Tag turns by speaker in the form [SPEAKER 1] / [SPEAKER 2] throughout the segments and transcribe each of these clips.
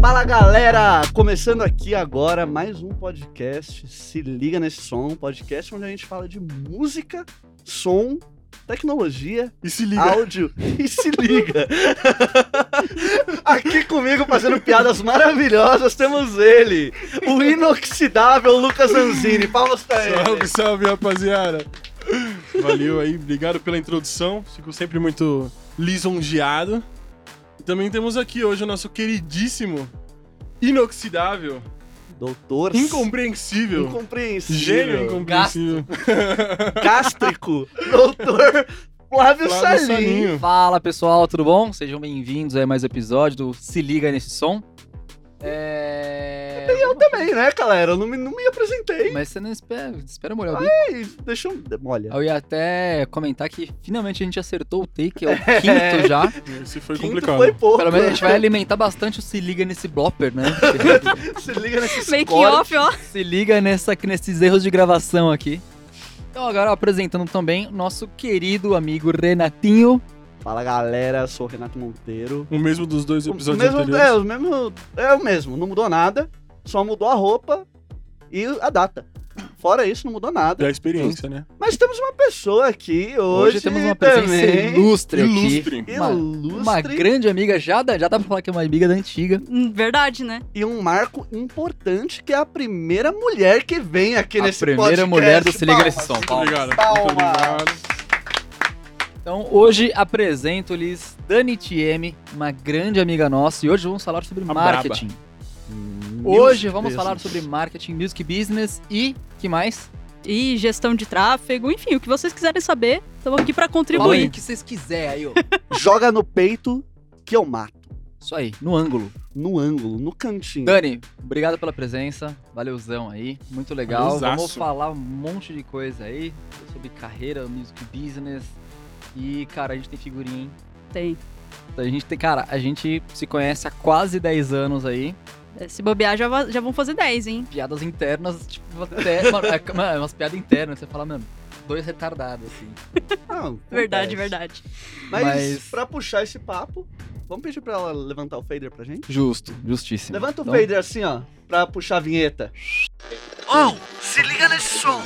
[SPEAKER 1] Fala galera! Começando aqui agora mais um podcast. Se liga nesse som, um podcast onde a gente fala de música, som, tecnologia,
[SPEAKER 2] E se liga.
[SPEAKER 1] áudio e se liga. Aqui comigo fazendo piadas maravilhosas temos ele, o inoxidável Lucas Anzini. Palmas pra ele.
[SPEAKER 2] Salve, salve, rapaziada. Valeu aí, obrigado pela introdução. Fico sempre muito lisonjeado. E também temos aqui hoje o nosso queridíssimo, inoxidável,
[SPEAKER 1] Doutor
[SPEAKER 2] incompreensível,
[SPEAKER 1] incompreensível.
[SPEAKER 2] gênio incompreensível,
[SPEAKER 1] Gástrico. Doutor Flávio,
[SPEAKER 2] Flávio
[SPEAKER 1] Salim.
[SPEAKER 2] Salinho.
[SPEAKER 3] Fala pessoal, tudo bom? Sejam bem-vindos a mais um episódio do Se Liga Nesse Som. É.
[SPEAKER 1] Eu também, né, galera? Eu não me, não me apresentei.
[SPEAKER 3] Mas você não espera, espera molhar o bico.
[SPEAKER 1] Ei, É deixa eu. Olha.
[SPEAKER 3] Eu ia até comentar que finalmente a gente acertou o take, é o quinto já.
[SPEAKER 2] Isso foi
[SPEAKER 1] Quinto
[SPEAKER 2] complicado.
[SPEAKER 1] Foi pouco.
[SPEAKER 3] Pelo menos a gente vai alimentar bastante o Se Liga Nesse Blopper, né?
[SPEAKER 1] Se liga nesse
[SPEAKER 4] Make
[SPEAKER 1] score.
[SPEAKER 4] off, ó.
[SPEAKER 3] Se liga nessa, nesses erros de gravação aqui. Então agora apresentando também nosso querido amigo Renatinho.
[SPEAKER 1] Fala galera, sou o Renato Monteiro.
[SPEAKER 2] O mesmo dos dois episódios
[SPEAKER 1] mesmo, é,
[SPEAKER 2] anteriores.
[SPEAKER 1] o mesmo, é o mesmo, não mudou nada, só mudou a roupa e a data. Fora isso, não mudou nada.
[SPEAKER 2] Da experiência, né?
[SPEAKER 1] Mas temos uma pessoa aqui hoje.
[SPEAKER 3] Hoje temos uma presença
[SPEAKER 1] também.
[SPEAKER 3] ilustre aqui.
[SPEAKER 2] Ilustre.
[SPEAKER 3] Uma-
[SPEAKER 1] Ilustre
[SPEAKER 3] Uma grande amiga, já dá, já dá pra falar que é uma amiga da antiga.
[SPEAKER 4] Hum, Verdade, né?
[SPEAKER 1] e um marco importante que é a primeira mulher que vem aqui
[SPEAKER 3] A
[SPEAKER 1] nesse podcast.
[SPEAKER 3] primeira mulher do Se Liga Nesse Som.
[SPEAKER 2] Muito obrigado.
[SPEAKER 1] Palmas.
[SPEAKER 2] Muito obrigado.
[SPEAKER 3] Então, hoje apresento-lhes Dani Tieme, uma grande amiga nossa, e hoje vamos falar sobre
[SPEAKER 2] A
[SPEAKER 3] marketing. Hoje vamos falar sobre marketing, music business e que mais?
[SPEAKER 4] E gestão de tráfego, enfim, o que vocês quiserem saber, estamos aqui
[SPEAKER 3] Fala
[SPEAKER 4] pra
[SPEAKER 3] aí
[SPEAKER 4] contribuir.
[SPEAKER 3] o que vocês quiserem aí, ó.
[SPEAKER 1] Joga no peito que eu mato.
[SPEAKER 3] Isso aí, no ângulo.
[SPEAKER 1] No ângulo, no cantinho.
[SPEAKER 3] Dani, obrigado pela presença, valeuzão aí, muito legal.
[SPEAKER 2] Valeuzaço.
[SPEAKER 3] Vamos falar um monte de coisa aí sobre carreira, music business e, cara, a gente tem figurinha, hein?
[SPEAKER 4] Tem.
[SPEAKER 3] A gente tem, cara, a gente se conhece há quase 10 anos aí.
[SPEAKER 4] É, Se bobear, já, va- já vão fazer 10, hein?
[SPEAKER 3] piadas internas, tipo, até. mano, é, mano, é umas piadas internas, você fala, mano, dois retardados, assim.
[SPEAKER 1] Ah,
[SPEAKER 4] Verdade,
[SPEAKER 1] acontece.
[SPEAKER 4] verdade.
[SPEAKER 1] Mas,
[SPEAKER 3] Mas-
[SPEAKER 1] pra puxar esse papo, vamos pedir pra ela levantar o fader pra gente?
[SPEAKER 3] Justo, justíssimo.
[SPEAKER 1] Levanta o
[SPEAKER 3] Então,
[SPEAKER 1] fader assim, ó, pra puxar a vinheta. Oh, se liga nesse som!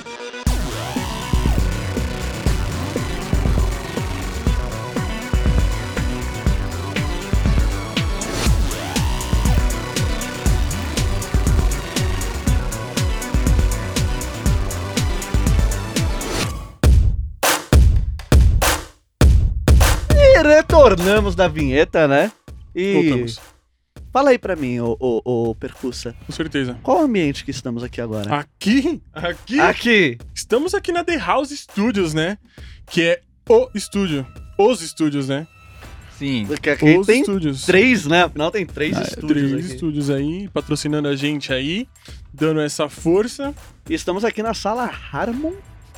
[SPEAKER 1] E retornamos da vinheta, né? E
[SPEAKER 2] Voltamos.
[SPEAKER 1] Fala aí pra mim, ô, ô, ô Percussa,
[SPEAKER 2] Com certeza.
[SPEAKER 1] qual o ambiente que estamos aqui agora?
[SPEAKER 2] Aqui, aqui,
[SPEAKER 1] Né? Aqui!
[SPEAKER 2] Estamos aqui na The House Studios, né? Que é o estúdio. Os estúdios, né?
[SPEAKER 3] Sim.
[SPEAKER 1] Porque aqui
[SPEAKER 2] Os
[SPEAKER 1] tem
[SPEAKER 2] estúdios.
[SPEAKER 1] três, né? Afinal tem três
[SPEAKER 2] Ah,
[SPEAKER 1] estúdios
[SPEAKER 2] três
[SPEAKER 1] aqui.
[SPEAKER 2] estúdios aí, patrocinando a gente aí, dando essa força.
[SPEAKER 1] E estamos aqui na sala Harmon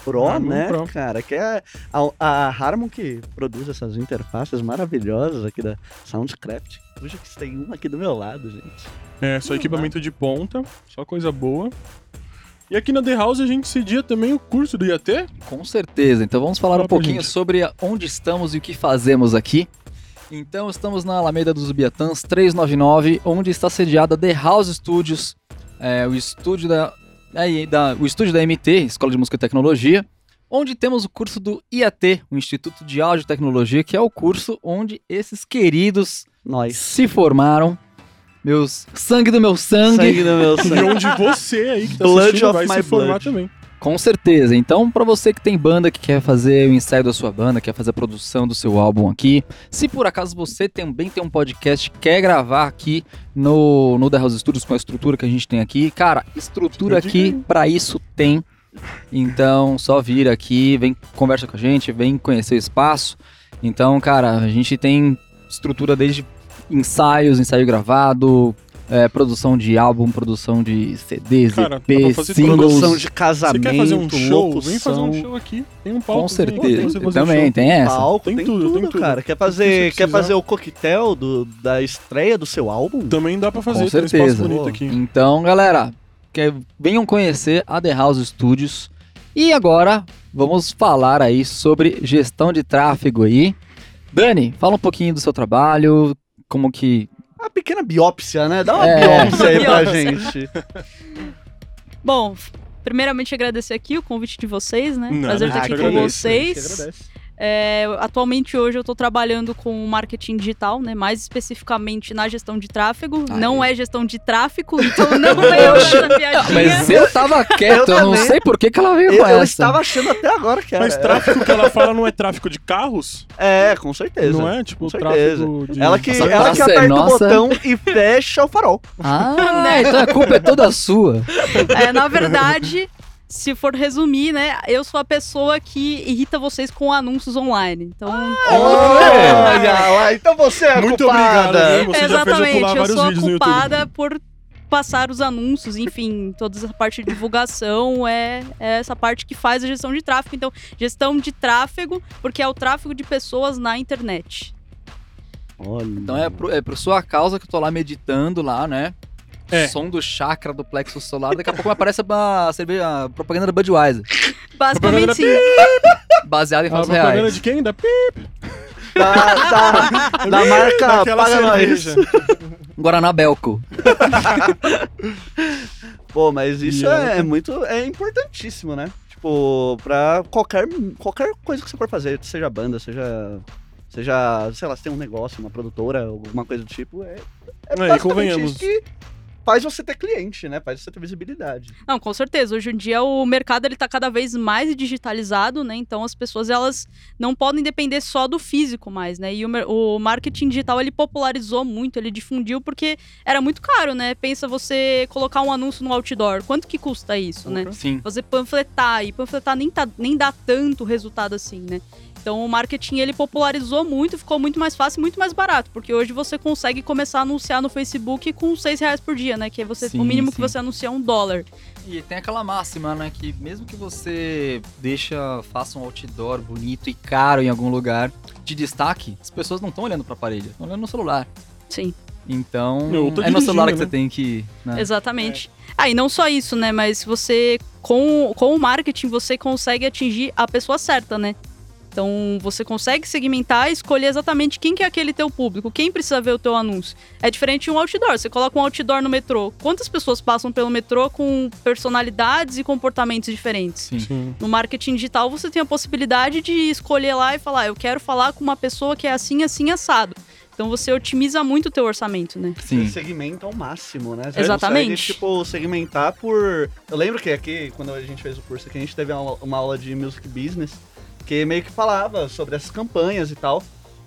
[SPEAKER 1] Pro,
[SPEAKER 2] Harmon
[SPEAKER 1] né,
[SPEAKER 2] Pro.
[SPEAKER 1] cara? Que é a, a Harmon que produz essas interfaces maravilhosas aqui da Soundcraft. Hoje que tem uma aqui do meu lado, gente.
[SPEAKER 2] É, só equipamento de ponta, só coisa boa. E aqui na The House a gente cedia também o curso do IAT.
[SPEAKER 3] Com certeza. Então vamos falar
[SPEAKER 2] Fala
[SPEAKER 3] um
[SPEAKER 2] pra
[SPEAKER 3] pouquinho
[SPEAKER 2] gente.
[SPEAKER 3] sobre a- onde estamos e o que fazemos aqui. Então estamos na Alameda dos Ubiatãs 399, onde está sediada The House Studios, é, o estúdio da, aí, da- o estúdio da MT, Escola de Música e Tecnologia, onde temos o curso do IAT, o Instituto de Áudio e Tecnologia, que é o curso onde esses queridos
[SPEAKER 1] Nós.
[SPEAKER 3] se formaram, meus sangue do meu sangue.
[SPEAKER 1] Sangue no meu
[SPEAKER 2] E
[SPEAKER 1] sangue.
[SPEAKER 2] é onde você aí que tá
[SPEAKER 1] Blood
[SPEAKER 2] assistindo
[SPEAKER 1] of
[SPEAKER 2] vai
[SPEAKER 1] my
[SPEAKER 2] se formar
[SPEAKER 1] blood.
[SPEAKER 2] também.
[SPEAKER 3] Com certeza. Então, pra você que tem banda, que quer fazer o ensaio da sua banda, quer fazer a produção do seu álbum aqui, se por acaso você também tem um podcast, quer gravar aqui no, no The House Studios com a estrutura que a gente tem aqui, cara, estrutura
[SPEAKER 2] Eu digo
[SPEAKER 3] aqui
[SPEAKER 2] aí.
[SPEAKER 3] pra isso tem. Então, só vir aqui, vem conversa com a gente, vem conhecer o espaço. Então, cara, a gente tem estrutura desde ensaios, ensaio gravado, é, produção de álbum, produção de CDs,
[SPEAKER 2] Cara, dá pra
[SPEAKER 3] EP,
[SPEAKER 2] fazer
[SPEAKER 3] singles.
[SPEAKER 1] Produção de
[SPEAKER 2] Você
[SPEAKER 1] casamento,
[SPEAKER 2] quer fazer um show? Vem fazer
[SPEAKER 1] locução,
[SPEAKER 2] um show aqui. Tem um palco.
[SPEAKER 3] Com
[SPEAKER 1] tem-
[SPEAKER 3] certeza.
[SPEAKER 1] tem-
[SPEAKER 3] Também, tem essa.
[SPEAKER 1] palco, tem,
[SPEAKER 2] Tem
[SPEAKER 1] tudo,
[SPEAKER 2] tudo, tem tudo.
[SPEAKER 1] cara. Quer
[SPEAKER 2] Tudo
[SPEAKER 1] fazer,
[SPEAKER 2] que você
[SPEAKER 1] quer
[SPEAKER 2] precisar.
[SPEAKER 1] fazer o coquetel do, da estreia do seu álbum?
[SPEAKER 2] Também dá pra fazer.
[SPEAKER 3] Com
[SPEAKER 2] tem um espaço
[SPEAKER 3] certeza.
[SPEAKER 2] bonito
[SPEAKER 1] Boa.
[SPEAKER 2] aqui.
[SPEAKER 3] Então, galera, que- venham conhecer a The House Studios. E agora vamos falar aí sobre gestão de tráfego aí. Dani, fala um pouquinho do seu trabalho, como que.
[SPEAKER 1] Uma pequena biópsia, né? Dá uma
[SPEAKER 3] É.
[SPEAKER 1] biópsia aí pra
[SPEAKER 4] Biópsia.
[SPEAKER 1] gente.
[SPEAKER 4] Bom, f- primeiramente agradecer aqui o convite de vocês, né?
[SPEAKER 2] Nada, eu
[SPEAKER 4] Prazer estar
[SPEAKER 2] que
[SPEAKER 4] aqui com
[SPEAKER 2] agradeço,
[SPEAKER 4] vocês. É, atualmente hoje eu estou trabalhando com marketing digital, né? Mais especificamente na gestão de tráfego.
[SPEAKER 3] Aí.
[SPEAKER 4] Não é gestão de tráfego, então não veio essa piadinha.
[SPEAKER 3] Mas eu tava quieto, eu, não
[SPEAKER 1] também.
[SPEAKER 3] sei por que, que ela veio
[SPEAKER 1] Eu,
[SPEAKER 3] com
[SPEAKER 1] eu
[SPEAKER 3] essa.
[SPEAKER 1] estava achando até agora que era.
[SPEAKER 2] Mas tráfico que ela fala não é tráfico de carros?
[SPEAKER 1] É, com certeza.
[SPEAKER 2] Não é? Tipo,
[SPEAKER 1] Com certeza.
[SPEAKER 2] tráfico de. tá
[SPEAKER 1] Ela que,
[SPEAKER 3] Essa
[SPEAKER 1] ela que
[SPEAKER 3] praça é
[SPEAKER 1] aperta o
[SPEAKER 3] nossa.
[SPEAKER 1] botão e fecha o farol.
[SPEAKER 3] Ah, então a culpa é toda sua.
[SPEAKER 4] É, na verdade, se for resumir, né? Eu sou a pessoa que irrita vocês com anúncios online. Então,
[SPEAKER 2] Ah,
[SPEAKER 1] Olha lá, então você é a
[SPEAKER 2] Muito
[SPEAKER 1] culpada.
[SPEAKER 2] obrigado, viu? Você já fez eu
[SPEAKER 4] Exatamente,
[SPEAKER 2] pular
[SPEAKER 4] eu
[SPEAKER 2] vários
[SPEAKER 4] sou a
[SPEAKER 2] vídeos no YouTube. né?
[SPEAKER 4] culpada por passar os anúncios, enfim, toda essa parte de divulgação é, é essa parte que faz a gestão de tráfego. Então, gestão de tráfego, porque é o tráfego de pessoas na internet.
[SPEAKER 3] Então é por, é por sua causa que eu tô lá meditando lá, né?
[SPEAKER 2] É.
[SPEAKER 3] Som do chakra do plexo solar. Daqui a pouco me aparece a, cerveja- a propaganda da Budweiser,
[SPEAKER 4] Basicamente, sim.
[SPEAKER 3] baseada em
[SPEAKER 2] Ah, A
[SPEAKER 3] fatos
[SPEAKER 2] propaganda
[SPEAKER 3] é reais.
[SPEAKER 2] de quem? Da P.
[SPEAKER 1] Da, da, da marca
[SPEAKER 2] Daquela
[SPEAKER 1] Ah, Paga Nós.
[SPEAKER 2] cerveja.
[SPEAKER 3] Guaraná Belco.
[SPEAKER 1] Pô, mas isso
[SPEAKER 2] E ela-
[SPEAKER 1] é muito. É importantíssimo, né? Tipo, pra qualquer, qualquer coisa que você for fazer, seja banda, seja. Seja, sei lá, se tem um negócio, uma produtora, alguma coisa do tipo, é, é,
[SPEAKER 2] e
[SPEAKER 1] basicamente
[SPEAKER 2] convenhamos.
[SPEAKER 1] isso que faz você ter cliente, né? Faz você ter visibilidade.
[SPEAKER 4] Não, com certeza. Hoje em dia o mercado ele tá cada vez mais digitalizado, né? Então as pessoas elas não podem depender só do físico mais, né? E o, mer- o marketing digital ele popularizou muito, ele difundiu porque era muito caro, né? Pensa você colocar um anúncio no outdoor, quanto que custa isso, né?
[SPEAKER 3] Sim.
[SPEAKER 4] Você panfletar e panfletar nem, tá, nem dá tanto resultado assim, né? Então o marketing ele popularizou muito, ficou muito mais fácil, e muito mais barato, porque hoje você consegue começar a anunciar no Facebook com seis reais por dia, né? Que aí você o
[SPEAKER 3] Sim,
[SPEAKER 4] mínimo que
[SPEAKER 3] sim.
[SPEAKER 4] você anuncia é um dólar.
[SPEAKER 3] E tem aquela máxima, né? Que mesmo que você deixa, faça um outdoor bonito e caro em algum lugar de destaque, as pessoas não estão olhando pra parede, estão olhando no celular.
[SPEAKER 4] Sim.
[SPEAKER 3] Então,
[SPEAKER 2] Eu tô
[SPEAKER 3] é no celular que
[SPEAKER 2] dirigindo,
[SPEAKER 3] você tem que.
[SPEAKER 2] É.
[SPEAKER 3] né?
[SPEAKER 4] Exatamente. Ah, e não só isso, né? Mas você, com, com o marketing, você consegue atingir a pessoa certa, né? Então, você consegue segmentar e escolher exatamente quem que é aquele teu público, quem precisa ver o teu anúncio. É diferente de um outdoor. Você coloca um outdoor no metrô. Quantas pessoas passam pelo metrô com personalidades e comportamentos diferentes?
[SPEAKER 3] Sim.
[SPEAKER 2] Sim.
[SPEAKER 4] No marketing digital, você tem a possibilidade de escolher lá e falar, "Ah, eu quero falar com uma pessoa que é assim, assim, assado. Então, você otimiza muito o teu orçamento, né?
[SPEAKER 1] Você
[SPEAKER 3] Sim.
[SPEAKER 1] segmenta ao máximo, né? Você
[SPEAKER 4] Exatamente.
[SPEAKER 1] consegue, tipo, segmentar por. Eu lembro que aqui, quando a gente fez o curso aqui, a gente teve uma, uma aula de music business que meio que falava sobre essas campanhas e tal.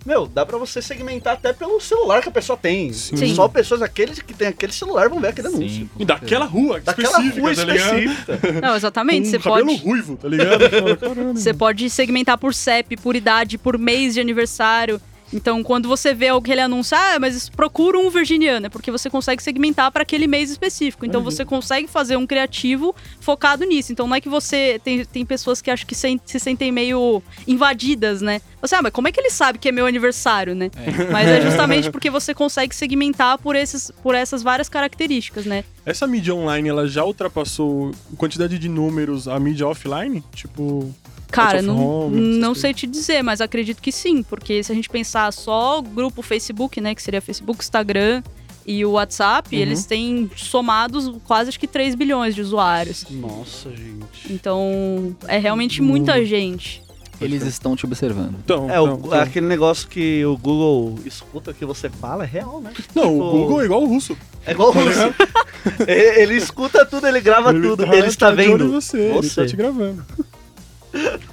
[SPEAKER 1] Meu, dá pra você segmentar até pelo celular que a pessoa tem.
[SPEAKER 2] Sim.
[SPEAKER 4] Sim.
[SPEAKER 1] Só pessoas, aqueles que têm aquele celular vão ver
[SPEAKER 2] é
[SPEAKER 1] aquele anúncio.
[SPEAKER 3] Sim, com
[SPEAKER 2] E daquela rua
[SPEAKER 1] Daquela
[SPEAKER 2] específica,
[SPEAKER 1] rua
[SPEAKER 2] tá ligado?
[SPEAKER 1] específica.
[SPEAKER 4] Não, exatamente.
[SPEAKER 2] Com um
[SPEAKER 4] você
[SPEAKER 2] cabelo
[SPEAKER 4] pode...
[SPEAKER 2] ruivo, tá ligado? Caramba.
[SPEAKER 4] Você pode segmentar por CEP, por idade, por mês de aniversário. Então, quando você vê aquele anúncio, ah, mas procura um virginiano, é porque você consegue segmentar para aquele mês específico. Então,
[SPEAKER 2] Uhum.
[SPEAKER 4] você consegue fazer um criativo focado nisso. Então, não é que você. Tem, tem pessoas que acham que sen- se sentem meio invadidas, né? Você, ah, mas como é que ele sabe que é meu aniversário, né?
[SPEAKER 3] É.
[SPEAKER 4] Mas é justamente porque você consegue segmentar por, esses, por essas várias características, né?
[SPEAKER 2] Essa mídia online, ela já ultrapassou a quantidade de números a mídia offline? Tipo,
[SPEAKER 4] Cara,
[SPEAKER 2] Out of
[SPEAKER 4] não,
[SPEAKER 2] home, essas
[SPEAKER 4] não
[SPEAKER 2] coisas.
[SPEAKER 4] sei te dizer, mas acredito que sim, porque se a gente pensar só o grupo Facebook, né, que seria Facebook, Instagram e o WhatsApp,
[SPEAKER 2] Uhum.
[SPEAKER 4] eles têm somados quase acho que 3 bilhões de usuários.
[SPEAKER 1] Nossa, gente.
[SPEAKER 4] Então, é realmente
[SPEAKER 2] Uhum.
[SPEAKER 4] muita gente.
[SPEAKER 3] Eles estão te observando.
[SPEAKER 2] então...
[SPEAKER 1] É, o-
[SPEAKER 2] então, então.
[SPEAKER 1] aquele negócio que o Google escuta o que você fala é real, né?
[SPEAKER 2] Não,
[SPEAKER 1] tipo-
[SPEAKER 2] o Google é igual o russo.
[SPEAKER 1] É igual o
[SPEAKER 2] Tá
[SPEAKER 1] russo. ele, ele escuta tudo, ele grava tudo,
[SPEAKER 2] tá-
[SPEAKER 1] ele está
[SPEAKER 2] tá de olho em
[SPEAKER 1] vendo.
[SPEAKER 2] Você,
[SPEAKER 1] Você.
[SPEAKER 2] Ele tá te gravando.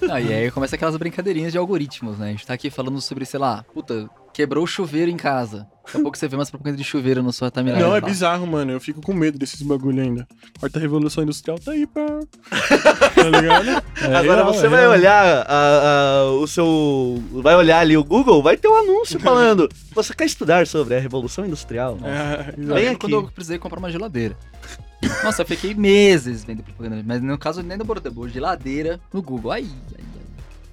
[SPEAKER 3] Não, e aí começa aquelas brincadeirinhas de algoritmos, né? A gente tá aqui falando sobre, sei lá, puta, quebrou o chuveiro em casa. Daqui a pouco você vê umas propagandas de chuveiro na sua timeline. tá?
[SPEAKER 2] Não, é
[SPEAKER 3] Fala,
[SPEAKER 2] bizarro, mano. Eu fico com medo desses bagulho ainda. Quarta Revolução Industrial tá aí, pá. tá ligado? É
[SPEAKER 1] Agora
[SPEAKER 2] real,
[SPEAKER 1] você
[SPEAKER 2] é
[SPEAKER 1] vai
[SPEAKER 2] real.
[SPEAKER 1] olhar a- a- o seu. Vai olhar ali o Google, vai ter um anúncio falando. Você quer estudar sobre a Revolução Industrial?
[SPEAKER 2] É,
[SPEAKER 3] Eu
[SPEAKER 2] exato.
[SPEAKER 1] Bem
[SPEAKER 3] lembro
[SPEAKER 1] aqui.
[SPEAKER 3] quando eu precisei comprar uma geladeira. Nossa, eu fiquei meses vendo propaganda, mas no caso nem do bordeiro, geladeira no Google. Aí, aí, aí.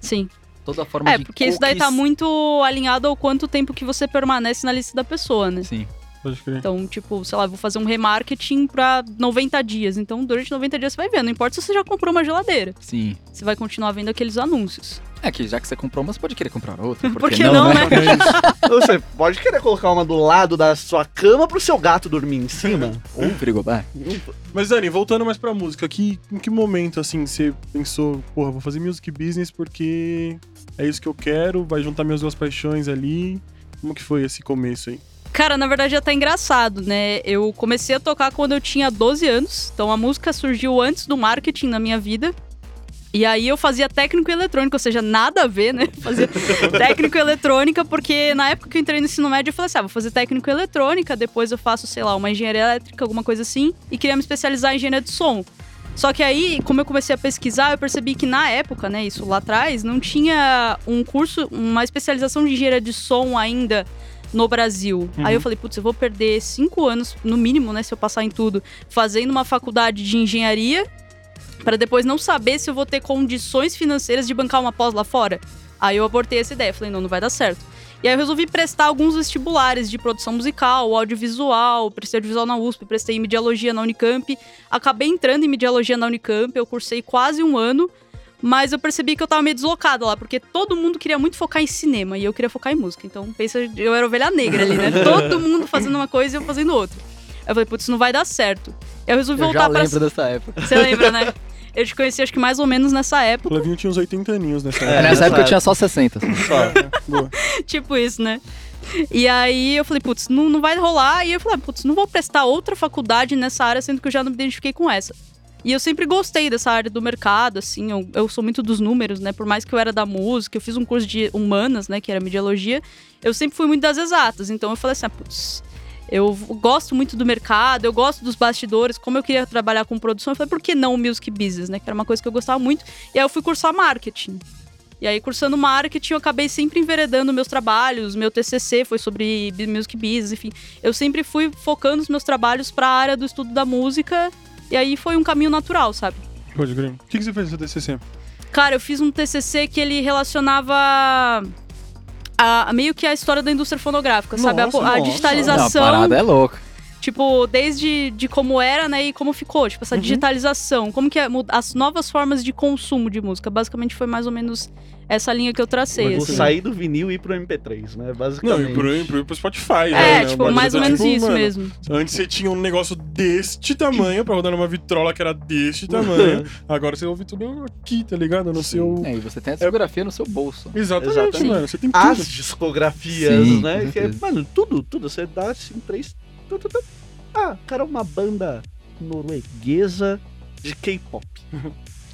[SPEAKER 4] Sim.
[SPEAKER 3] Toda forma
[SPEAKER 4] É,
[SPEAKER 3] de
[SPEAKER 4] porque isso daí tá
[SPEAKER 3] cookies.
[SPEAKER 4] muito alinhado ao quanto tempo que você permanece na lista da pessoa, né?
[SPEAKER 3] Sim.
[SPEAKER 2] Pode crer.
[SPEAKER 4] Então, tipo, sei lá, vou fazer um remarketing pra 90 dias. Então, durante 90 dias você vai vendo. Não importa se você já comprou uma geladeira.
[SPEAKER 3] Sim.
[SPEAKER 4] Você vai continuar vendo aqueles anúncios.
[SPEAKER 3] É que já que você comprou uma, você pode querer comprar outra. Por,
[SPEAKER 4] Por
[SPEAKER 3] que
[SPEAKER 4] que
[SPEAKER 3] não,
[SPEAKER 4] não,
[SPEAKER 3] né?
[SPEAKER 4] né?
[SPEAKER 2] É isso.
[SPEAKER 1] Você pode querer colocar uma do lado da sua cama pro seu gato dormir em cima?
[SPEAKER 3] Ou um frigobar.
[SPEAKER 2] Mas, Dani, voltando mais pra música, que, em que momento, assim, você pensou, porra, vou fazer music business porque é isso que eu quero, vai juntar minhas duas paixões ali. Como que foi esse começo aí?
[SPEAKER 4] Cara, na verdade é até engraçado, né? Eu comecei a tocar quando eu tinha 12 anos, então a música surgiu antes do marketing na minha vida. E aí eu fazia técnico e eletrônica, ou seja, nada a ver, né? Fazia técnico e eletrônica, porque na época que eu entrei no ensino médio, eu falei assim, ah, vou fazer técnico e eletrônica, depois eu faço, sei lá, uma engenharia elétrica, alguma coisa assim, e queria me especializar em engenharia de som. Só que aí, como eu comecei a pesquisar, eu percebi que na época, né, isso lá atrás, não tinha um curso, uma especialização de engenharia de som ainda no Brasil.
[SPEAKER 2] Uhum.
[SPEAKER 4] Aí eu falei, putz, eu vou perder cinco anos, no mínimo, né, se eu passar em tudo, fazendo uma faculdade de engenharia, para depois não saber se eu vou ter condições financeiras de bancar uma pós lá fora. Aí eu abortei essa ideia, falei, não, não vai dar certo. E aí eu resolvi prestar alguns vestibulares de produção musical, audiovisual, prestei audiovisual na USP, prestei mediologia na Unicamp, acabei entrando em mediologia na Unicamp, eu cursei quase um ano, mas eu percebi que eu tava meio deslocada lá, porque todo mundo queria muito focar em cinema e eu queria focar em música. Então, pensa, eu era ovelha negra ali, né? todo mundo fazendo uma coisa e eu fazendo outra. Aí Eu falei, putz, não vai dar certo. Eu resolvi
[SPEAKER 3] Eu já
[SPEAKER 4] voltar pra.
[SPEAKER 3] lembro dessa época.
[SPEAKER 4] Você lembra, né? Eu te conheci acho que mais ou menos nessa
[SPEAKER 2] O
[SPEAKER 4] época.
[SPEAKER 2] Levinho tinha uns 80 aninhos nessa
[SPEAKER 1] É,
[SPEAKER 3] Nessa
[SPEAKER 1] nessa
[SPEAKER 3] época eu
[SPEAKER 1] época.
[SPEAKER 3] tinha só 60.
[SPEAKER 1] Só.
[SPEAKER 2] Boa.
[SPEAKER 4] tipo isso, né? E aí eu falei, putz, não, não vai rolar. E eu falei, "Ah, putz, não vou prestar outra faculdade nessa área, sendo que eu já não me identifiquei com essa. E eu sempre gostei dessa área do mercado, assim, eu, eu sou muito dos números, né? Por mais que eu era da música, eu fiz um curso de humanas, né, que era mediologia, eu sempre fui muito das exatas. Então eu falei assim, ah, putz, eu gosto muito do mercado, eu gosto dos bastidores, como eu queria trabalhar com produção, eu falei, por que não o music business, né? Que era uma coisa que eu gostava muito. E aí eu fui cursar marketing. E aí, cursando marketing, eu acabei sempre enveredando meus trabalhos. Meu TCC foi sobre bi- music business, enfim. Eu sempre fui focando os meus trabalhos para a área do estudo da música. E aí foi um caminho natural, sabe?
[SPEAKER 2] Pode crer. O que, que você fez no seu TCC?
[SPEAKER 4] Cara, eu fiz um TCC que ele relacionava a- a meio que a história da indústria fonográfica, sabe? A,
[SPEAKER 1] Nossa,
[SPEAKER 4] po- a
[SPEAKER 1] nossa.
[SPEAKER 3] Não, a
[SPEAKER 4] digitalização
[SPEAKER 3] parada é louca.
[SPEAKER 4] Tipo, desde de como era, né, e como ficou. Tipo,
[SPEAKER 1] Uhum.
[SPEAKER 4] essa digitalização. Como que é, mu- as novas formas de consumo de música. Basicamente foi mais ou menos essa linha que eu tracei.
[SPEAKER 1] Vou
[SPEAKER 4] assim.
[SPEAKER 1] sair do vinil e ir pro MP3, né?
[SPEAKER 2] Não,
[SPEAKER 1] Basicamente.
[SPEAKER 2] e pro, e pro, e pro Spotify, né?
[SPEAKER 4] É,
[SPEAKER 2] O
[SPEAKER 4] tipo,
[SPEAKER 2] bagulho
[SPEAKER 4] mais ou
[SPEAKER 2] tá,
[SPEAKER 4] menos
[SPEAKER 2] tipo,
[SPEAKER 4] isso
[SPEAKER 2] mano,
[SPEAKER 4] mesmo.
[SPEAKER 2] Antes você tinha um negócio deste tamanho pra rodar numa vitrola que era deste tamanho. Agora você ouve tudo aqui, tá ligado? No seu.
[SPEAKER 3] É, e você tem a discografia no seu bolso.
[SPEAKER 2] Exatamente,
[SPEAKER 1] Exatamente.
[SPEAKER 2] mano. Você tem tudo.
[SPEAKER 1] As discografias,
[SPEAKER 3] Sim, com
[SPEAKER 1] né? Que é,
[SPEAKER 3] certeza.
[SPEAKER 1] mano, tudo, tudo. Você dá assim, três. tu, tu, tu. Ah, cara, uma banda norueguesa de K-pop.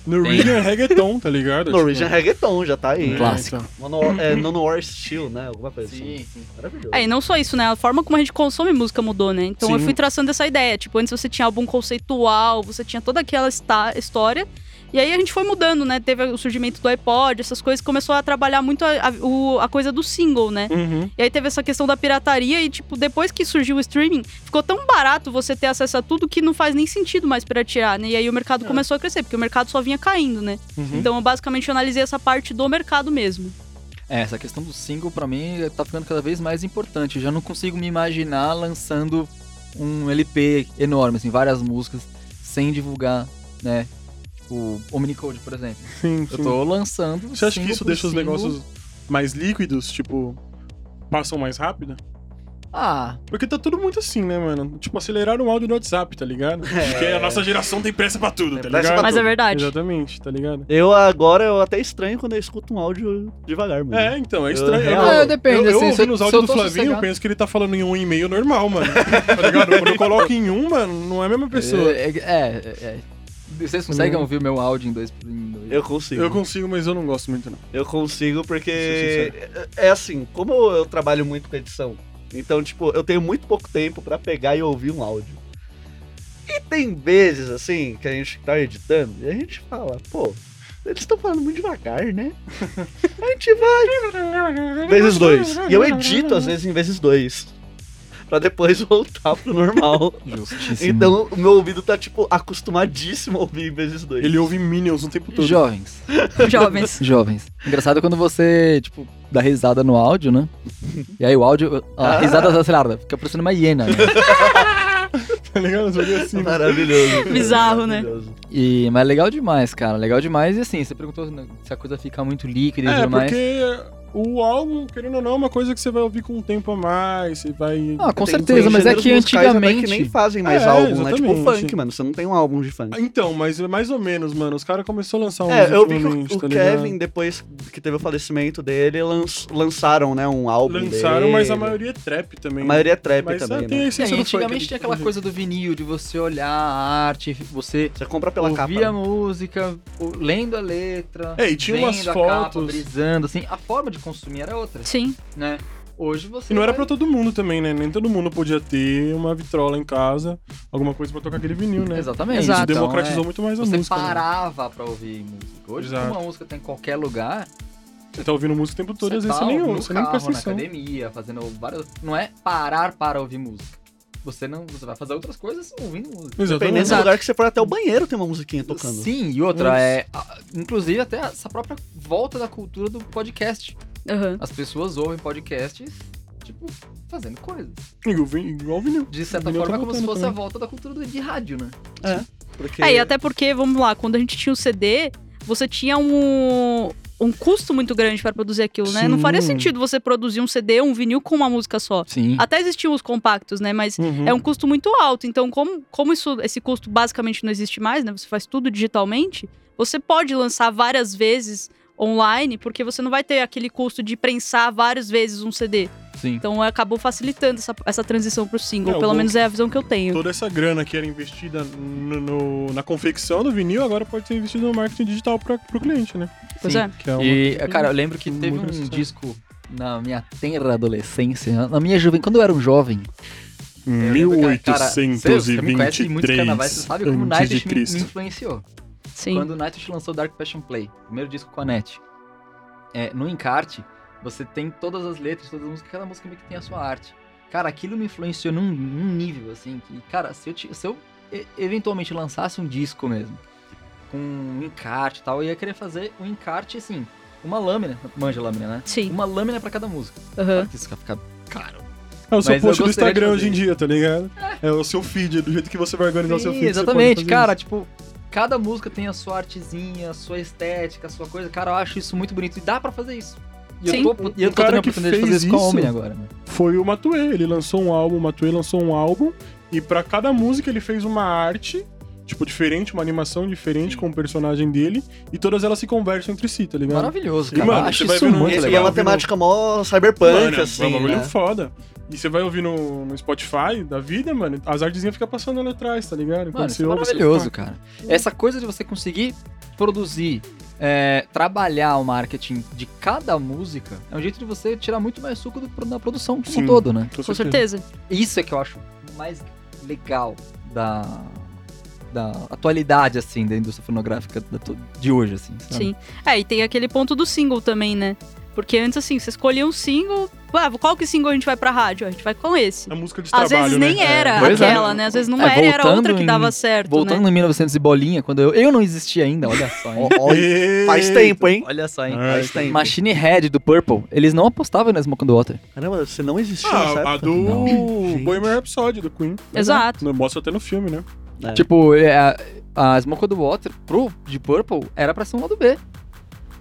[SPEAKER 2] Norwegian reggaeton, tá ligado?
[SPEAKER 1] Norwegian Reggaeton já tá aí.
[SPEAKER 2] É,
[SPEAKER 3] Um Clássico.
[SPEAKER 2] então.
[SPEAKER 1] Mono, é, Nono War Steel, né? Alguma coisa assim.
[SPEAKER 3] sim.
[SPEAKER 1] Maravilhoso.
[SPEAKER 4] É, e não só isso, né? A forma como a gente consome música mudou, né? Então eu
[SPEAKER 2] Sim.
[SPEAKER 4] fui traçando essa ideia. Tipo, antes você tinha álbum conceitual, você tinha toda aquela esta- história. E aí a gente foi mudando, né? Teve o surgimento do iPod, essas coisas, começou a trabalhar muito a, a- o- a coisa do single, né?
[SPEAKER 2] Uhum.
[SPEAKER 4] E aí teve essa questão da pirataria e, tipo, depois que surgiu o streaming, ficou tão barato você ter acesso a tudo que não faz nem sentido mais piratear, né? E aí o mercado começou a crescer, porque o mercado só vinha caindo, né?
[SPEAKER 2] É. Uhum.
[SPEAKER 4] Então eu basicamente analisei essa parte do mercado mesmo.
[SPEAKER 3] É, essa questão do single pra mim tá ficando cada vez mais importante. Eu já não consigo me imaginar lançando um LP enorme, assim, várias músicas, sem divulgar, né? O Omnicode, por exemplo.
[SPEAKER 2] Sim, sim.
[SPEAKER 3] Eu tô lançando.
[SPEAKER 2] Você acha que
[SPEAKER 3] single
[SPEAKER 2] isso
[SPEAKER 3] por
[SPEAKER 2] deixa os
[SPEAKER 3] single.
[SPEAKER 2] negócios mais líquidos? Tipo, passam mais rápido?
[SPEAKER 3] Ah,
[SPEAKER 2] Porque tá tudo muito assim, né, mano? Tipo, aceleraram o áudio no WhatsApp, tá ligado? Porque a nossa geração tem pressa pra tudo,
[SPEAKER 1] É. Tem
[SPEAKER 2] tá
[SPEAKER 1] pressa
[SPEAKER 2] ligado?
[SPEAKER 1] pra
[SPEAKER 4] Mas é verdade.
[SPEAKER 2] Exatamente, tá ligado?
[SPEAKER 1] Eu agora, eu até estranho quando eu escuto um áudio devagar, mano.
[SPEAKER 2] É, então, é estranho.
[SPEAKER 1] Uhum. Eu-
[SPEAKER 2] Eu,
[SPEAKER 1] Ah,
[SPEAKER 3] depende,
[SPEAKER 2] eu,
[SPEAKER 3] assim,
[SPEAKER 2] eu
[SPEAKER 3] se eu-
[SPEAKER 2] ouvi nos
[SPEAKER 3] se eu
[SPEAKER 2] áudios do
[SPEAKER 3] tô
[SPEAKER 2] Flavinho,
[SPEAKER 3] sossegado.
[SPEAKER 2] eu penso que ele tá falando em um e-mail normal, mano. Tá ligado? Quando eu coloco em um, mano, não é a mesma pessoa.
[SPEAKER 3] é, é, é, é. Vocês conseguem
[SPEAKER 2] Hum.
[SPEAKER 3] ouvir o meu áudio em dois. Em dois?
[SPEAKER 1] Eu consigo.
[SPEAKER 2] Eu consigo, mas eu não gosto muito, não.
[SPEAKER 1] Eu consigo porque
[SPEAKER 2] Ser
[SPEAKER 1] é é assim, como eu trabalho muito com edição, então tipo, eu tenho muito pouco tempo pra pegar e ouvir um áudio. E tem vezes assim que a gente tá editando e a gente fala, pô, eles estão falando muito devagar, né? A gente vai vezes dois. E eu edito às vezes em vezes dois. Pra depois voltar pro normal.
[SPEAKER 3] Justíssimo.
[SPEAKER 1] Então o meu ouvido tá, tipo, acostumadíssimo a ouvir em vezes dois.
[SPEAKER 2] Ele ouve Minions o tempo todo.
[SPEAKER 3] Jovens.
[SPEAKER 4] Jovens.
[SPEAKER 3] Jovens. Engraçado quando você, tipo, dá risada no áudio, né? E aí o áudio, a
[SPEAKER 1] Ah.
[SPEAKER 3] risada acelerada, fica parecendo uma hiena. Né?
[SPEAKER 2] Tá ligado? Os olhos assim.
[SPEAKER 1] Maravilhoso. cara,
[SPEAKER 4] Bizarro, né?
[SPEAKER 1] maravilhoso.
[SPEAKER 3] E, mas é legal demais, cara, legal demais. E assim, você perguntou né, se a coisa fica muito líquida e
[SPEAKER 2] É,
[SPEAKER 3] tudo mais.
[SPEAKER 2] porque o álbum, querendo ou não, é uma coisa que você vai ouvir com um tempo a mais, você vai...
[SPEAKER 3] Ah, com
[SPEAKER 1] Tem
[SPEAKER 3] certeza, mas é
[SPEAKER 1] gêneros
[SPEAKER 3] que
[SPEAKER 1] musicais até
[SPEAKER 3] antigamente...
[SPEAKER 1] que nem fazem mais
[SPEAKER 2] É,
[SPEAKER 1] álbum, né? Tipo
[SPEAKER 2] exatamente.
[SPEAKER 1] funk, mano. Você não tem um álbum de funk.
[SPEAKER 2] Então, mas é mais ou menos, mano. Os caras começaram a lançar uns
[SPEAKER 1] É, eu vi que
[SPEAKER 2] ultimamente,
[SPEAKER 1] o, o
[SPEAKER 2] tá ligado?
[SPEAKER 1] Kevin, depois que teve o falecimento dele, lanç- lançaram, né, um álbum
[SPEAKER 2] Lançaram,
[SPEAKER 1] dele.
[SPEAKER 2] mas a maioria é trap também.
[SPEAKER 1] A maioria é trap
[SPEAKER 2] mas ah,
[SPEAKER 1] também,
[SPEAKER 2] tem
[SPEAKER 1] né?
[SPEAKER 2] a essência
[SPEAKER 3] É,
[SPEAKER 2] do funk ali,
[SPEAKER 3] antigamente tinha aquela
[SPEAKER 2] tipo,
[SPEAKER 3] coisa do vinil, de você olhar a arte, você
[SPEAKER 1] Você compra pela capa.
[SPEAKER 3] ouvir a música, o- lendo a letra,
[SPEAKER 2] É, e tinha
[SPEAKER 3] vendo
[SPEAKER 2] umas
[SPEAKER 3] a capa,
[SPEAKER 2] fotos.
[SPEAKER 3] brisando, assim, a forma de consumir era outra,
[SPEAKER 4] Sim.
[SPEAKER 3] né? Hoje você
[SPEAKER 2] E não era
[SPEAKER 3] vai-
[SPEAKER 2] pra todo mundo também, né? Nem todo mundo podia ter uma vitrola em casa, alguma coisa pra tocar aquele vinil, né?
[SPEAKER 3] Exatamente.
[SPEAKER 2] Isso
[SPEAKER 4] Exato.
[SPEAKER 2] democratizou
[SPEAKER 3] Então, é,
[SPEAKER 2] muito mais a
[SPEAKER 3] Você
[SPEAKER 2] música. né?
[SPEAKER 3] parava pra ouvir música. Hoje,
[SPEAKER 2] Exato.
[SPEAKER 3] como uma música tá em qualquer lugar,
[SPEAKER 2] Você tá ouvindo música o tempo todo, às
[SPEAKER 3] você
[SPEAKER 2] vezes
[SPEAKER 3] tá
[SPEAKER 2] você nem
[SPEAKER 3] no
[SPEAKER 2] ouve, você nem
[SPEAKER 3] carro,
[SPEAKER 2] presta
[SPEAKER 3] na
[SPEAKER 2] atenção.
[SPEAKER 3] academia, fazendo várias... Não é parar para ouvir música. Você não... Você vai fazer outras coisas ouvindo música.
[SPEAKER 1] Dependendo
[SPEAKER 2] Exatamente.
[SPEAKER 1] do lugar que você for até o banheiro, tem uma musiquinha tocando.
[SPEAKER 3] né? Sim, e outra,
[SPEAKER 2] Nossa.
[SPEAKER 3] é. a- Inclusive, até essa própria volta da cultura do podcast.
[SPEAKER 4] Aham.
[SPEAKER 3] As pessoas ouvem podcasts, tipo, fazendo coisas.
[SPEAKER 2] Igual vin- igual vinil.
[SPEAKER 3] De certa
[SPEAKER 2] Vinil tá
[SPEAKER 3] forma, é como se
[SPEAKER 2] voltando
[SPEAKER 3] fosse a
[SPEAKER 2] também.
[SPEAKER 3] volta da cultura do- de rádio, né?
[SPEAKER 1] Porque...
[SPEAKER 4] É, e até porque, vamos lá, quando a gente tinha o CD, você tinha um, um custo muito grande pra produzir aquilo, né? Não
[SPEAKER 2] Sim.
[SPEAKER 4] faria sentido você produzir um CD, um vinil com uma música só.
[SPEAKER 3] Sim.
[SPEAKER 4] Até existiam os compactos, né? Mas
[SPEAKER 2] Uhum.
[SPEAKER 4] é um custo muito alto. Então, como, como isso, esse custo basicamente não existe mais, né? Você faz tudo digitalmente, você pode lançar várias vezes online, porque você não vai ter aquele custo de prensar várias vezes um CD.
[SPEAKER 3] Sim.
[SPEAKER 4] Então acabou facilitando essa, essa transição pro single.
[SPEAKER 2] É,
[SPEAKER 4] pelo
[SPEAKER 2] o-
[SPEAKER 4] menos é a visão que eu tenho.
[SPEAKER 2] Toda essa grana que era investida no- no- na confecção do vinil, agora pode ser investida no marketing digital pra, pro cliente, né?
[SPEAKER 4] Pois
[SPEAKER 3] Sim.
[SPEAKER 4] é.
[SPEAKER 2] Que é uma-
[SPEAKER 3] E, cara, eu lembro que
[SPEAKER 2] Muito
[SPEAKER 3] teve um
[SPEAKER 2] interessante.
[SPEAKER 3] disco na minha tenra adolescência, na minha juventude, quando eu era um jovem. eu lembro que, cara, você- Você me conhece de muitos carnavais, você sabe como o
[SPEAKER 2] antes de
[SPEAKER 3] Nightwish me, me
[SPEAKER 2] Cristo.
[SPEAKER 3] influenciou.
[SPEAKER 4] Sim.
[SPEAKER 3] Quando o Nightwish lançou Dark Passion Play, primeiro disco com a Net. É, no encarte, você tem todas as letras, todas as músicas, cada música meio que tem a sua arte. Cara, aquilo me influenciou num, num nível, assim, que, cara, se eu, ti- se eu e- eventualmente lançasse um disco mesmo, com um encarte e tal, eu ia querer fazer um encarte, assim, uma lâmina, manja lâmina, né?
[SPEAKER 4] Sim.
[SPEAKER 3] Uma lâmina pra cada música.
[SPEAKER 4] aham.
[SPEAKER 3] Isso vai ficar caro.
[SPEAKER 2] É o seu
[SPEAKER 3] Mas eu
[SPEAKER 2] post do
[SPEAKER 3] gostaria de
[SPEAKER 2] Instagram
[SPEAKER 3] fazer
[SPEAKER 2] hoje em dia, tá ligado? É o seu feed, do jeito que você vai organizar o seu
[SPEAKER 3] Sim,
[SPEAKER 2] feed. você pode
[SPEAKER 3] exatamente,
[SPEAKER 2] fazer
[SPEAKER 3] cara, tipo, cada música tem a sua artezinha, a sua estética, a sua coisa. Cara, eu acho isso muito bonito e dá pra fazer isso. E
[SPEAKER 4] Sim.
[SPEAKER 3] eu tô, e eu
[SPEAKER 2] O
[SPEAKER 3] tô
[SPEAKER 2] cara
[SPEAKER 3] tendo a
[SPEAKER 2] que
[SPEAKER 3] oportunidade
[SPEAKER 2] fez
[SPEAKER 3] de fazer isso com a
[SPEAKER 2] isso-
[SPEAKER 3] Omni agora, né?
[SPEAKER 2] isso. Foi o Matue, ele lançou um álbum, o Matue lançou um álbum, e pra cada música ele fez uma arte, tipo, diferente, uma animação diferente
[SPEAKER 3] Sim.
[SPEAKER 2] com o personagem dele, e todas elas se conversam entre si, tá ligado?
[SPEAKER 3] Maravilhoso,
[SPEAKER 2] E,
[SPEAKER 3] cara.
[SPEAKER 2] mano,
[SPEAKER 3] eu acho
[SPEAKER 2] você vai
[SPEAKER 3] isso
[SPEAKER 2] ver no-
[SPEAKER 3] muito
[SPEAKER 1] E,
[SPEAKER 2] Esse
[SPEAKER 1] e é
[SPEAKER 3] legal.
[SPEAKER 1] uma
[SPEAKER 2] Legal.
[SPEAKER 1] temática mó cyberpunk,
[SPEAKER 2] Mano, é um
[SPEAKER 1] assim,
[SPEAKER 2] bagulho
[SPEAKER 1] né?
[SPEAKER 2] foda. E você vai ouvir no, no Spotify da vida, mano, as artezinhas ficam passando ali atrás, tá ligado?
[SPEAKER 3] Mano, isso é
[SPEAKER 2] ouve, você
[SPEAKER 3] maravilhoso, cara. Essa coisa de você conseguir produzir, é, trabalhar o marketing de cada música, é um jeito de você tirar muito mais suco do- da produção como
[SPEAKER 2] Sim.
[SPEAKER 3] um todo, né?
[SPEAKER 2] fala,
[SPEAKER 4] Com certeza.
[SPEAKER 3] Isso é que eu acho mais legal da, da atualidade, assim, da indústria fonográfica da to- de hoje, assim. sabe?
[SPEAKER 4] Sim. É, e tem aquele ponto do single também, né? Porque antes, assim, você escolhia um single. Ah, qual que single a gente vai pra rádio? A gente vai com esse.
[SPEAKER 2] A música de
[SPEAKER 4] Às
[SPEAKER 2] trabalho,
[SPEAKER 4] vezes nem
[SPEAKER 2] né?
[SPEAKER 4] era
[SPEAKER 3] Pois é.
[SPEAKER 4] aquela, né? Às vezes não
[SPEAKER 3] É,
[SPEAKER 4] era, era outra
[SPEAKER 3] voltando
[SPEAKER 4] que
[SPEAKER 3] em-
[SPEAKER 4] dava certo,
[SPEAKER 3] Voltando
[SPEAKER 4] né?
[SPEAKER 3] em 1900 e bolinha, quando eu, eu não existia ainda, olha só, hein?
[SPEAKER 1] Ó, ó, Faz tempo, hein?
[SPEAKER 3] olha só, hein?
[SPEAKER 2] Ah,
[SPEAKER 1] Faz tempo.
[SPEAKER 3] Machine Head do Purple, eles não apostavam na Smoke on the Water.
[SPEAKER 1] Caramba, você não existia nessa
[SPEAKER 2] Ah, a
[SPEAKER 1] época.
[SPEAKER 2] do
[SPEAKER 1] Não.
[SPEAKER 2] Bohemian Rhapsody, do Queen.
[SPEAKER 4] Exato.
[SPEAKER 2] Não Mostra até no filme, né?
[SPEAKER 1] É.
[SPEAKER 3] Tipo, é, a, a Smoke on the Water pro de Purple era pra ser um lado B.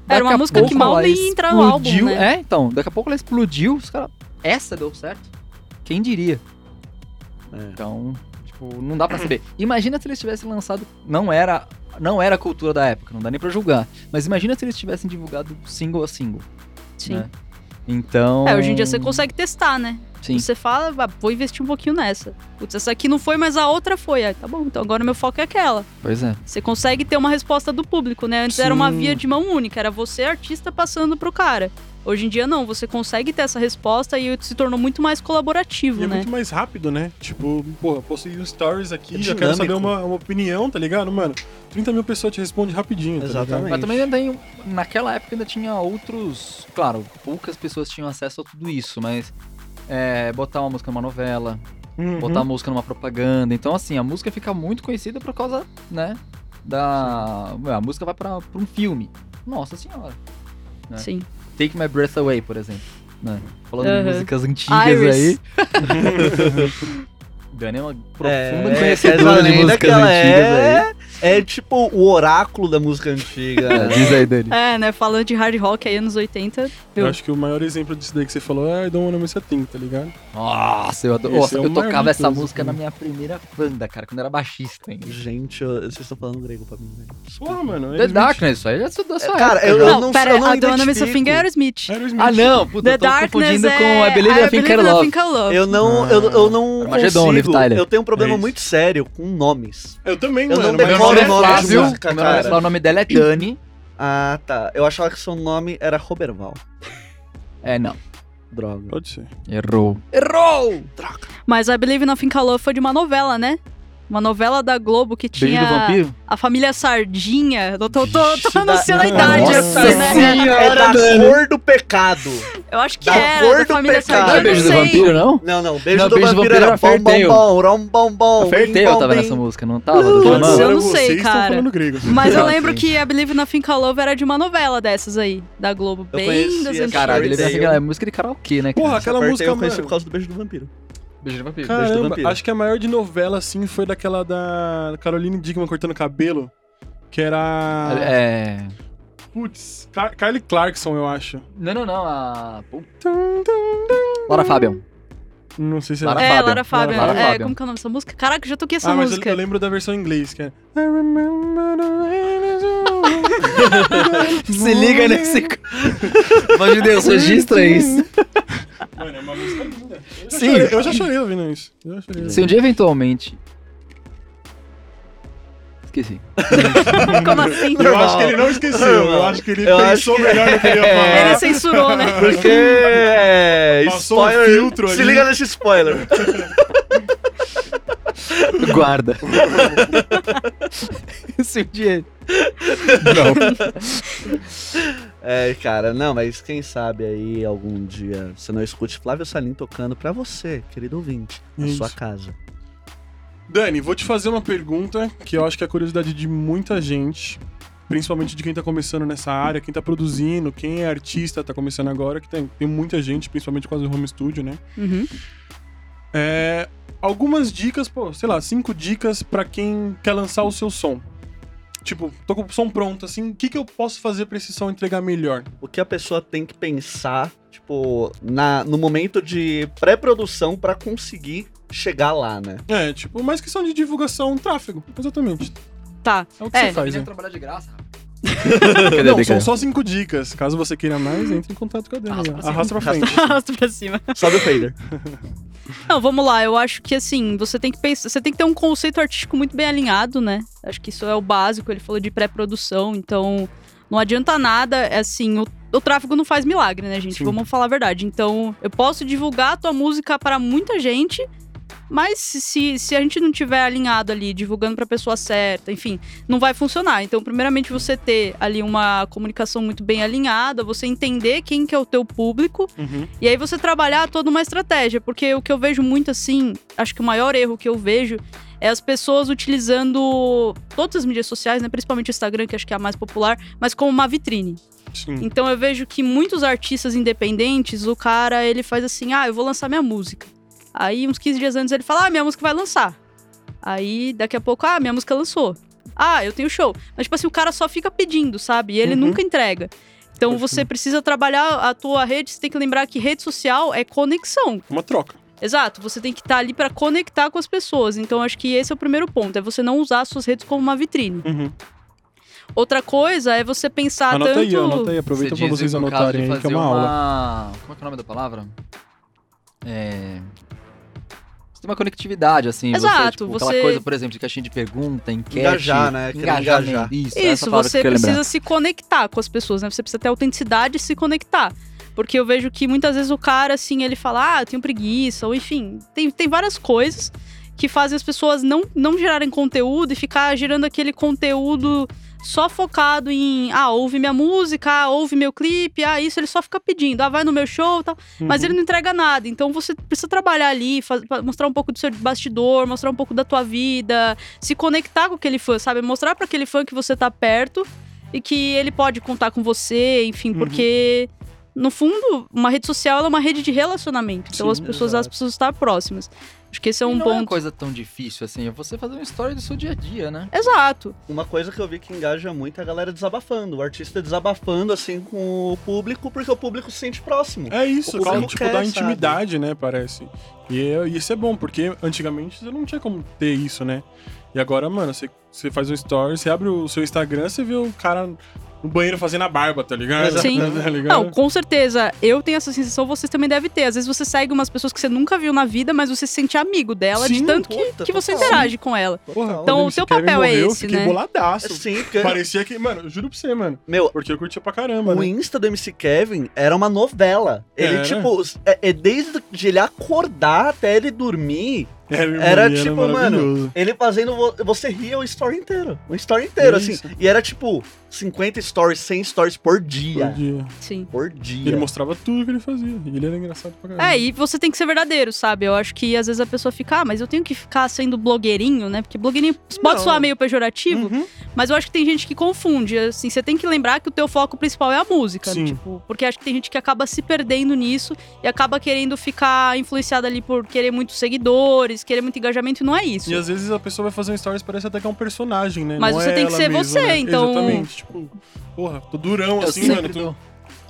[SPEAKER 4] Era uma
[SPEAKER 3] a
[SPEAKER 4] música que
[SPEAKER 3] pouco
[SPEAKER 4] mal
[SPEAKER 3] ela
[SPEAKER 4] nem entra no álbum,
[SPEAKER 3] explodiu-
[SPEAKER 4] né?
[SPEAKER 3] É, então, daqui a pouco ela explodiu, os caras, essa deu certo. Quem diria?
[SPEAKER 1] É.
[SPEAKER 3] Então, tipo, não dá pra saber. Imagina se eles tivessem lançado, não era, não era a cultura da época, não dá nem pra julgar, mas imagina se eles tivessem divulgado single a single.
[SPEAKER 4] Sim.
[SPEAKER 3] né? Então.
[SPEAKER 4] É, hoje em dia você consegue testar, né?
[SPEAKER 3] Sim.
[SPEAKER 4] Você fala, "Ah, vou investir um pouquinho nessa. Putz, essa aqui não foi, mas a outra foi. Ah, tá bom, então agora meu foco é aquela.
[SPEAKER 3] Pois é.
[SPEAKER 4] Você consegue ter uma resposta do público, né? Antes era uma
[SPEAKER 2] Sim.
[SPEAKER 4] via de mão única, era você, artista, passando pro cara. Hoje em dia não, você consegue ter essa resposta e se tornou muito mais
[SPEAKER 2] E
[SPEAKER 4] colaborativo,
[SPEAKER 2] é
[SPEAKER 4] né?
[SPEAKER 2] muito mais rápido, né? Tipo, porra, postei os stories aqui,
[SPEAKER 1] É
[SPEAKER 2] já quero
[SPEAKER 1] dinâmico.
[SPEAKER 2] saber uma, uma opinião, tá ligado? Mano, 30 mil pessoas te respondem rapidinho, tá
[SPEAKER 1] Exatamente.
[SPEAKER 3] Mas também ainda tem. um, Naquela época ainda tinha outros. Claro, poucas pessoas tinham acesso a tudo isso, mas. é, botar uma música numa novela,
[SPEAKER 2] ligado? Uhum.
[SPEAKER 1] um
[SPEAKER 3] botar a música numa propaganda. Então, assim, a música fica muito conhecida por causa, né? é, Da. A música vai pra, pra um filme. Nossa senhora. né?
[SPEAKER 4] Sim.
[SPEAKER 3] Take My Breath Away, por exemplo. né? Falando
[SPEAKER 4] Aham.
[SPEAKER 3] de músicas antigas
[SPEAKER 4] Iris.
[SPEAKER 3] aí. Dani é uma profunda
[SPEAKER 1] é,
[SPEAKER 3] conhecedora
[SPEAKER 1] essa
[SPEAKER 3] de
[SPEAKER 1] lenda que
[SPEAKER 3] músicas
[SPEAKER 1] ela
[SPEAKER 3] antigas aí.
[SPEAKER 1] É tipo o oráculo da música antiga. né?
[SPEAKER 3] É, diz aí, Dani.
[SPEAKER 4] É, né? Falando de hard rock aí, anos 80.
[SPEAKER 2] Eu
[SPEAKER 4] Eu-
[SPEAKER 2] acho que o maior exemplo disso daí que você falou é I Don't Wanna Miss a Thing, tá ligado?
[SPEAKER 3] Nossa, eu, adoro.
[SPEAKER 2] Esse
[SPEAKER 3] Nossa,
[SPEAKER 2] é
[SPEAKER 3] eu
[SPEAKER 2] um
[SPEAKER 3] tocava essa
[SPEAKER 2] maravilhoso,
[SPEAKER 3] música
[SPEAKER 2] né?
[SPEAKER 3] na minha primeira banda, cara, quando eu era baixista ainda.
[SPEAKER 1] Gente, eu- vocês estão falando grego pra mim, velho.
[SPEAKER 2] Porra, mano.
[SPEAKER 3] The
[SPEAKER 2] Aerosmith-
[SPEAKER 3] Darkness, isso aí já é da sua
[SPEAKER 1] cara,
[SPEAKER 3] época,
[SPEAKER 1] eu-
[SPEAKER 3] já.
[SPEAKER 1] eu
[SPEAKER 4] Não,
[SPEAKER 1] não-
[SPEAKER 4] pera,
[SPEAKER 1] eu não
[SPEAKER 4] a Donna Miss
[SPEAKER 1] identifico.
[SPEAKER 4] Finger era Smith.
[SPEAKER 2] Aerosmith.
[SPEAKER 3] Ah, não, puta,
[SPEAKER 4] é The
[SPEAKER 3] eu tô
[SPEAKER 4] Darkness
[SPEAKER 3] confundindo
[SPEAKER 4] é...
[SPEAKER 3] com a Believe I Think I
[SPEAKER 4] Believe I
[SPEAKER 3] Love.
[SPEAKER 4] Think I Love.
[SPEAKER 1] Eu não, eu, eu não
[SPEAKER 3] Ah, Armagedon, Liv
[SPEAKER 1] consigo.
[SPEAKER 3] Tyler.
[SPEAKER 1] Eu tenho um problema
[SPEAKER 2] É isso.
[SPEAKER 1] muito sério com nomes.
[SPEAKER 2] Eu também,
[SPEAKER 1] Eu não
[SPEAKER 2] mano. mas
[SPEAKER 3] Meu
[SPEAKER 1] demoro
[SPEAKER 3] nome
[SPEAKER 1] Fora
[SPEAKER 3] é
[SPEAKER 1] o nome de
[SPEAKER 3] Flávio,
[SPEAKER 1] música,
[SPEAKER 3] meu nome é
[SPEAKER 1] cara.
[SPEAKER 3] Flávio, o nome dela é Dani.
[SPEAKER 1] Ah, tá. Eu achava que seu nome era Roberval.
[SPEAKER 3] É, não.
[SPEAKER 1] Droga.
[SPEAKER 2] Pode ser.
[SPEAKER 3] Errou.
[SPEAKER 1] Errou!
[SPEAKER 4] Mas I Believe Nothing I Love foi de uma novela, né? Uma novela da Globo que
[SPEAKER 3] Beijo do
[SPEAKER 4] tinha
[SPEAKER 3] vampiro?
[SPEAKER 4] a família Sardinha. Eu tô, tô, tô,
[SPEAKER 3] Vixe,
[SPEAKER 4] anunciando a
[SPEAKER 2] da-
[SPEAKER 4] idade,
[SPEAKER 2] Nossa
[SPEAKER 4] assim, né?
[SPEAKER 1] É da cor do pecado.
[SPEAKER 4] Eu acho que
[SPEAKER 1] Da
[SPEAKER 4] é,
[SPEAKER 1] cor
[SPEAKER 4] da
[SPEAKER 1] do
[SPEAKER 4] família
[SPEAKER 1] pecado.
[SPEAKER 4] Sardinha.
[SPEAKER 3] Não é
[SPEAKER 1] Cara,
[SPEAKER 3] beijo do
[SPEAKER 4] sei.
[SPEAKER 3] vampiro, não?
[SPEAKER 1] Não, não. Beijo
[SPEAKER 3] Não,
[SPEAKER 1] do
[SPEAKER 3] beijo do
[SPEAKER 1] vampiro
[SPEAKER 3] vampiro
[SPEAKER 1] era
[SPEAKER 3] era
[SPEAKER 1] bom, bom,
[SPEAKER 3] Fairdale.
[SPEAKER 1] bom, rom, bom, bom.
[SPEAKER 3] Acertei, eu tava nessa música, não tava? Dudu?
[SPEAKER 4] Pode
[SPEAKER 3] Não.
[SPEAKER 4] ser, eu não
[SPEAKER 2] Vocês
[SPEAKER 4] sei,
[SPEAKER 2] estão
[SPEAKER 4] cara.
[SPEAKER 2] falando grego.
[SPEAKER 4] Mas eu
[SPEAKER 3] Não,
[SPEAKER 4] lembro
[SPEAKER 3] sim.
[SPEAKER 4] que a Believe Nothing I Love era de uma novela dessas aí, da Globo.
[SPEAKER 1] Eu
[SPEAKER 4] Bem
[SPEAKER 1] conheci
[SPEAKER 4] das
[SPEAKER 1] essa
[SPEAKER 4] antigas.
[SPEAKER 3] Caralho, ele pensa
[SPEAKER 1] Fairdale.
[SPEAKER 3] que ela é música de karaokê, né?
[SPEAKER 2] Porra,
[SPEAKER 3] Cara?
[SPEAKER 2] aquela
[SPEAKER 1] Apertei,
[SPEAKER 2] música,
[SPEAKER 1] eu conheci por
[SPEAKER 2] mano.
[SPEAKER 1] causa do beijo do vampiro.
[SPEAKER 3] Beijo do vampiro.
[SPEAKER 1] Beijo do
[SPEAKER 2] Caramba,
[SPEAKER 1] vampiro.
[SPEAKER 2] acho que a maior de novela, assim, foi daquela da Caroline Digman cortando cabelo. Que era.
[SPEAKER 3] É.
[SPEAKER 2] Putz, Car Carly Clarkson, eu acho.
[SPEAKER 3] Não, não, não. A. Laura Fabian.
[SPEAKER 2] Não sei se
[SPEAKER 3] Lara
[SPEAKER 4] É,
[SPEAKER 3] Fabian.
[SPEAKER 4] Lara Fabian.
[SPEAKER 3] Lara
[SPEAKER 4] É,
[SPEAKER 3] Fabian.
[SPEAKER 4] como que é o nome dessa música? Caraca, eu já toquei essa
[SPEAKER 2] Ah, mas eu,
[SPEAKER 4] música.
[SPEAKER 2] eu lembro da versão em inglês, que é. I remember the rain is over.
[SPEAKER 3] Se liga nesse. Mas, meu Deus, registra isso.
[SPEAKER 2] Mano, é uma música linda. Eu já
[SPEAKER 3] Sim.
[SPEAKER 2] chorei- Eu já chorei ouvindo isso. Eu já chorei.
[SPEAKER 3] Se um dia eventualmente. Esqueci.
[SPEAKER 4] Como assim?
[SPEAKER 2] Eu acho que ele não esqueceu. Eu acho que ele
[SPEAKER 1] Eu acho É.
[SPEAKER 2] pensou
[SPEAKER 1] que-
[SPEAKER 2] melhor no que ele ia
[SPEAKER 4] Ele
[SPEAKER 2] falar.
[SPEAKER 4] censurou, né?
[SPEAKER 1] Porque. é,
[SPEAKER 2] Passou um
[SPEAKER 1] spoiler.
[SPEAKER 2] filtro
[SPEAKER 1] Se
[SPEAKER 2] ali.
[SPEAKER 1] liga nesse spoiler.
[SPEAKER 3] Guarda. Se um dia. Não.
[SPEAKER 1] É, cara, não, mas quem sabe aí algum dia você não escute Flávio Salim tocando pra você, querido ouvinte, na
[SPEAKER 2] Isso.
[SPEAKER 1] sua casa.
[SPEAKER 2] Dani, vou te fazer uma pergunta que eu acho que é a curiosidade de muita gente, principalmente de quem tá começando nessa área, quem tá produzindo, quem é artista, tá começando agora, que tem, tem muita gente, principalmente quase home studio, né?
[SPEAKER 4] Uhum.
[SPEAKER 2] É, algumas dicas, pô, sei lá, cinco dicas pra quem quer lançar o seu som. Tipo, tô com o som pronto, assim, o que, que eu posso fazer pra esse som entregar melhor?
[SPEAKER 1] o que a pessoa tem que pensar, tipo, na, no momento de pré-produção pra conseguir chegar lá, né?
[SPEAKER 2] É, tipo, mais questão de divulgação, tráfego, exatamente.
[SPEAKER 4] Tá.
[SPEAKER 2] É o que
[SPEAKER 4] É.
[SPEAKER 2] você faz, né?
[SPEAKER 3] trabalhar de graça.
[SPEAKER 2] Não, são só cinco dicas. Caso você queira mais, entre em contato com a Dani.
[SPEAKER 3] Arrasta
[SPEAKER 2] Arrasta pra
[SPEAKER 3] pra cima.
[SPEAKER 2] frente.
[SPEAKER 4] Arrasta pra cima.
[SPEAKER 1] Sobe o fader.
[SPEAKER 4] Não, vamos lá. Eu acho que assim, você tem que pensar, você tem que ter um conceito artístico muito bem alinhado, né? Acho que isso é o básico. Ele falou de pré-produção, então não adianta nada. é Assim, o, o tráfego não faz milagre, né, gente?
[SPEAKER 2] Sim.
[SPEAKER 4] Vamos falar a verdade. Então, eu posso divulgar a tua música para muita gente. Mas se- se, se a gente não tiver alinhado ali, divulgando pra pessoa certa, enfim, não vai funcionar. Então, primeiramente, você ter ali uma comunicação muito bem alinhada, você entender quem que é o teu público
[SPEAKER 2] Uhum.
[SPEAKER 4] e aí você trabalhar toda uma estratégia, porque o que eu vejo muito assim, acho que o maior erro que eu vejo é as pessoas utilizando todas as mídias sociais, né, principalmente o Instagram, que acho que é a mais popular, mas como uma vitrine.
[SPEAKER 2] Sim.
[SPEAKER 4] Então eu vejo que muitos artistas independentes, o cara, ele faz assim: "Ah, eu vou lançar minha música". Aí uns 15 dias antes ele fala: "Ah, minha música vai lançar". Aí daqui a pouco: "Ah, minha música lançou". "Ah, eu tenho show". Mas tipo assim, o cara só fica pedindo, sabe? E ele
[SPEAKER 2] Uhum.
[SPEAKER 4] nunca entrega. Então
[SPEAKER 2] Pode
[SPEAKER 4] você precisa trabalhar a tua rede, você tem que lembrar que rede social é conexão.
[SPEAKER 2] Uma troca.
[SPEAKER 4] Exato, você tem que estar ali para conectar com as pessoas. Então acho que esse é o primeiro ponto, é você não usar as suas redes como uma vitrine. Outra coisa é você pensar
[SPEAKER 2] anota
[SPEAKER 4] tanto
[SPEAKER 2] aí, anota aí. Aproveita pra vocês anotarem aí, que é uma aula.
[SPEAKER 3] Como é que é o nome da palavra? É. Você tem uma conectividade, assim. Você,
[SPEAKER 4] Exato,
[SPEAKER 3] tipo,
[SPEAKER 4] você-
[SPEAKER 3] Aquela coisa, por exemplo, de caixinha de pergunta, enquete.
[SPEAKER 1] Engajar, né? Querer
[SPEAKER 3] Engajamento.
[SPEAKER 1] engajar.
[SPEAKER 3] Isso, essa
[SPEAKER 4] Isso,
[SPEAKER 3] palavra que
[SPEAKER 4] você
[SPEAKER 3] eu queria
[SPEAKER 4] precisa
[SPEAKER 3] lembrar.
[SPEAKER 4] se conectar com as pessoas, né? Você precisa ter autenticidade e se conectar. Porque eu vejo que muitas vezes o cara, assim, ele fala, ah, eu tenho preguiça, ou enfim, tem, tem várias coisas que fazem as pessoas não, não gerarem conteúdo e ficar gerando aquele conteúdo só focado em, ah, ouve minha música, ah, ouve meu clipe, ah, isso, ele só fica pedindo, ah, vai no meu show, tal
[SPEAKER 2] Uhum.
[SPEAKER 4] mas ele não entrega nada. Então você precisa trabalhar ali, faz- pa- mostrar um pouco do seu bastidor, mostrar um pouco da tua vida, se conectar com aquele fã, sabe? Mostrar para aquele fã que você tá perto e que ele pode contar com você, enfim,
[SPEAKER 2] Uhum.
[SPEAKER 4] porque no fundo, uma rede social ela é uma rede de relacionamento. Então
[SPEAKER 2] Sim,
[SPEAKER 4] as pessoas elas
[SPEAKER 2] exato.
[SPEAKER 4] precisam estar próximas. Acho que esse é um
[SPEAKER 3] não é uma
[SPEAKER 4] ponto.
[SPEAKER 3] coisa tão difícil assim, é você fazer uma história do seu dia a dia, né?
[SPEAKER 4] Exato.
[SPEAKER 1] Uma coisa que eu vi que engaja muito é a galera desabafando. O artista desabafando, assim, com o público, porque o público se sente próximo.
[SPEAKER 2] É isso,
[SPEAKER 1] O
[SPEAKER 2] cara,
[SPEAKER 1] público
[SPEAKER 2] tipo,
[SPEAKER 1] quer,
[SPEAKER 2] dá
[SPEAKER 1] sabe?
[SPEAKER 2] intimidade, né, parece. E, é- e isso é bom, porque antigamente você não tinha como ter isso, né? E agora, mano, você, você faz um story, você abre o seu Instagram, você vê o cara no banheiro fazendo a barba, tá ligado?
[SPEAKER 4] Sim.
[SPEAKER 2] tá ligado?
[SPEAKER 4] Não, com certeza. Eu tenho essa sensação, vocês também devem ter. Às vezes você segue umas pessoas que você nunca viu na vida, mas você se sente amigo dela, de
[SPEAKER 2] Sim,
[SPEAKER 4] tanto que,
[SPEAKER 1] puta,
[SPEAKER 4] que você
[SPEAKER 1] total.
[SPEAKER 4] interage com ela.
[SPEAKER 2] Porra,
[SPEAKER 1] Então,
[SPEAKER 2] quando
[SPEAKER 4] o
[SPEAKER 2] MC
[SPEAKER 4] seu
[SPEAKER 2] Kevin
[SPEAKER 4] papel é
[SPEAKER 2] morreu, eu
[SPEAKER 4] esse,
[SPEAKER 2] fiquei
[SPEAKER 4] né?
[SPEAKER 2] boladaço.
[SPEAKER 1] É Sim, porque,
[SPEAKER 2] Parecia que, mano, eu juro pra você, mano,
[SPEAKER 1] meu,
[SPEAKER 2] porque eu curtia pra caramba,
[SPEAKER 1] o
[SPEAKER 2] né?
[SPEAKER 1] Insta do MC Kevin era uma novela. Ele,
[SPEAKER 2] Era.
[SPEAKER 1] tipo, é, é desde de ele acordar até ele dormir,
[SPEAKER 2] Era,
[SPEAKER 1] era
[SPEAKER 2] mano,
[SPEAKER 1] tipo, mano,
[SPEAKER 2] maravilhoso.
[SPEAKER 1] ele fazendo. vo- Você ria o story inteiro. O story inteiro,
[SPEAKER 2] Isso.
[SPEAKER 1] assim. E era, tipo, 50 stories, 100 stories por
[SPEAKER 2] Todo
[SPEAKER 1] dia.
[SPEAKER 2] dia.
[SPEAKER 4] Sim.
[SPEAKER 1] Por
[SPEAKER 2] Ele
[SPEAKER 1] dia.
[SPEAKER 2] mostrava tudo que ele fazia. E ele era engraçado pra caramba.
[SPEAKER 4] É, e você tem que ser verdadeiro, sabe? Eu acho que às vezes a pessoa fica, ah, mas eu tenho que ficar sendo blogueirinho, né? Porque blogueirinho pode
[SPEAKER 1] Não.
[SPEAKER 4] soar meio pejorativo,
[SPEAKER 2] Uhum.
[SPEAKER 4] mas eu acho que tem gente que confunde. Assim, você tem que lembrar que o teu foco principal é a música.
[SPEAKER 2] Sim.
[SPEAKER 4] Tipo, porque acho que tem gente que acaba se perdendo nisso e acaba querendo ficar influenciada ali por querer muitos seguidores, querer muito engajamento, e não é isso.
[SPEAKER 2] E às vezes a pessoa vai fazer um stories, parece até que é um personagem, né?
[SPEAKER 4] Mas
[SPEAKER 2] Não
[SPEAKER 4] você
[SPEAKER 2] é
[SPEAKER 4] tem que
[SPEAKER 2] ela
[SPEAKER 4] ser
[SPEAKER 2] mesma,
[SPEAKER 4] você,
[SPEAKER 2] né?
[SPEAKER 4] então-
[SPEAKER 2] Exatamente. Tipo, porra, tô durão
[SPEAKER 3] eu,
[SPEAKER 2] assim, mano.
[SPEAKER 3] sempre
[SPEAKER 2] tô-
[SPEAKER 3] dou,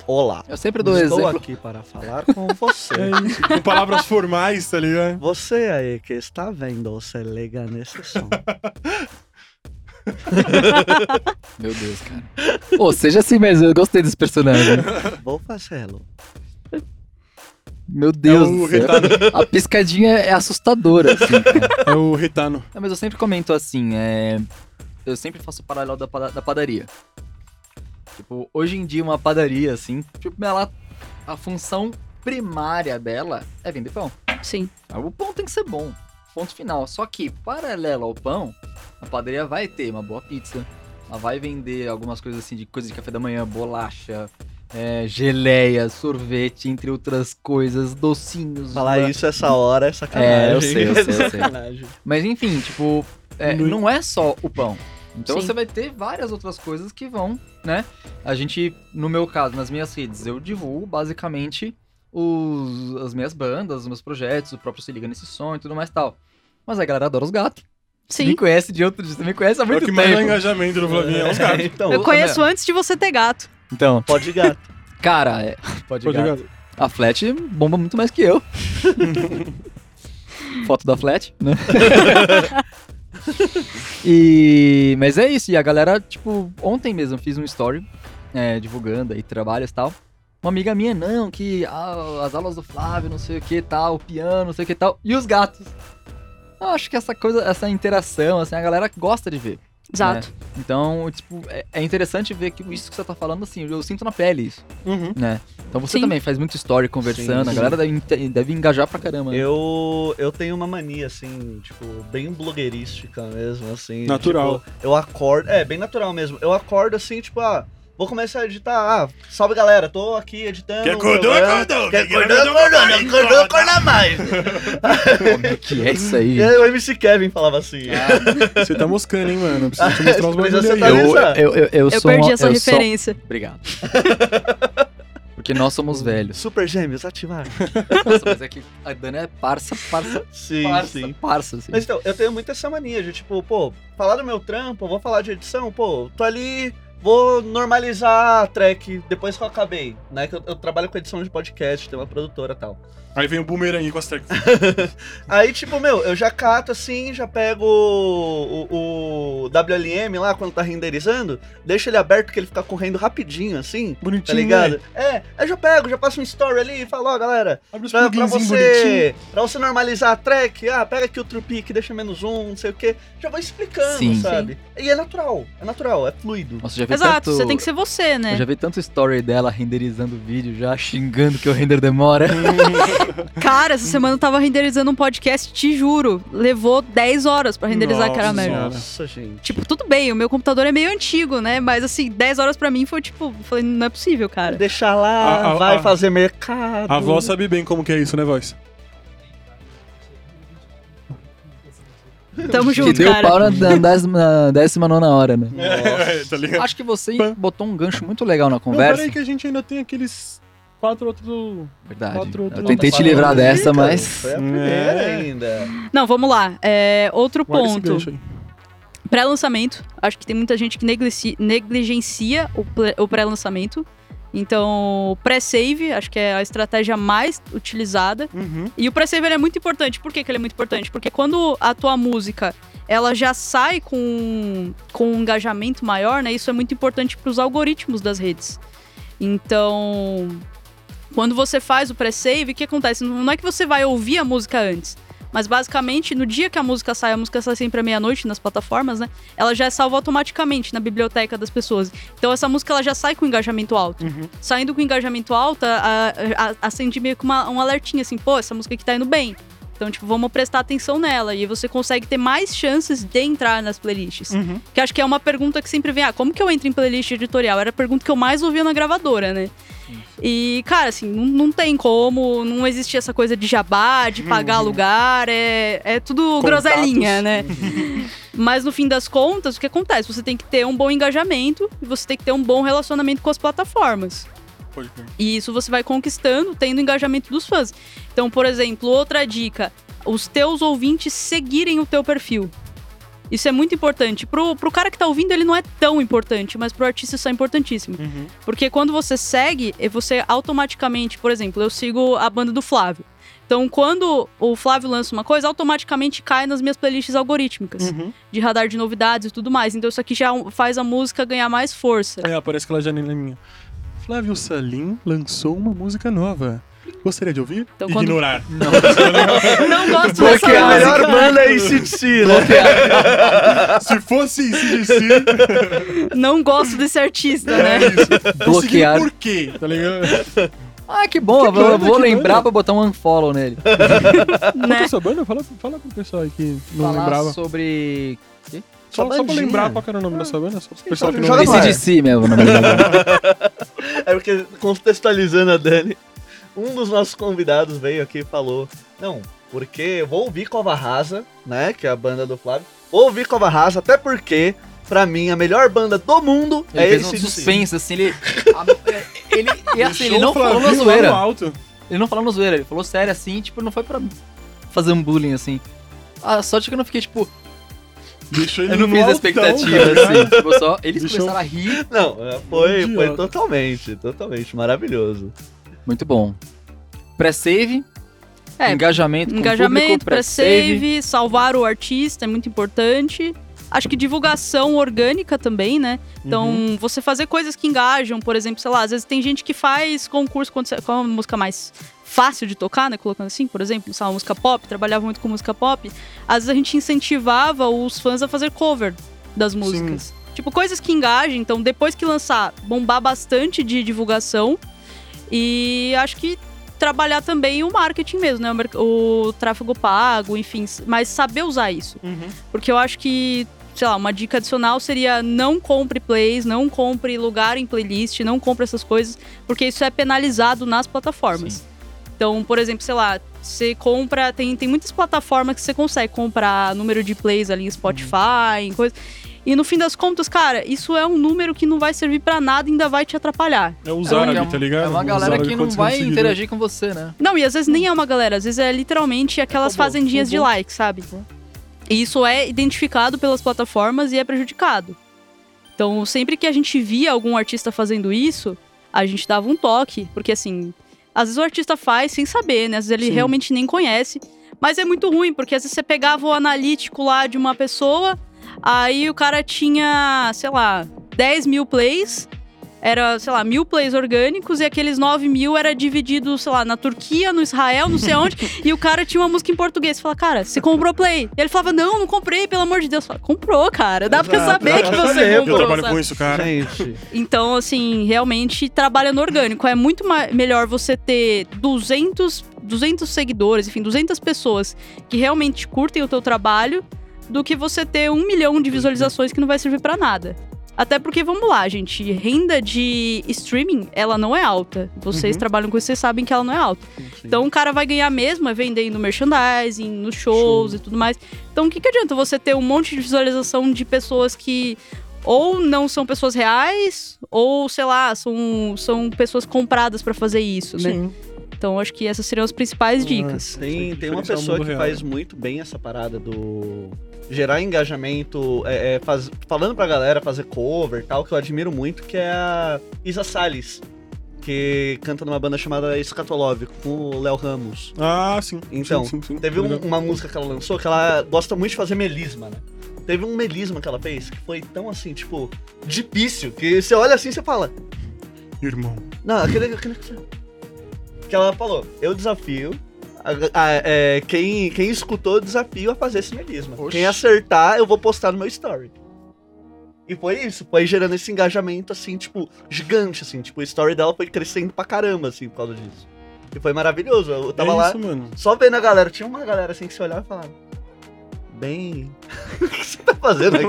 [SPEAKER 1] Olá.
[SPEAKER 3] eu sempre dou
[SPEAKER 1] Estou
[SPEAKER 3] exemplo.
[SPEAKER 1] aqui para falar com você.
[SPEAKER 2] um É isso. Com palavras formais, tá ligado?
[SPEAKER 1] Você aí que está vendo, você liga nesse som.
[SPEAKER 3] Meu Deus, cara. Ô, seja assim mesmo, eu gostei desse personagem.
[SPEAKER 1] Vou fazê-lo.
[SPEAKER 3] Meu Deus
[SPEAKER 2] é o
[SPEAKER 3] do céu.
[SPEAKER 2] retano.
[SPEAKER 3] A piscadinha é assustadora, assim, cara.
[SPEAKER 2] É o retano.
[SPEAKER 3] Não, mas eu sempre comento assim, é... Eu sempre faço o paralelo da, pada- da padaria. Tipo, hoje em dia uma padaria, assim, tipo, ela... A função primária dela é vender pão.
[SPEAKER 4] Sim.
[SPEAKER 3] Ah, O pão tem que ser bom. Ponto final. Só que, paralelo ao pão, a padaria vai ter uma boa pizza. Ela vai vender algumas coisas assim de coisa de café da manhã, bolacha, é, geleia, sorvete, entre outras coisas, docinhos.
[SPEAKER 1] Falar
[SPEAKER 3] blá.
[SPEAKER 1] isso essa hora é sacanagem.
[SPEAKER 3] É, eu sei, eu sei, eu sei.
[SPEAKER 1] Sacanagem.
[SPEAKER 3] Mas enfim, tipo, é,
[SPEAKER 2] Muito.
[SPEAKER 3] não é só o pão. Então
[SPEAKER 4] Sim.
[SPEAKER 3] você vai ter várias outras coisas que vão, né? A gente, no meu caso, nas minhas redes, eu divulgo basicamente os, as minhas bandas, os meus projetos, o próprio Se Liga Nesse Som e tudo mais e tal. Mas a galera adora os gatos.
[SPEAKER 4] Sim.
[SPEAKER 3] Me conhece de outro dia, me conhece
[SPEAKER 2] É
[SPEAKER 3] há
[SPEAKER 2] o
[SPEAKER 3] muito
[SPEAKER 2] que
[SPEAKER 3] tempo.
[SPEAKER 2] mais dá engajamento do Flavinho. É os caras.
[SPEAKER 1] então,
[SPEAKER 4] Eu conheço antes de você ter gato.
[SPEAKER 3] Então,
[SPEAKER 1] pode gato.
[SPEAKER 3] cara, é... pode,
[SPEAKER 2] Pode
[SPEAKER 3] gato.
[SPEAKER 2] ligar.
[SPEAKER 3] A Flat bomba muito mais que eu. Foto da Flat, né? e... Mas é isso. E a galera, tipo, ontem mesmo eu fiz um story é, divulgando aí trabalhos e tal. Uma amiga minha, não, que ah, as aulas do Flávio, não sei o que tal, o piano, não sei o que tal. E os gatos. Eu acho que essa coisa, essa interação, assim, a galera gosta de ver.
[SPEAKER 4] Exato.
[SPEAKER 3] Então, tipo, é, é interessante ver que isso que você tá falando, assim, eu sinto na pele isso.
[SPEAKER 2] Uhum.
[SPEAKER 3] Né? Então você
[SPEAKER 4] Sim.
[SPEAKER 3] também faz muito story conversando,
[SPEAKER 1] Sim,
[SPEAKER 3] a
[SPEAKER 1] sim.
[SPEAKER 3] galera deve, inte- deve engajar pra caramba. né?
[SPEAKER 1] Eu, eu tenho uma mania, assim, tipo, bem blogueirística mesmo, assim.
[SPEAKER 2] Natural.
[SPEAKER 1] tipo, eu acordo. É, bem natural mesmo. Eu acordo assim, tipo, ah, vou começar a editar. Ah, salve galera, tô aqui editando.
[SPEAKER 2] Quem
[SPEAKER 1] um
[SPEAKER 2] acordou,
[SPEAKER 1] programa.
[SPEAKER 2] acordou.
[SPEAKER 1] Quem
[SPEAKER 2] Quem
[SPEAKER 1] acordou,
[SPEAKER 2] acordou,
[SPEAKER 1] acordou. Quem
[SPEAKER 2] acordou.
[SPEAKER 1] acordou, acorda mais.
[SPEAKER 3] Como é que é isso aí?
[SPEAKER 1] E aí, o MC Kevin falava assim.
[SPEAKER 2] Você tá moscando, hein, mano? Eu preciso te mostrar os
[SPEAKER 1] Mas
[SPEAKER 2] bagulho
[SPEAKER 1] você
[SPEAKER 2] aí.
[SPEAKER 1] tá
[SPEAKER 2] Eu-
[SPEAKER 1] nessa-
[SPEAKER 3] eu, eu, eu
[SPEAKER 4] Eu
[SPEAKER 3] sou
[SPEAKER 4] perdi
[SPEAKER 3] uma-
[SPEAKER 4] essa
[SPEAKER 3] eu sou- um-
[SPEAKER 4] referência.
[SPEAKER 3] Obrigado. Porque nós somos velhos.
[SPEAKER 1] Super Gêmeos, ativar.
[SPEAKER 3] Nossa, mas é que a Dana é parça, parça,
[SPEAKER 1] Sim,
[SPEAKER 3] parça,
[SPEAKER 1] sim.
[SPEAKER 3] parça, assim.
[SPEAKER 1] Mas então, eu tenho muito essa mania de, tipo, pô, falar do meu trampo, eu vou falar de edição, pô, tô ali, vou normalizar a track depois que eu acabei, né? Que eu, eu trabalho com edição de podcast, tenho uma produtora e tal.
[SPEAKER 2] Aí vem o boomerang com as tracks.
[SPEAKER 1] Tá Aí, tipo, meu, eu já cato assim, já pego o, o- o WLM lá quando tá renderizando, deixo ele aberto que ele fica correndo rapidinho, assim.
[SPEAKER 2] Bonitinho,
[SPEAKER 1] Tá ligado?
[SPEAKER 2] né?
[SPEAKER 1] É, aí eu já pego, já passo um story ali e falo, ó, galera,
[SPEAKER 2] Abre os
[SPEAKER 1] Pra, pra
[SPEAKER 2] pluginzinhos bonitinhos.
[SPEAKER 1] você, pra você normalizar a track, ah, pega aqui outro pique, deixa menos um, não sei o quê. Já vai explicando,
[SPEAKER 3] Sim.
[SPEAKER 1] sabe? E é natural, é natural, é fluido.
[SPEAKER 3] Nossa, já vi
[SPEAKER 4] Exato,
[SPEAKER 3] tanto...
[SPEAKER 4] você tem que ser você,
[SPEAKER 3] Eu
[SPEAKER 4] né?
[SPEAKER 3] já vi tanto story dela renderizando o vídeo, já xingando que o render demora.
[SPEAKER 4] Cara, essa semana eu tava renderizando um podcast, te juro. Levou 10 horas pra renderizar
[SPEAKER 2] Nossa
[SPEAKER 4] aquela merda.
[SPEAKER 2] Senhora.
[SPEAKER 1] gente.
[SPEAKER 4] Tipo, tudo bem, o meu computador é meio antigo, né? Mas assim, 10 horas pra mim foi tipo, falei, não é possível, cara.
[SPEAKER 1] Deixa lá,
[SPEAKER 2] A- a-
[SPEAKER 1] vai
[SPEAKER 2] a-
[SPEAKER 1] fazer mercado.
[SPEAKER 2] A voz sabe bem como que é isso, né, voz?
[SPEAKER 4] Tamo
[SPEAKER 3] que
[SPEAKER 4] junto,
[SPEAKER 3] deu
[SPEAKER 4] cara.
[SPEAKER 3] pau na, na, décima- na décima nona hora, né?
[SPEAKER 1] Nossa.
[SPEAKER 2] tá ligado?
[SPEAKER 3] Acho que você
[SPEAKER 2] Pã.
[SPEAKER 3] botou um gancho muito legal na
[SPEAKER 2] Não,
[SPEAKER 3] conversa.
[SPEAKER 2] peraí que a gente ainda tem aqueles quatro outros.
[SPEAKER 3] Verdade.
[SPEAKER 2] Quatro
[SPEAKER 3] Eu
[SPEAKER 2] outros
[SPEAKER 3] tentei te livrar
[SPEAKER 1] Ih,
[SPEAKER 3] dessa,
[SPEAKER 1] cara,
[SPEAKER 3] mas.
[SPEAKER 1] tá Foi a primeira
[SPEAKER 2] É.
[SPEAKER 1] ainda.
[SPEAKER 4] Não, vamos lá. É, outro
[SPEAKER 2] Guarda esse
[SPEAKER 4] ponto.
[SPEAKER 2] gancho aí.
[SPEAKER 4] Pré-lançamento. Acho que tem muita gente que neglici- negligencia o ple- o pré-lançamento. Então, pré-save, acho que é a estratégia mais utilizada.
[SPEAKER 2] Uhum.
[SPEAKER 4] E o pre-save ele é muito importante. Por que, que ele é muito importante? Porque quando a tua música ela já sai com, com um engajamento maior, né? Isso é muito importante para os algoritmos das redes. Então, quando você faz o pre-save, o que acontece? Não é que você vai ouvir a música antes. Mas basicamente, no dia que a música sai, a música sai sempre à meia-noite nas plataformas, né? Ela já é salva automaticamente na biblioteca das pessoas. Então essa música ela já sai com engajamento alto
[SPEAKER 2] Uhum.
[SPEAKER 4] saindo com engajamento alto, a- a- acendi meio que uma- um alertinho assim, pô, essa música aqui tá indo bem. Então, tipo, vamos prestar atenção nela. E você consegue ter mais chances de entrar nas playlists.
[SPEAKER 2] Uhum.
[SPEAKER 4] Que acho que é uma pergunta que sempre vem, ah, como que eu entro em playlist editorial? Era a pergunta que eu mais ouvia na gravadora, né? E, cara, assim, não, não tem como, não existe essa coisa de jabá, de pagar lugar, é, é tudo
[SPEAKER 2] Uhum. Contatos. Uhum.
[SPEAKER 4] groselinha, né? Mas no fim das contas, o que acontece? Você tem que ter um bom engajamento e você tem que ter um bom relacionamento com as plataformas.
[SPEAKER 2] Pode crer.
[SPEAKER 4] E isso você vai conquistando, tendo engajamento dos fãs. Então, por exemplo, outra dica: os teus ouvintes seguirem o teu perfil. Isso é muito importante. Pro, pro cara que tá ouvindo, ele não é tão importante, mas pro artista isso é importantíssimo.
[SPEAKER 2] Uhum.
[SPEAKER 4] Porque quando você segue, eh, você automaticamente, por exemplo, eu sigo a banda do Flávio. Então, quando o Flávio lança uma coisa, automaticamente cai nas minhas playlists algorítmicas,
[SPEAKER 2] Uhum.
[SPEAKER 4] de radar de novidades e tudo mais. Então, isso aqui já faz a música ganhar mais força.
[SPEAKER 1] É.
[SPEAKER 2] Aí É, aparece aquela janelinha. Flávio Salim lançou uma música nova. Gostaria de ouvir?
[SPEAKER 4] Então, quando-
[SPEAKER 2] Ignorar.
[SPEAKER 4] Não gosto
[SPEAKER 1] Porque
[SPEAKER 4] dessa
[SPEAKER 1] é a
[SPEAKER 4] música.
[SPEAKER 1] melhor banda é ICDC, né?
[SPEAKER 2] Se fosse CDC,
[SPEAKER 4] não gosto desse artista,
[SPEAKER 2] é
[SPEAKER 4] né?
[SPEAKER 2] isso.
[SPEAKER 3] Bloquear.
[SPEAKER 2] Por quê? Tá ligado?
[SPEAKER 3] Ah, que bom, eu
[SPEAKER 2] doido,
[SPEAKER 3] vou- vou
[SPEAKER 2] que
[SPEAKER 3] lembrar
[SPEAKER 2] doido.
[SPEAKER 3] pra botar um unfollow nele.
[SPEAKER 2] Qual que é
[SPEAKER 4] né?
[SPEAKER 2] a sua banda? Fala, fala pro pessoal aí que não
[SPEAKER 3] Falar
[SPEAKER 2] lembrava.
[SPEAKER 3] sobre. quê?
[SPEAKER 2] Só,
[SPEAKER 3] sua
[SPEAKER 2] só pra
[SPEAKER 3] bandinha. Então,
[SPEAKER 2] lembrar qual que era o nome da sua banda, só pro pessoal que não
[SPEAKER 1] Joga
[SPEAKER 2] lembra.
[SPEAKER 1] mais.
[SPEAKER 3] ACDC mesmo, na verdade.
[SPEAKER 1] É porque, contextualizando a Dani, um dos nossos convidados veio aqui e falou: Não, porque eu vou ouvir Cova Rasa, né? Que é a banda do Flávio. Vou ouvir Cova Rasa, até porque, pra mim, a melhor banda do mundo
[SPEAKER 3] Ele
[SPEAKER 1] é
[SPEAKER 3] fez um
[SPEAKER 1] esse
[SPEAKER 3] suspense, assim, ele. a- ele, e assim, ele
[SPEAKER 2] Deixou
[SPEAKER 3] não
[SPEAKER 2] o
[SPEAKER 3] falou na
[SPEAKER 2] Flavinho lá
[SPEAKER 3] zoeira.
[SPEAKER 2] no alto.
[SPEAKER 3] Ele não falou na zoeira, ele falou sério assim, tipo, não foi pra fazer um bullying assim. A sorte é que eu não fiquei, tipo,
[SPEAKER 2] Deixou ele
[SPEAKER 3] eu não
[SPEAKER 2] no
[SPEAKER 3] fiz a
[SPEAKER 2] altão,
[SPEAKER 3] expectativa,
[SPEAKER 2] cara.
[SPEAKER 3] assim. Tipo, só. Eles
[SPEAKER 2] Deixou-
[SPEAKER 3] começaram a rir.
[SPEAKER 1] Não, é, foi, foi
[SPEAKER 2] Idiota.
[SPEAKER 1] totalmente, totalmente maravilhoso.
[SPEAKER 3] Muito bom. Pré-save,
[SPEAKER 4] É,
[SPEAKER 3] engajamento, com o
[SPEAKER 4] engajamento
[SPEAKER 3] Tipo, público,
[SPEAKER 4] para save, salvar o artista é muito importante. Acho que divulgação orgânica também, né? Então, você fazer coisas que engajam, por exemplo, sei lá, às vezes tem gente que faz concurso quando você, qual é a música mais fácil de tocar, né, colocando assim, por exemplo, sei lá, música pop, trabalhava muito com música pop, às vezes a gente incentivava os fãs a fazer cover das músicas. Tipo, coisas que engajem, então depois que lançar, bombar bastante de divulgação e acho que trabalhar também o marketing mesmo, né, o, merc- o tráfego pago, enfim, mas saber usar isso.
[SPEAKER 2] Uhum.
[SPEAKER 4] Porque eu acho que, sei lá, uma dica adicional seria não compre plays, não compre lugar em playlist, não compre essas coisas, porque isso é penalizado nas plataformas.
[SPEAKER 3] Sim.
[SPEAKER 4] Então, por exemplo, sei lá, você compra, tem, tem muitas plataformas que você consegue comprar número de plays ali em Spotify, em coisa. E no fim das contas, cara, isso é um número que não vai servir pra nada e ainda vai te atrapalhar.
[SPEAKER 2] É os
[SPEAKER 3] É uma-
[SPEAKER 2] árabes, tá ligado?
[SPEAKER 3] É uma
[SPEAKER 2] Os
[SPEAKER 3] galera
[SPEAKER 2] árabes,
[SPEAKER 3] que não
[SPEAKER 2] quantos
[SPEAKER 3] vai
[SPEAKER 2] seguidores?
[SPEAKER 3] interagir com você, né?
[SPEAKER 4] Não, e às vezes nem é uma galera, às vezes é literalmente aquelas
[SPEAKER 2] robô,
[SPEAKER 4] fazendinhas de
[SPEAKER 2] robô.
[SPEAKER 4] like, sabe? E isso é identificado pelas plataformas e é prejudicado. Então, sempre que a gente via algum artista fazendo isso, a gente dava um toque, porque assim, às vezes o artista faz sem saber, né? Às vezes ele
[SPEAKER 2] Sim.
[SPEAKER 4] realmente nem conhece, mas é muito ruim, porque às vezes você pegava o analítico lá de uma pessoa, aí o cara tinha, sei lá, 10 mil plays, era, sei lá, mil plays orgânicos e aqueles 9 mil era dividido, sei lá, na Turquia, no Israel, não sei onde. e o cara tinha uma música em português. Você fala, cara, você comprou play? E ele falava, não, não comprei, pelo amor de Deus. Fala, comprou, cara. Dá pra eu
[SPEAKER 1] Exato,
[SPEAKER 4] saber
[SPEAKER 1] dá
[SPEAKER 4] que
[SPEAKER 1] pra
[SPEAKER 4] você
[SPEAKER 1] saber, pô.
[SPEAKER 2] Eu
[SPEAKER 4] comprou.
[SPEAKER 2] trabalho
[SPEAKER 4] sabe?
[SPEAKER 2] com isso, cara.
[SPEAKER 1] Gente,
[SPEAKER 4] Então, assim, realmente, trabalhando orgânico. É muito ma- melhor você ter 200, 200 seguidores, enfim, 200 pessoas que realmente curtem o teu trabalho, do que você ter um milhão de visualizações que não vai servir pra nada. Até porque, vamos lá, gente, renda de streaming, ela não é alta. Vocês
[SPEAKER 2] Uhum.
[SPEAKER 4] trabalham com isso, vocês sabem que ela não é alta. Então o cara vai ganhar mesmo é vendendo merchandising, nos shows
[SPEAKER 2] Show.
[SPEAKER 4] e tudo mais. Então o que, que adianta você ter um monte de visualização de pessoas que ou não são pessoas reais, ou sei lá, são, são pessoas compradas pra fazer isso, né?
[SPEAKER 2] Sim.
[SPEAKER 4] Então acho que essas seriam as principais dicas.
[SPEAKER 1] Tem, tem uma
[SPEAKER 2] Diferenciar o
[SPEAKER 1] pessoa
[SPEAKER 2] mundo
[SPEAKER 1] que
[SPEAKER 2] real. né?
[SPEAKER 1] faz muito bem essa parada do gerar engajamento, é, é, faz- falando pra galera fazer cover e tal, que eu admiro muito, que é a Isa Salles, que canta numa banda chamada Escatolove, com o Léo Ramos.
[SPEAKER 2] Ah, sim.
[SPEAKER 1] Então,
[SPEAKER 2] Sim, sim, sim.
[SPEAKER 1] Teve um-
[SPEAKER 2] Legal.
[SPEAKER 1] uma música que ela lançou que ela gosta muito de fazer melisma, né? Teve um melisma que ela fez que foi tão assim, tipo, difícil, que você olha assim e você fala.
[SPEAKER 2] Irmão.
[SPEAKER 1] Não, aquele, aquele. Que ela falou, eu desafio. a- a- é, quem, quem escutou o desafio a fazer esse melisma.
[SPEAKER 2] Oxi.
[SPEAKER 1] Quem acertar, eu vou postar no meu story. E foi isso, foi gerando esse engajamento, assim, tipo, gigante, assim. Tipo, o story dela foi crescendo pra caramba, assim, por causa disso. E foi maravilhoso. Eu tava
[SPEAKER 2] é
[SPEAKER 1] lá,
[SPEAKER 2] isso, mano.
[SPEAKER 1] só vendo a galera, tinha uma galera assim que se olhava e falava. Bem. o que você tá fazendo aqui?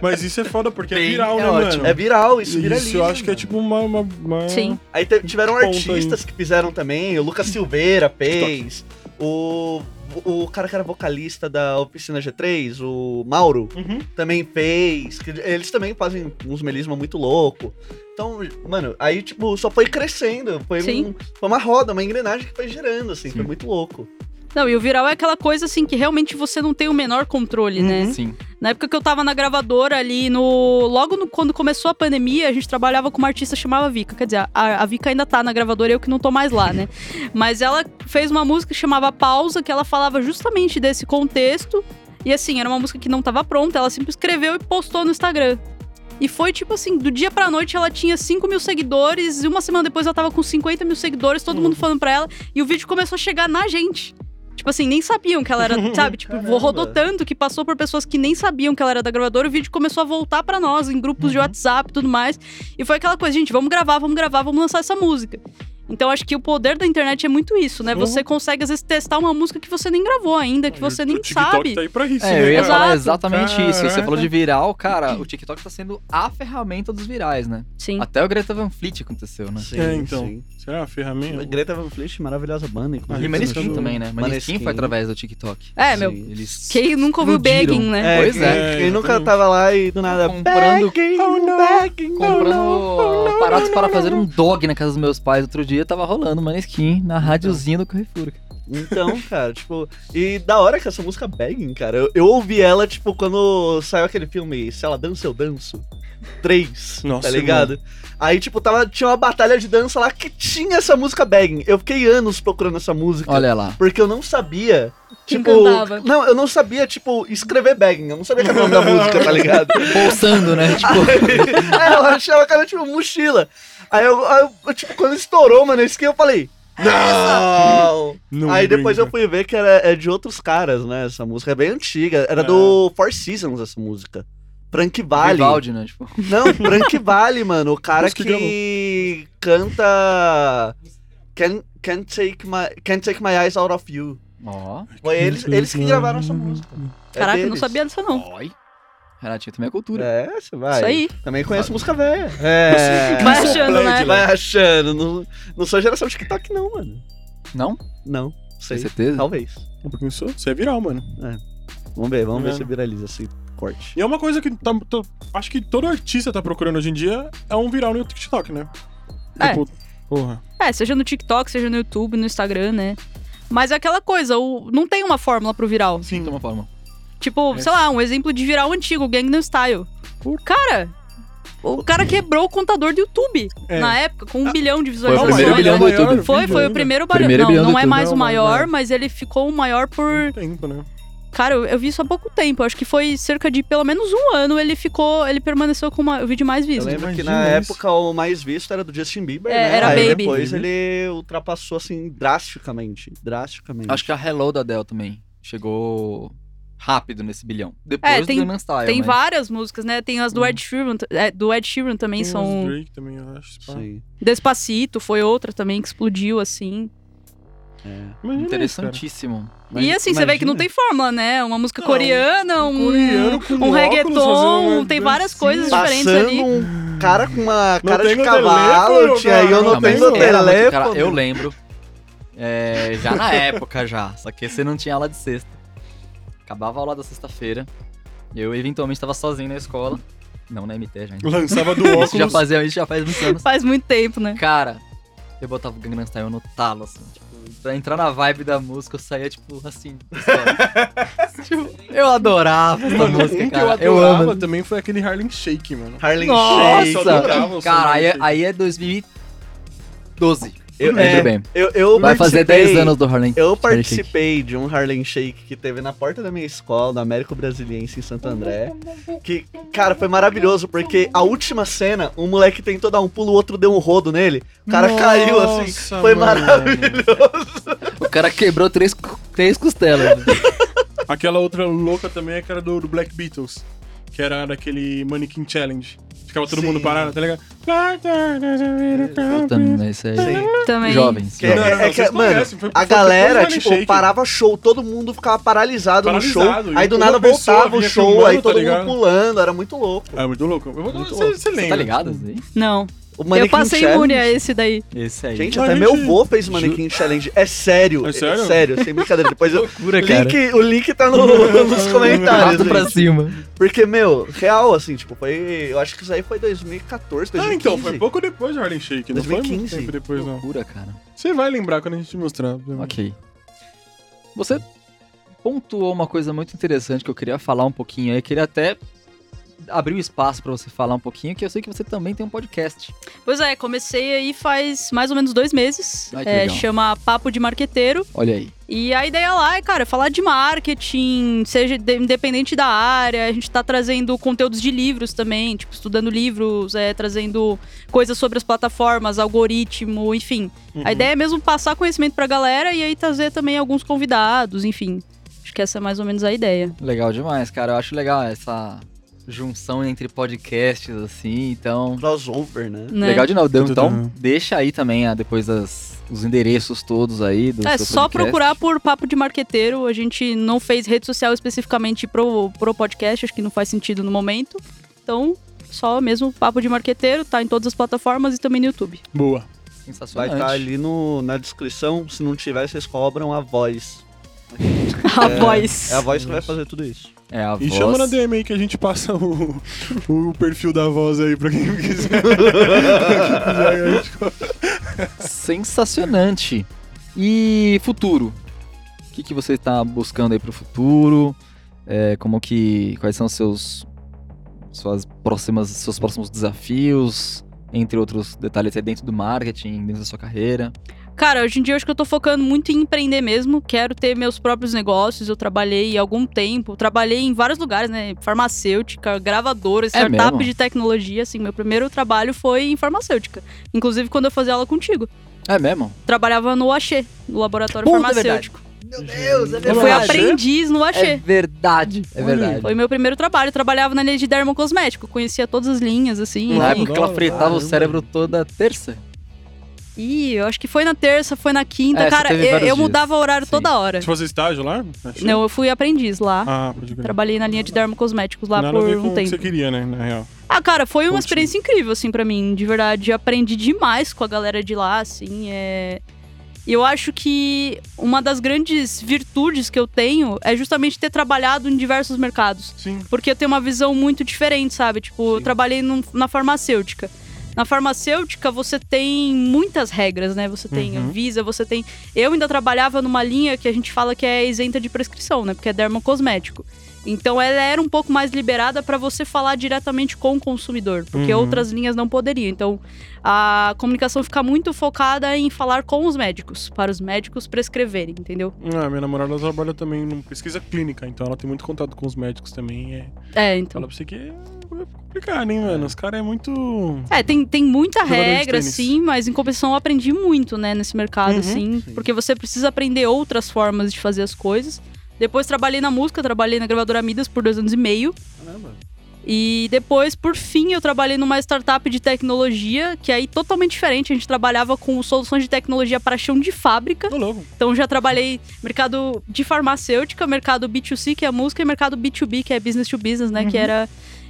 [SPEAKER 2] Mas isso é foda, porque é
[SPEAKER 3] Bem,
[SPEAKER 2] viral,
[SPEAKER 3] é
[SPEAKER 2] né,
[SPEAKER 3] ótimo.
[SPEAKER 2] mano?
[SPEAKER 1] é viral, isso
[SPEAKER 2] Isso,
[SPEAKER 1] viraliza.
[SPEAKER 2] eu acho que é
[SPEAKER 1] mano.
[SPEAKER 2] tipo uma... uma, uma-
[SPEAKER 4] Sim.
[SPEAKER 1] Aí te- tiveram
[SPEAKER 2] Ponto
[SPEAKER 1] artistas que fizeram também, o Lucas Silveira fez, o, o cara que era vocalista da Oficina G3, o Mauro,
[SPEAKER 2] Uhum.
[SPEAKER 1] também fez. que Eles também fazem uns melisma muito louco. Então, mano, aí tipo, só foi crescendo, foi,
[SPEAKER 4] Sim.
[SPEAKER 1] um- foi uma roda, uma engrenagem que foi gerando, assim, foi
[SPEAKER 3] Sim.
[SPEAKER 1] muito louco.
[SPEAKER 4] Não, e o viral é aquela coisa assim que realmente você não tem o menor controle,
[SPEAKER 2] Hum?
[SPEAKER 4] né?
[SPEAKER 3] Sim.
[SPEAKER 4] Na época que eu tava na gravadora ali, no logo no- quando começou a pandemia, a gente trabalhava com uma artista chamada Vika. Quer dizer, a, a Vika ainda tá na gravadora, eu que não tô mais lá, né? Mas ela fez uma música que chamava Pausa, que ela falava justamente desse contexto. E assim, era uma música que não tava pronta, ela sempre escreveu e postou no Instagram. E foi tipo assim, do dia pra noite ela tinha 5 mil seguidores, e uma semana depois ela tava com 50 mil seguidores, todo mundo falando pra ela, e o vídeo começou a chegar na gente. Tipo assim, nem sabiam que ela era, sabe? Tipo,
[SPEAKER 1] Caramba.
[SPEAKER 4] rodou tanto que passou por pessoas que nem sabiam que ela era da gravadora, o vídeo começou a voltar pra nós, em grupos de WhatsApp e tudo mais. E foi aquela coisa, gente, vamos gravar, vamos gravar, vamos lançar essa música. Então acho que o poder da internet é muito isso, né?
[SPEAKER 2] Uhum.
[SPEAKER 4] Você consegue, às vezes, testar uma música que você nem gravou ainda, que você nem
[SPEAKER 2] o TikTok
[SPEAKER 4] sabe.
[SPEAKER 2] tá aí pra isso,
[SPEAKER 3] É,
[SPEAKER 2] né?
[SPEAKER 3] eu ia
[SPEAKER 2] cara?
[SPEAKER 4] Exato.
[SPEAKER 3] falar exatamente isso. assim, Você
[SPEAKER 2] Caraca.
[SPEAKER 3] falou de viral, cara, o TikTok tá sendo a ferramenta dos virais, né?
[SPEAKER 4] Sim.
[SPEAKER 3] Até o Greta Van Fleet aconteceu, né?
[SPEAKER 1] Sim,
[SPEAKER 2] É, então. Será uma ferramenta?
[SPEAKER 1] Greta Van Fleet, maravilhosa banda,
[SPEAKER 2] Ah,
[SPEAKER 3] E
[SPEAKER 1] inclusive.
[SPEAKER 2] Maneskin
[SPEAKER 3] Maneskin também, né? Maneskin
[SPEAKER 1] Maneskin.
[SPEAKER 3] foi através do TikTok.
[SPEAKER 4] É, meu.
[SPEAKER 1] Sim.
[SPEAKER 3] Eles
[SPEAKER 4] Quem nunca ouviu
[SPEAKER 3] Explodiram.
[SPEAKER 4] Begging, né?
[SPEAKER 1] É,
[SPEAKER 3] Pois
[SPEAKER 1] quem,
[SPEAKER 2] é,
[SPEAKER 1] quem nunca
[SPEAKER 2] exatamente.
[SPEAKER 1] tava lá e do nada.
[SPEAKER 3] Comprando-
[SPEAKER 1] Begging,
[SPEAKER 2] Oh, não.
[SPEAKER 1] begging,
[SPEAKER 3] comprando aparatos para fazer um dog na casa dos meus pais outro dia, tava rolando Maneskin na rádiozinha do Carrefour.
[SPEAKER 1] Então, cara, tipo. E da hora que essa música Begging, cara. Eu, eu ouvi ela, tipo, quando saiu aquele filme Se Ela Dança, Eu Danço. 3,
[SPEAKER 2] Nossa,
[SPEAKER 1] tá ligado? Aí, tipo, tava, tinha uma batalha de dança lá que tinha essa música Begging. Eu fiquei anos procurando essa música.
[SPEAKER 3] Olha lá.
[SPEAKER 1] Porque eu não sabia.
[SPEAKER 4] Quem
[SPEAKER 1] Tipo,
[SPEAKER 4] cantava?
[SPEAKER 1] não, eu não sabia, tipo, escrever begging. Eu não sabia que era o nome da música, tá ligado?
[SPEAKER 3] Bolsando, né? Tipo,
[SPEAKER 1] Aí, eu achava que era, tipo, mochila. Aí eu, aí eu, tipo, quando estourou, mano, esse que eu falei. Não!
[SPEAKER 2] Não
[SPEAKER 1] Aí depois eu
[SPEAKER 2] brinca.
[SPEAKER 1] fui ver que era é de outros caras, né? Essa música é bem antiga. Era
[SPEAKER 2] É.
[SPEAKER 1] do Four Seasons essa música. Frank Valley.
[SPEAKER 3] Vivaldi, né? Tipo,
[SPEAKER 1] Não, Frank Valley, mano. O cara
[SPEAKER 2] Os
[SPEAKER 1] que,
[SPEAKER 2] que
[SPEAKER 1] canta. Can, can't, take my, can't Take My Eyes Out of You.
[SPEAKER 3] ó.
[SPEAKER 1] Foi eles, eles que gravaram essa música. É
[SPEAKER 4] Caraca, eu não
[SPEAKER 1] deles.
[SPEAKER 4] sabia dessa não.
[SPEAKER 3] Oi. Renatinho também é cultura.
[SPEAKER 1] É, você vai.
[SPEAKER 4] Isso aí.
[SPEAKER 1] Também conheço música velha. É.
[SPEAKER 4] Vai achando, né?
[SPEAKER 1] Vai achando. Não, não sou geração de TikTok, não, mano.
[SPEAKER 3] Não?
[SPEAKER 1] Não.
[SPEAKER 3] Tem
[SPEAKER 1] É. Sei.
[SPEAKER 3] certeza?
[SPEAKER 1] Talvez.
[SPEAKER 2] Porque isso, isso é viral, mano.
[SPEAKER 1] Vamos ver, vamos
[SPEAKER 2] É.
[SPEAKER 1] ver se viraliza esse corte.
[SPEAKER 2] E é uma coisa que tá, tô- acho que todo artista tá procurando hoje em dia é um viral no TikTok, né?
[SPEAKER 4] É.
[SPEAKER 2] Tipo, porra.
[SPEAKER 4] É, seja no TikTok, seja no YouTube, no Instagram, né? Mas é aquela coisa, o... não tem uma fórmula pro viral.
[SPEAKER 3] Sim, de uma forma.
[SPEAKER 4] Tipo,
[SPEAKER 2] É.
[SPEAKER 4] sei lá, um exemplo de viral antigo, Gangnam Style.
[SPEAKER 2] Por-
[SPEAKER 4] Cara, o cara quebrou o contador do YouTube
[SPEAKER 2] É.
[SPEAKER 4] na época, com um bilhão de
[SPEAKER 3] Foi o
[SPEAKER 4] visualizações. né?
[SPEAKER 3] primeiro bilhão do
[SPEAKER 2] maior
[SPEAKER 3] YouTube.
[SPEAKER 4] Foi,
[SPEAKER 2] vídeo
[SPEAKER 4] foi o
[SPEAKER 2] ainda.
[SPEAKER 4] primeiro barulho.
[SPEAKER 3] Primeiro
[SPEAKER 4] não,
[SPEAKER 3] bilhão do
[SPEAKER 4] não é
[SPEAKER 3] YouTube.
[SPEAKER 4] mais o
[SPEAKER 2] Não, mas é.
[SPEAKER 4] maior, mas ele ficou o maior por.
[SPEAKER 2] Tempo, né?
[SPEAKER 4] Cara, eu, eu vi isso há pouco tempo. Acho que foi cerca de pelo menos um ano ele ficou. Ele permaneceu com uma- o vídeo mais
[SPEAKER 1] Eu
[SPEAKER 4] visto.
[SPEAKER 1] lembro que
[SPEAKER 2] Imagina
[SPEAKER 1] na
[SPEAKER 2] isso.
[SPEAKER 1] época o mais visto era do Justin Bieber,
[SPEAKER 4] É,
[SPEAKER 1] né?
[SPEAKER 4] era
[SPEAKER 1] Aí
[SPEAKER 4] Baby.
[SPEAKER 1] depois ele ultrapassou assim drasticamente, drasticamente.
[SPEAKER 3] Acho que a Hello da Dell também chegou rápido nesse bilhão. Depois
[SPEAKER 4] É, tem-
[SPEAKER 3] do Gangnam Style.
[SPEAKER 4] Tem
[SPEAKER 3] mas-
[SPEAKER 4] várias músicas, né? Tem as do
[SPEAKER 3] Hum.
[SPEAKER 4] Ed Sheeran, é, do Ed Sheeran também
[SPEAKER 2] Tem
[SPEAKER 4] são.
[SPEAKER 2] os Drake também, eu acho. pá.
[SPEAKER 1] Sim.
[SPEAKER 4] Despacito foi outra também que explodiu assim.
[SPEAKER 1] É.
[SPEAKER 4] né,
[SPEAKER 2] Imagina isso,
[SPEAKER 3] Interessantíssimo.
[SPEAKER 4] e assim, você vê que não tem fórmula, né? Uma música coreana, um,
[SPEAKER 2] coreano com
[SPEAKER 4] um
[SPEAKER 2] óculos fazendo
[SPEAKER 4] reggaeton,
[SPEAKER 2] uma
[SPEAKER 4] tem várias
[SPEAKER 2] dancinha.
[SPEAKER 4] coisas diferentes
[SPEAKER 1] Passando
[SPEAKER 4] ali.
[SPEAKER 1] um cara com uma
[SPEAKER 2] Não
[SPEAKER 1] cara de
[SPEAKER 2] tem no
[SPEAKER 1] cavalo,
[SPEAKER 2] teléfono,
[SPEAKER 1] tia, e eu
[SPEAKER 2] cara,
[SPEAKER 1] não,
[SPEAKER 2] não
[SPEAKER 1] tenho
[SPEAKER 2] tem
[SPEAKER 1] no
[SPEAKER 2] no
[SPEAKER 3] era muito é, cara-
[SPEAKER 1] teléfono.
[SPEAKER 3] eu lembro. É, já na época, já. Só que você não tinha aula de sexta. Acabava a aula da sexta-feira. Eu eventualmente estava sozinho na escola. Não, na MT, gente.
[SPEAKER 2] Lançava do óculos.
[SPEAKER 3] Isso já, fazia, isso já faz muitos anos.
[SPEAKER 4] Faz muito tempo, né?
[SPEAKER 3] Cara, eu botava o Gangnam Style no talo, assim, tipo, pra entrar na vibe da música, eu saía, tipo, assim, do story. Tipo, eu adorava essa
[SPEAKER 2] Mano,
[SPEAKER 3] música,
[SPEAKER 2] um que eu
[SPEAKER 3] cara.
[SPEAKER 2] adorava
[SPEAKER 3] eu amo.
[SPEAKER 2] também foi aquele Harlem Shake, mano.
[SPEAKER 1] Harlem
[SPEAKER 3] Nossa!
[SPEAKER 1] Shake.
[SPEAKER 2] eu adorava o
[SPEAKER 3] Cara, aí,
[SPEAKER 2] Harlem Shake.
[SPEAKER 3] aí é 2012.
[SPEAKER 1] Eu,
[SPEAKER 3] Lembro
[SPEAKER 1] é,
[SPEAKER 3] bem.
[SPEAKER 1] eu, eu
[SPEAKER 3] Vai fazer
[SPEAKER 1] participei-
[SPEAKER 3] 10 anos do Harlem.
[SPEAKER 1] Eu
[SPEAKER 3] Shake.
[SPEAKER 1] participei de um Harlem Shake que teve na porta da minha escola, da Américo Brasiliense, em Santo André. Que, cara, foi maravilhoso, porque a última cena, um moleque tentou dar um pulo, o outro deu um rodo nele. O cara caiu assim.
[SPEAKER 2] Nossa,
[SPEAKER 1] Foi
[SPEAKER 2] mano.
[SPEAKER 1] maravilhoso.
[SPEAKER 3] O cara quebrou três, cu- três costelas. né,
[SPEAKER 2] Aquela outra louca também é que era do, do Black Beatles, que era daquele Mannequin Challenge. Ficava todo
[SPEAKER 1] Sim.
[SPEAKER 2] mundo parado, tá ligado?
[SPEAKER 3] Puta, né, isso aí.
[SPEAKER 1] Sim.
[SPEAKER 4] Também.
[SPEAKER 3] Jovens.
[SPEAKER 1] Que-
[SPEAKER 2] Não,
[SPEAKER 3] jovens.
[SPEAKER 2] não, não,
[SPEAKER 1] é que,
[SPEAKER 2] vocês
[SPEAKER 1] mano,
[SPEAKER 2] conhecem, foi-
[SPEAKER 1] a
[SPEAKER 2] foi
[SPEAKER 1] galera,
[SPEAKER 2] depois do
[SPEAKER 1] tipo,
[SPEAKER 2] Harlem Shake.
[SPEAKER 1] parava show, todo mundo ficava paralisado, no
[SPEAKER 2] Paralisado,
[SPEAKER 1] show.
[SPEAKER 2] e
[SPEAKER 1] Aí do
[SPEAKER 2] uma
[SPEAKER 1] nada
[SPEAKER 2] pessoa
[SPEAKER 1] voltava o
[SPEAKER 2] vinha
[SPEAKER 1] show,
[SPEAKER 2] filmando,
[SPEAKER 1] aí
[SPEAKER 2] tá
[SPEAKER 1] todo mundo
[SPEAKER 2] ligado?
[SPEAKER 1] pulando, era muito louco.
[SPEAKER 2] É muito louco. Eu vou
[SPEAKER 1] Muito
[SPEAKER 2] você,
[SPEAKER 1] louco.
[SPEAKER 2] você lembra.
[SPEAKER 3] Tá ligado? isso aí?
[SPEAKER 4] Não.
[SPEAKER 1] O
[SPEAKER 4] Eu
[SPEAKER 1] Mannequin
[SPEAKER 4] passei
[SPEAKER 1] Challenge-
[SPEAKER 4] imune a esse daí.
[SPEAKER 3] Esse aí.
[SPEAKER 1] Gente,
[SPEAKER 2] Mas
[SPEAKER 1] até
[SPEAKER 2] a
[SPEAKER 1] meu
[SPEAKER 2] gente-
[SPEAKER 1] avô fez Mannequin Challenge. É sério.
[SPEAKER 2] É sério?
[SPEAKER 1] sem brincadeira. Depois eu,
[SPEAKER 3] loucura,
[SPEAKER 2] é?
[SPEAKER 1] Link, o link tá no- nos comentários.
[SPEAKER 3] Rato pra
[SPEAKER 1] gente.
[SPEAKER 3] cima.
[SPEAKER 1] Porque, meu, real, assim, tipo, foi. Eu acho que isso aí foi 2014, 2015.
[SPEAKER 2] Ah, então, foi pouco depois do Harlem Shake, não foi muito
[SPEAKER 1] 2015.
[SPEAKER 2] tempo depois, não.
[SPEAKER 3] Loucura, cara.
[SPEAKER 2] Você vai lembrar quando a gente te mostrar.
[SPEAKER 3] Ok. Você pontuou uma coisa muito interessante que eu queria falar um pouquinho aí. Queria até abrir o espaço pra você falar um pouquinho, que eu sei que você também tem um podcast.
[SPEAKER 4] Pois é, comecei aí faz mais ou menos dois meses.
[SPEAKER 3] Ai, que
[SPEAKER 4] É,
[SPEAKER 3] legal.
[SPEAKER 4] chama Papo de Marqueteiro.
[SPEAKER 3] Olha aí.
[SPEAKER 4] E a ideia lá é, cara, falar de marketing, seja de- independente da área. A gente tá trazendo conteúdos de livros também, tipo, estudando livros, é, trazendo coisas sobre as plataformas, algoritmo, enfim.
[SPEAKER 3] Uhum.
[SPEAKER 4] A ideia é mesmo passar conhecimento pra galera e aí trazer também alguns convidados, enfim. Acho que essa é mais ou menos a ideia.
[SPEAKER 3] Legal demais, cara. Eu acho legal essa junção entre podcasts, assim, então.
[SPEAKER 1] Crossover, né?
[SPEAKER 4] Né?
[SPEAKER 3] Legal de novo.
[SPEAKER 2] Tudo
[SPEAKER 3] Então,
[SPEAKER 2] bem.
[SPEAKER 3] deixa aí também ah, depois as- os endereços todos aí do
[SPEAKER 4] É
[SPEAKER 3] seu
[SPEAKER 4] só
[SPEAKER 3] podcast.
[SPEAKER 4] procurar por Papo de Marqueteiro. A gente não fez rede social especificamente pro, pro podcast, acho que não faz sentido no momento. Então, só mesmo Papo de Marqueteiro, tá em todas as plataformas e também no YouTube.
[SPEAKER 2] Boa.
[SPEAKER 1] Vai
[SPEAKER 3] Sensacionante.
[SPEAKER 4] tá
[SPEAKER 1] estar ali no, na descrição. Se não tiver, vocês cobram a voz.
[SPEAKER 4] A voz.
[SPEAKER 1] É a voz que vai fazer tudo isso.
[SPEAKER 3] É a
[SPEAKER 2] E
[SPEAKER 3] voz.
[SPEAKER 2] chama na DM aí que a gente passa o, o perfil da voz aí pra quem quiser.
[SPEAKER 3] Sensacionante. E futuro? O que, que você está buscando aí pro futuro? É, como que. Quais são seus suas próximas, seus próximos desafios? Entre outros detalhes aí dentro do marketing, dentro da sua carreira.
[SPEAKER 4] Cara, hoje em dia eu acho que eu tô focando muito em empreender mesmo. Quero ter meus próprios negócios. Eu trabalhei há algum tempo, trabalhei em vários lugares, né? Farmacêutica, gravadora, startup
[SPEAKER 3] É mesmo?
[SPEAKER 4] de tecnologia. Assim, meu primeiro trabalho foi em farmacêutica. Inclusive quando eu fazia aula contigo.
[SPEAKER 3] É mesmo?
[SPEAKER 4] Trabalhava no Axê, no laboratório
[SPEAKER 3] Puta, é
[SPEAKER 4] farmacêutico.
[SPEAKER 1] Meu Deus, é
[SPEAKER 4] Eu
[SPEAKER 3] No
[SPEAKER 4] fui
[SPEAKER 3] Axê?
[SPEAKER 4] aprendiz no Axê.
[SPEAKER 3] É verdade. É
[SPEAKER 2] Olha aí.
[SPEAKER 3] verdade.
[SPEAKER 4] Foi meu primeiro trabalho. Eu trabalhava na linha de dermocosmético. Conhecia todas as linhas, assim.
[SPEAKER 3] Na
[SPEAKER 2] Nossa,
[SPEAKER 4] e-
[SPEAKER 3] época que ela
[SPEAKER 2] Caramba.
[SPEAKER 3] fritava o cérebro toda terça.
[SPEAKER 4] Ih, eu acho que foi na terça, foi na quinta.
[SPEAKER 3] É, você
[SPEAKER 4] Cara,
[SPEAKER 3] teve
[SPEAKER 4] eu,
[SPEAKER 3] vários
[SPEAKER 4] eu
[SPEAKER 3] dias.
[SPEAKER 4] mudava horário
[SPEAKER 3] Sim.
[SPEAKER 4] toda hora.
[SPEAKER 2] Você fazia estágio lá? Achei.
[SPEAKER 4] Não, eu fui aprendiz lá.
[SPEAKER 2] tá, Ah, pode crer.
[SPEAKER 4] Trabalhei na linha de dermocosméticos lá
[SPEAKER 2] Nada a
[SPEAKER 4] por
[SPEAKER 2] ver com
[SPEAKER 4] um
[SPEAKER 2] o que você
[SPEAKER 4] tempo.
[SPEAKER 2] queria, né, na real.
[SPEAKER 4] Ah, cara, foi uma
[SPEAKER 2] Ótimo.
[SPEAKER 4] experiência incrível, assim, pra mim. De verdade, aprendi demais com a galera de lá, assim. É... E Eu acho que uma das grandes virtudes que eu tenho é justamente ter trabalhado em diversos mercados.
[SPEAKER 2] Sim.
[SPEAKER 4] Porque eu tenho uma visão muito diferente, sabe? Tipo, eu
[SPEAKER 3] Sim.
[SPEAKER 4] trabalhei num- na farmacêutica. Na farmacêutica, você tem muitas regras, né? Você tem
[SPEAKER 2] Uhum.
[SPEAKER 4] Visa, você tem. Eu ainda trabalhava numa linha que a gente fala que é isenta de prescrição, né? Porque é dermocosmético. Então ela era um pouco mais liberada para você falar diretamente com o consumidor, porque
[SPEAKER 2] Uhum.
[SPEAKER 4] outras linhas não poderiam. Então a comunicação fica muito focada em falar com os médicos, para os médicos prescreverem, entendeu?
[SPEAKER 2] Ah, minha namorada ela trabalha também numa pesquisa clínica, então ela tem muito contato com os médicos também. É.
[SPEAKER 4] É, então.
[SPEAKER 2] Fala pra você que é complicado, hein, mano? Os caras é muito.
[SPEAKER 4] É, tem, tem muita
[SPEAKER 2] Jogador de
[SPEAKER 4] regra,
[SPEAKER 2] tênis.
[SPEAKER 4] sim, mas em compensação eu aprendi muito, né, nesse mercado,
[SPEAKER 2] Uhum.
[SPEAKER 4] assim.
[SPEAKER 1] Sim.
[SPEAKER 4] Porque você precisa aprender outras formas de fazer as coisas. Depois trabalhei na música, trabalhei na gravadora Midas por dois anos e meio.
[SPEAKER 1] Caramba.
[SPEAKER 4] E depois, por fim, eu trabalhei numa startup de tecnologia, que é aí totalmente diferente. A gente trabalhava com soluções de tecnologia para chão de fábrica.
[SPEAKER 2] Tô louco.
[SPEAKER 4] Então já trabalhei mercado de farmacêutica, mercado B2C, que é a música, e mercado B2B, que é business to business, né? Que era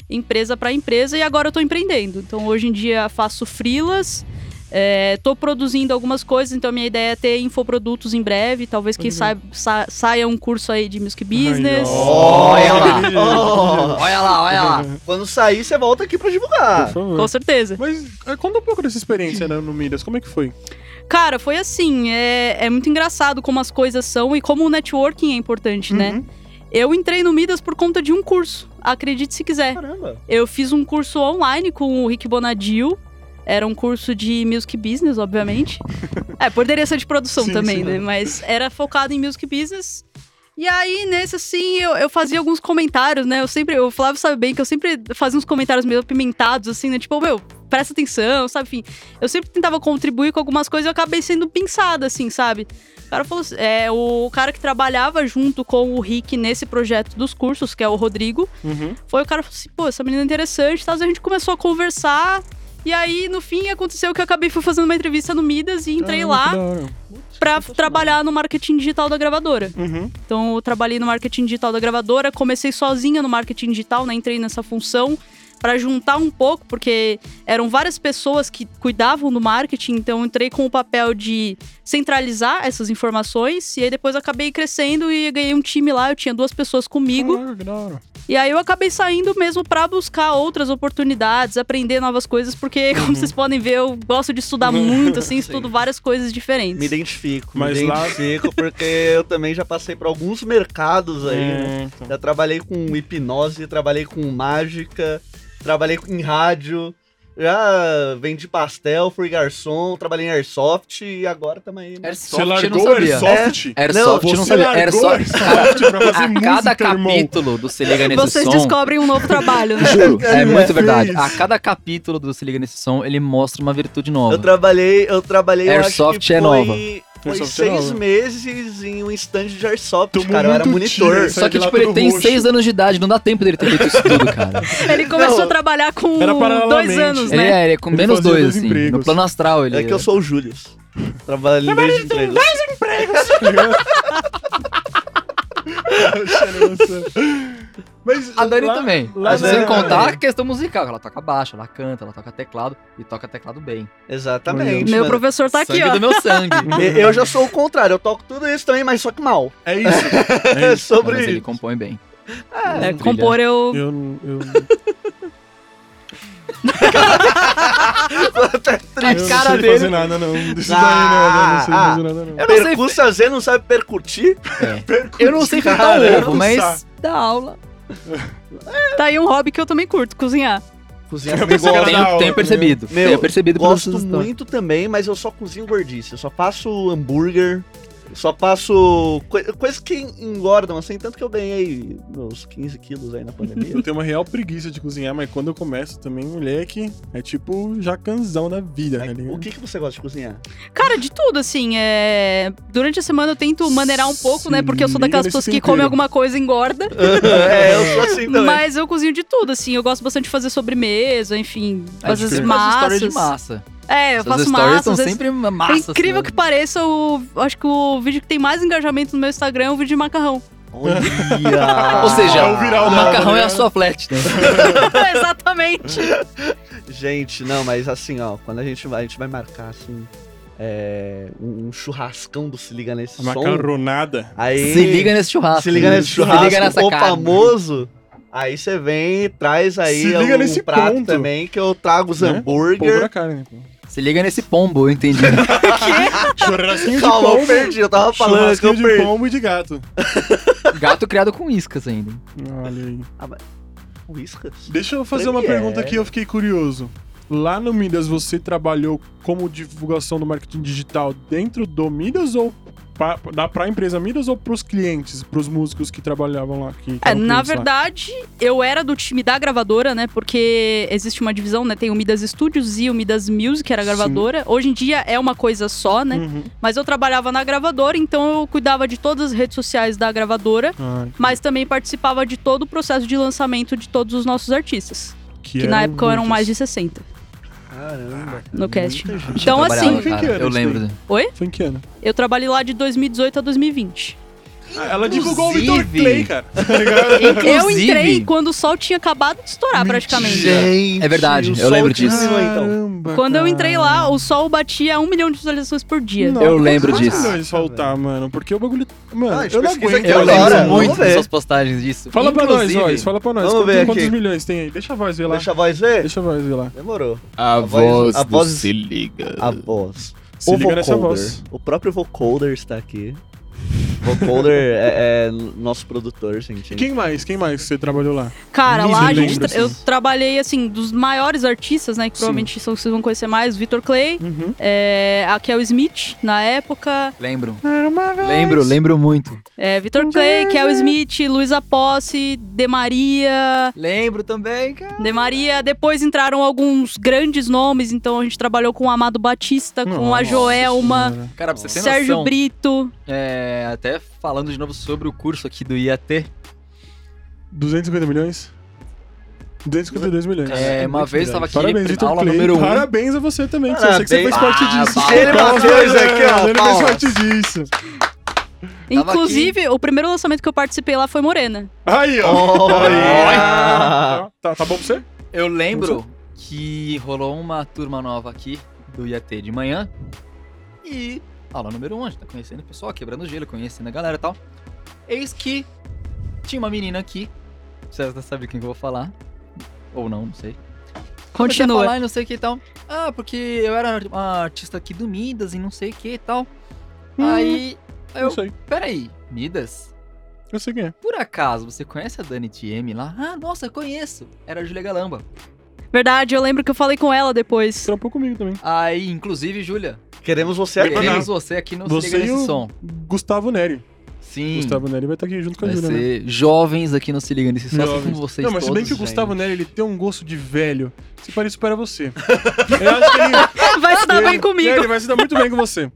[SPEAKER 4] empresa para empresa, e agora eu tô empreendendo. Então hoje em dia faço freelas, É, tô produzindo algumas coisas, então a minha ideia é ter infoprodutos em breve. Talvez que
[SPEAKER 2] Pode
[SPEAKER 4] sai, sa- saia um curso aí de music business.
[SPEAKER 1] Olha lá.
[SPEAKER 2] Entendi.
[SPEAKER 1] Ó.
[SPEAKER 3] Olha lá, olha lá.
[SPEAKER 1] Quando sair, você volta aqui pra
[SPEAKER 2] Por
[SPEAKER 1] divulgar.
[SPEAKER 2] favor.
[SPEAKER 4] Ah, Com certeza.
[SPEAKER 2] Mas é, conta um pouco dessa experiência né, no Midas, como é que foi?
[SPEAKER 4] Cara, foi assim, é, é muito engraçado como as coisas são e como o networking é importante, né?
[SPEAKER 1] Uhum.
[SPEAKER 4] Eu entrei no Midas por conta de um curso, acredite se quiser.
[SPEAKER 1] Caramba.
[SPEAKER 4] Eu fiz um curso online com o Rick Bonadil. Era um curso de music business, obviamente. é, poderia ser de produção
[SPEAKER 2] Sim,
[SPEAKER 4] também,
[SPEAKER 2] sim. é.
[SPEAKER 4] né? Mas era focado em music business. E aí, nesse assim, eu, eu fazia alguns comentários, né? Eu sempre, o Flávio sabe bem que eu sempre fazia uns comentários meio apimentados, assim, né? Tipo, meu, presta atenção, sabe? Enfim, eu sempre tentava contribuir com algumas coisas e eu acabei sendo pensada, assim, sabe? O cara falou assim- é, o cara que trabalhava junto com o Rick nesse projeto dos cursos, que é o Rodrigo,
[SPEAKER 2] Uhum.
[SPEAKER 4] foi o cara falou assim, pô, essa menina é interessante, tá? a gente começou a conversar. E aí, no fim, aconteceu que eu acabei fui fazendo uma entrevista no Midas e entrei
[SPEAKER 2] Caramba, Ah, que
[SPEAKER 4] lá
[SPEAKER 2] da hora.
[SPEAKER 1] Putz,
[SPEAKER 4] pra
[SPEAKER 1] sensacional.
[SPEAKER 4] trabalhar no marketing digital da gravadora.
[SPEAKER 2] Uhum.
[SPEAKER 4] Então, eu trabalhei no marketing digital da gravadora, comecei sozinha no marketing digital, né? Entrei nessa função pra juntar um pouco, porque eram várias pessoas que cuidavam do marketing, então eu entrei com o papel de centralizar essas informações e aí depois eu acabei crescendo e ganhei um time lá, eu tinha duas pessoas comigo.
[SPEAKER 2] Caramba, Ah, que da hora.
[SPEAKER 4] E aí eu acabei saindo mesmo pra buscar outras oportunidades, aprender novas coisas, porque, como vocês podem ver, eu gosto de estudar muito, assim, estudo várias coisas diferentes.
[SPEAKER 1] Me identifico,
[SPEAKER 2] Mas
[SPEAKER 1] me
[SPEAKER 2] lá-
[SPEAKER 1] identifico, porque eu também já passei por alguns mercados aí, né?
[SPEAKER 2] É, então.
[SPEAKER 1] Já trabalhei com hipnose, trabalhei com mágica, trabalhei em rádio, já vendi pastel, fui garçom, trabalhei em airsoft e agora tamo aí. né?
[SPEAKER 3] Airsoft,
[SPEAKER 2] Você
[SPEAKER 3] eu não
[SPEAKER 2] largou o
[SPEAKER 3] sabia.
[SPEAKER 4] É.
[SPEAKER 2] Airsoft?
[SPEAKER 3] Airsoft, eu
[SPEAKER 2] Você
[SPEAKER 3] não sabia.
[SPEAKER 2] largou o
[SPEAKER 3] Airsoft.
[SPEAKER 2] Airsoft pra fazer
[SPEAKER 3] A cada
[SPEAKER 2] música, irmão.
[SPEAKER 3] capítulo do Se Liga Nesse
[SPEAKER 4] Vocês
[SPEAKER 3] Som...
[SPEAKER 4] descobrem um novo trabalho, né?
[SPEAKER 3] Juro,
[SPEAKER 2] Cara,
[SPEAKER 3] é muito
[SPEAKER 2] é
[SPEAKER 3] verdade.
[SPEAKER 2] isso.
[SPEAKER 3] A cada capítulo do Se Liga Nesse Som, ele mostra uma virtude
[SPEAKER 1] Eu
[SPEAKER 3] nova.
[SPEAKER 1] trabalhei, eu trabalhei, eu acho
[SPEAKER 3] Airsoft
[SPEAKER 1] que
[SPEAKER 3] é
[SPEAKER 1] foi,
[SPEAKER 3] nova.
[SPEAKER 1] foi
[SPEAKER 2] Airsoft é
[SPEAKER 1] seis
[SPEAKER 2] nova.
[SPEAKER 1] meses em um stand de airsoft,
[SPEAKER 2] Tomou
[SPEAKER 1] cara, eu era
[SPEAKER 2] muito tiro,
[SPEAKER 1] monitor.
[SPEAKER 2] isso
[SPEAKER 3] Só
[SPEAKER 2] Sai de
[SPEAKER 3] que,
[SPEAKER 2] lá
[SPEAKER 3] tipo, ele
[SPEAKER 2] todo
[SPEAKER 3] tem
[SPEAKER 2] roxo.
[SPEAKER 3] 6 anos de idade, não dá tempo dele ter feito isso tudo, cara.
[SPEAKER 4] Ele começou
[SPEAKER 1] Não,
[SPEAKER 4] a trabalhar com
[SPEAKER 2] era
[SPEAKER 4] dois
[SPEAKER 2] paralelamente.
[SPEAKER 4] anos,
[SPEAKER 3] Ele
[SPEAKER 4] né?
[SPEAKER 3] é, ele é com
[SPEAKER 2] Ele
[SPEAKER 3] menos
[SPEAKER 2] fazia
[SPEAKER 3] dois,
[SPEAKER 2] dois
[SPEAKER 3] assim.
[SPEAKER 2] empregos.
[SPEAKER 3] No plano astral, ele.
[SPEAKER 1] É que eu sou o Július. Trabalhei em dois empregos.
[SPEAKER 2] Mas
[SPEAKER 3] A Dani
[SPEAKER 2] lá-
[SPEAKER 3] também.
[SPEAKER 2] lá
[SPEAKER 3] Mas
[SPEAKER 1] na-
[SPEAKER 3] sem
[SPEAKER 1] né?
[SPEAKER 3] contar a questão musical, ela toca baixo, ela canta, ela toca teclado e toca teclado bem.
[SPEAKER 1] Exatamente.
[SPEAKER 4] Meu
[SPEAKER 1] mano.
[SPEAKER 4] professor tá aqui,
[SPEAKER 3] sangue do
[SPEAKER 4] ó.
[SPEAKER 3] meu sangue.
[SPEAKER 1] E- Eu já sou o contrário, eu toco tudo isso também, mas só que mal.
[SPEAKER 2] É isso.
[SPEAKER 1] É,
[SPEAKER 2] É isso.
[SPEAKER 1] sobre
[SPEAKER 3] Mas ele
[SPEAKER 1] isso.
[SPEAKER 3] compõe bem.
[SPEAKER 4] É,
[SPEAKER 3] Brilhante.
[SPEAKER 4] compor eu.
[SPEAKER 2] Eu, não- eu,
[SPEAKER 3] A
[SPEAKER 2] eu
[SPEAKER 3] cara
[SPEAKER 2] não sei
[SPEAKER 3] dele. É
[SPEAKER 2] fazer nada, não. Isso daí,
[SPEAKER 1] Ah, ah.
[SPEAKER 2] não, eu não sei fazer nada, não.
[SPEAKER 3] Eu não sei- É.
[SPEAKER 1] Percussa Z não sabe percutir?
[SPEAKER 3] Eu não sei fritar
[SPEAKER 1] Cara,
[SPEAKER 3] um ovo, mas dá aula.
[SPEAKER 4] Tá aí um hobby que eu também curto, cozinhar.
[SPEAKER 1] Cozinha
[SPEAKER 2] Eu pensei que era da
[SPEAKER 3] Tenho,
[SPEAKER 2] aula,
[SPEAKER 3] tenho percebido.
[SPEAKER 1] Meu,
[SPEAKER 3] tenho percebido pelas
[SPEAKER 1] Gosto
[SPEAKER 3] suas histórias. É
[SPEAKER 1] muito também, mas eu só cozinho gordice. Eu só passo hambúrguer, só passo coi- coisas que engordam, assim. Tanto que eu ganhei meus 15 quilos aí na pandemia.
[SPEAKER 2] Eu tenho uma real preguiça de cozinhar, mas quando eu começo também, moleque, é tipo jacanzão da vida, né?
[SPEAKER 1] Mas
[SPEAKER 2] ligado?
[SPEAKER 1] o que, que você gosta de cozinhar?
[SPEAKER 4] Cara, de tudo, assim. É... Durante a semana eu tento maneirar um pouco, né?
[SPEAKER 2] Se
[SPEAKER 4] Porque eu sou
[SPEAKER 2] liga
[SPEAKER 4] daquelas
[SPEAKER 2] nesse
[SPEAKER 4] pessoas que
[SPEAKER 2] tempero.
[SPEAKER 4] comem alguma coisa e engorda.
[SPEAKER 1] é, eu sou assim
[SPEAKER 3] Então,
[SPEAKER 1] também.
[SPEAKER 4] Mas eu cozinho de tudo, assim. Eu gosto bastante de fazer sobremesa, enfim.
[SPEAKER 3] É
[SPEAKER 4] às vezes
[SPEAKER 3] diferente. As histórias
[SPEAKER 4] massas.
[SPEAKER 3] de massa.
[SPEAKER 4] É, eu
[SPEAKER 3] As
[SPEAKER 4] faço
[SPEAKER 3] histórias
[SPEAKER 4] massas.
[SPEAKER 3] são
[SPEAKER 4] às vezes-
[SPEAKER 3] sempre né?
[SPEAKER 4] Por
[SPEAKER 3] massas.
[SPEAKER 4] incrível que pareça, o, acho que o vídeo que tem mais engajamento no meu Instagram é o vídeo de macarrão.
[SPEAKER 1] Olha!
[SPEAKER 3] Ou seja,
[SPEAKER 2] É o viral
[SPEAKER 3] o
[SPEAKER 2] da-
[SPEAKER 3] macarrão
[SPEAKER 2] né?
[SPEAKER 3] é a sua flat, né? É
[SPEAKER 4] Exatamente.
[SPEAKER 3] um
[SPEAKER 1] Gente, não, mas assim, ó, quando a gente vai, a gente vai marcar, assim, é, um, um churrascão do Se Liga Nesse
[SPEAKER 2] A
[SPEAKER 1] Som.
[SPEAKER 2] macarronada.
[SPEAKER 1] Aí,
[SPEAKER 3] Se liga nesse churrasco.
[SPEAKER 1] se
[SPEAKER 2] um
[SPEAKER 1] liga nesse churrasco,
[SPEAKER 3] Se liga nessa
[SPEAKER 1] o
[SPEAKER 3] carne.
[SPEAKER 1] famoso. Aí você vem e traz aí
[SPEAKER 2] Se liga
[SPEAKER 1] um
[SPEAKER 2] nesse
[SPEAKER 1] prato
[SPEAKER 2] ponto.
[SPEAKER 1] também, que eu trago os
[SPEAKER 2] Né? Povo
[SPEAKER 1] hambúrguer.
[SPEAKER 2] na carne, pô.
[SPEAKER 3] Se liga nesse pombo, eu entendi.
[SPEAKER 2] Churrasquinho de
[SPEAKER 1] Calma, eu
[SPEAKER 2] pombo.
[SPEAKER 1] perdi, eu
[SPEAKER 3] tá
[SPEAKER 1] tava falando que eu
[SPEAKER 2] Churrasquinho de
[SPEAKER 1] perdi.
[SPEAKER 2] pombo e de gato.
[SPEAKER 3] Gato criado com iscas ainda.
[SPEAKER 4] Então,
[SPEAKER 2] Olha aí.
[SPEAKER 1] Whiskas?
[SPEAKER 2] Deixa eu fazer
[SPEAKER 4] é.
[SPEAKER 2] uma
[SPEAKER 1] Premier.
[SPEAKER 2] pergunta que eu fiquei curioso. Lá no Midas, você trabalhou como divulgação do marketing digital dentro do Midas ou pra, da, pra empresa Midas ou pros clientes, pros músicos que trabalhavam lá? Que
[SPEAKER 4] É,
[SPEAKER 2] estavam
[SPEAKER 4] na
[SPEAKER 2] clientes lá?
[SPEAKER 4] verdade, eu era do time da gravadora, né? Porque existe uma divisão, né? Tem o Midas Studios e o Midas Music, que era a
[SPEAKER 2] Sim.
[SPEAKER 4] gravadora. Hoje em dia é uma coisa só, né?
[SPEAKER 3] Hum.
[SPEAKER 2] Uhum.
[SPEAKER 4] Mas eu trabalhava na gravadora, então eu cuidava de todas as redes sociais da gravadora.
[SPEAKER 2] Ah,
[SPEAKER 4] Mas também participava de todo o processo de lançamento de todos os nossos artistas. Que, na
[SPEAKER 2] eram
[SPEAKER 4] época eram
[SPEAKER 2] muitos.
[SPEAKER 4] mais de 60
[SPEAKER 1] Caramba.
[SPEAKER 4] no cast.
[SPEAKER 1] Muita gente.
[SPEAKER 4] Então,
[SPEAKER 3] Trabalhava,
[SPEAKER 4] assim,
[SPEAKER 2] Quem
[SPEAKER 3] cara,
[SPEAKER 2] que era
[SPEAKER 3] eu
[SPEAKER 2] isso
[SPEAKER 3] lembro.
[SPEAKER 4] Oi?
[SPEAKER 2] Foi em que ano?
[SPEAKER 4] Eu trabalhei lá de 2018 a 2020.
[SPEAKER 2] Ah, Ela divulgou o Victor
[SPEAKER 3] Inclusive-
[SPEAKER 2] Clay, cara. Tá ligado?
[SPEAKER 4] Eu
[SPEAKER 3] Inclusive-
[SPEAKER 4] entrei quando o sol tinha acabado de estourar, praticamente. né?
[SPEAKER 2] Gente,
[SPEAKER 3] É verdade,
[SPEAKER 1] o
[SPEAKER 3] eu
[SPEAKER 1] sol
[SPEAKER 3] lembro
[SPEAKER 1] te
[SPEAKER 3] disso.
[SPEAKER 1] ensinou, então.
[SPEAKER 2] Caramba,
[SPEAKER 4] Quando eu
[SPEAKER 2] cara.
[SPEAKER 4] entrei lá, o sol batia um milhão de visualizações por dia.
[SPEAKER 2] Nossa,
[SPEAKER 3] Eu lembro
[SPEAKER 2] quase
[SPEAKER 3] disso.
[SPEAKER 2] milhões de soltar, mano. Porque o bagulho. Mano,
[SPEAKER 1] Ah,
[SPEAKER 2] eu não
[SPEAKER 1] pesquisa
[SPEAKER 2] aguento.
[SPEAKER 1] aqui
[SPEAKER 3] Eu
[SPEAKER 1] agora,
[SPEAKER 3] lembro
[SPEAKER 1] vamos
[SPEAKER 3] muito
[SPEAKER 1] ver.
[SPEAKER 3] das suas postagens disso.
[SPEAKER 2] Fala pra nós,
[SPEAKER 3] Inclusive,
[SPEAKER 2] Royce. Fala pra nós.
[SPEAKER 1] Vamos
[SPEAKER 2] Quantos,
[SPEAKER 1] ver
[SPEAKER 2] quantos
[SPEAKER 1] aqui.
[SPEAKER 2] milhões tem aí? Deixa a voz ver lá.
[SPEAKER 1] Deixa a voz ver.
[SPEAKER 2] Deixa a voz ver lá.
[SPEAKER 1] Demorou.
[SPEAKER 5] A,
[SPEAKER 1] voz-
[SPEAKER 5] voz,
[SPEAKER 1] a
[SPEAKER 5] do
[SPEAKER 1] voz-
[SPEAKER 5] Se Liga.
[SPEAKER 1] A voz.
[SPEAKER 2] Se liga nessa voz.
[SPEAKER 1] O próprio vocoder está aqui. Vocoder é, é nosso produtor, gente.
[SPEAKER 2] Quem mais? Quem mais que você trabalhou lá?
[SPEAKER 4] Cara,
[SPEAKER 2] Lindo,
[SPEAKER 4] lá a gente
[SPEAKER 2] lembro,
[SPEAKER 4] tra- eu trabalhei, assim, dos maiores artistas, né? Que provavelmente são, vocês vão conhecer mais. Victor Clay,
[SPEAKER 2] Uhum.
[SPEAKER 4] é, a Kel Smith, na época.
[SPEAKER 3] Lembro. Lembro, lembro muito.
[SPEAKER 4] É, Victor Clay, Kel Smith, Luísa Posse, De Maria.
[SPEAKER 3] Lembro também, cara.
[SPEAKER 4] De Maria. Depois entraram alguns grandes nomes. Então a gente trabalhou com o Amado Batista, com a
[SPEAKER 2] Nossa
[SPEAKER 4] Joelma,
[SPEAKER 2] senhora.
[SPEAKER 3] Cara, pra você ter
[SPEAKER 4] Sérgio
[SPEAKER 3] noção,
[SPEAKER 4] Brito.
[SPEAKER 3] é, até falando de novo sobre o curso aqui do IAT,
[SPEAKER 2] 250 milhões? 252 milhões.
[SPEAKER 3] é, uma
[SPEAKER 2] muito
[SPEAKER 3] vez
[SPEAKER 2] grande.
[SPEAKER 3] tava aqui
[SPEAKER 2] Parabéns,
[SPEAKER 3] na
[SPEAKER 2] Vitor
[SPEAKER 3] aula
[SPEAKER 2] Clay.
[SPEAKER 3] número um.
[SPEAKER 2] Parabéns a você também, que eu sei que você fez
[SPEAKER 1] Parabéns.
[SPEAKER 2] parte
[SPEAKER 3] Ah,
[SPEAKER 2] disso.
[SPEAKER 3] palmas.
[SPEAKER 1] Ele bateu isso aqui, ó.
[SPEAKER 2] Ele fez
[SPEAKER 1] palmas.
[SPEAKER 2] parte disso.
[SPEAKER 4] Inclusive, o primeiro lançamento que eu participei lá foi Morena.
[SPEAKER 2] Aí, ó.
[SPEAKER 1] Olha.
[SPEAKER 2] Aí. Tá, tá bom pra você?
[SPEAKER 3] Eu lembro que rolou uma turma nova aqui do IAT de manhã. E aula número 1, a gente tá conhecendo o pessoal, quebrando gelo, conhecendo a galera e tal. Eis que tinha uma menina aqui. Vocês não sabem quem que eu vou falar. Ou não, não sei. Comecei a
[SPEAKER 4] Continua.
[SPEAKER 3] falar e não sei o que e tal. Ah, porque eu era uma artista aqui do Midas e não sei o que e tal.
[SPEAKER 2] Hum.
[SPEAKER 3] Aí,
[SPEAKER 2] Eu
[SPEAKER 3] eu,
[SPEAKER 2] sei.
[SPEAKER 3] peraí, Midas?
[SPEAKER 2] Eu sei quem é.
[SPEAKER 3] Por acaso, você conhece a Dani TM lá? Ah, nossa, conheço. Era a Julia Galamba.
[SPEAKER 4] Verdade, eu lembro que eu falei com ela depois.
[SPEAKER 2] Trampou comigo também.
[SPEAKER 3] Aí, inclusive, Júlia,
[SPEAKER 1] Queremos você aqui.
[SPEAKER 3] queremos você aqui no
[SPEAKER 2] Você
[SPEAKER 3] Se Liga
[SPEAKER 2] e
[SPEAKER 3] Nesse
[SPEAKER 2] o-
[SPEAKER 3] Som.
[SPEAKER 2] Gustavo Neri.
[SPEAKER 3] Sim,
[SPEAKER 2] Gustavo Neri vai estar aqui junto com a
[SPEAKER 3] Hum. vai
[SPEAKER 2] Júlia, né?
[SPEAKER 3] ser jovens aqui no Se Liga Nesse Som, assim
[SPEAKER 2] Jovens.
[SPEAKER 3] como vocês
[SPEAKER 2] Não, mas se bem
[SPEAKER 3] todos,
[SPEAKER 2] que o Gustavo
[SPEAKER 3] gente.
[SPEAKER 2] Neri, ele tem um gosto de velho. Se parece para você. Eu acho que ele...
[SPEAKER 4] Vai se dar
[SPEAKER 2] ele-
[SPEAKER 4] bem comigo.
[SPEAKER 2] Ele vai se dar muito bem com você.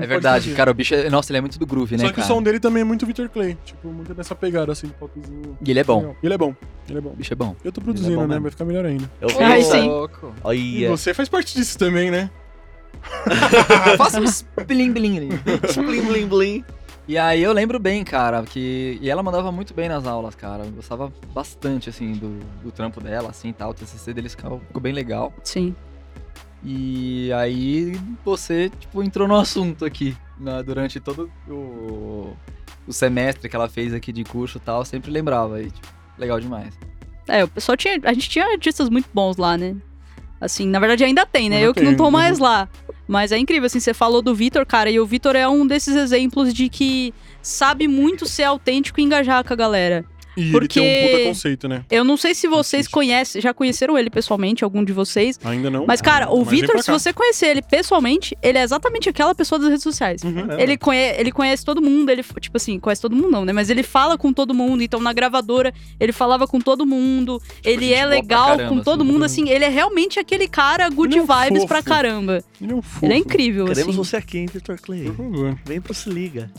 [SPEAKER 3] É verdade, cara, o bicho, é... nossa, ele é muito do groove, né,
[SPEAKER 2] Só que
[SPEAKER 3] cara?
[SPEAKER 2] o som dele também é muito Victor Clay. Tipo, muito nessa pegada, assim, de popzinho.
[SPEAKER 3] E ele é bom,
[SPEAKER 2] Ele é bom. Ele é bom.
[SPEAKER 3] o bicho é bom. é.
[SPEAKER 2] Eu tô produzindo,
[SPEAKER 1] bom
[SPEAKER 2] né?
[SPEAKER 1] mesmo.
[SPEAKER 2] Vai ficar melhor ainda.
[SPEAKER 1] Eu vi
[SPEAKER 4] Ai,
[SPEAKER 1] isso.
[SPEAKER 4] sim.
[SPEAKER 3] louco.
[SPEAKER 2] E
[SPEAKER 1] Olha.
[SPEAKER 2] você faz parte disso também, né?
[SPEAKER 3] Faça um bling bling ali.
[SPEAKER 1] Blim, blim, blim.
[SPEAKER 3] E aí eu lembro bem, cara, que. E ela mandava muito bem nas aulas, cara. Eu gostava bastante, assim, do, do trampo dela, assim, tal. O TCC deles ficou, ficou bem legal.
[SPEAKER 4] Sim.
[SPEAKER 3] E aí você, tipo, entrou no assunto aqui. na- durante todo o, o semestre que ela fez aqui de curso e tal, eu sempre lembrava. E, tipo, legal demais.
[SPEAKER 4] É, o pessoal tinha. A gente tinha artistas muito bons lá, né? Assim, na verdade ainda tem, né?
[SPEAKER 2] Ainda
[SPEAKER 4] Eu que
[SPEAKER 2] tem,
[SPEAKER 4] não
[SPEAKER 2] Uhum.
[SPEAKER 4] tô
[SPEAKER 2] ainda
[SPEAKER 4] mais lá. Mas é incrível, assim, você falou do Vitor, cara, e o Vitor é um desses exemplos de que sabe muito ser autêntico e engajar com a galera.
[SPEAKER 2] E
[SPEAKER 4] Porque-
[SPEAKER 2] ele tem um puta conceito, né?
[SPEAKER 4] Eu não sei se vocês
[SPEAKER 2] Assiste.
[SPEAKER 4] conhecem, já conheceram ele pessoalmente, algum de vocês.
[SPEAKER 2] Ainda não. Ah,
[SPEAKER 4] Mas, cara, o
[SPEAKER 2] Mas vem
[SPEAKER 4] Vitor,
[SPEAKER 2] pra
[SPEAKER 4] se
[SPEAKER 2] cá.
[SPEAKER 4] você conhecer ele pessoalmente, ele é exatamente aquela pessoa das redes sociais.
[SPEAKER 2] Uhum.
[SPEAKER 4] Ele, conhe- ele conhece todo mundo, ele, tipo assim, conhece todo mundo não, né? Mas ele fala com todo mundo, então na gravadora ele falava com todo mundo, ele
[SPEAKER 2] Tipo,
[SPEAKER 3] gente
[SPEAKER 4] é
[SPEAKER 3] boa pra
[SPEAKER 4] legal
[SPEAKER 3] caramba,
[SPEAKER 4] com todo
[SPEAKER 3] assim,
[SPEAKER 4] mundo,
[SPEAKER 2] né?
[SPEAKER 4] assim, ele é realmente aquele cara good
[SPEAKER 2] Ele é um
[SPEAKER 4] vibes
[SPEAKER 2] fofo.
[SPEAKER 4] pra caramba.
[SPEAKER 2] Ele é um fofo.
[SPEAKER 4] Ele é incrível,
[SPEAKER 1] Queremos
[SPEAKER 4] assim.
[SPEAKER 1] você aqui, hein, Victor Clay.
[SPEAKER 2] Por
[SPEAKER 3] Uhum.
[SPEAKER 2] favor.
[SPEAKER 1] Vem pro Se Liga.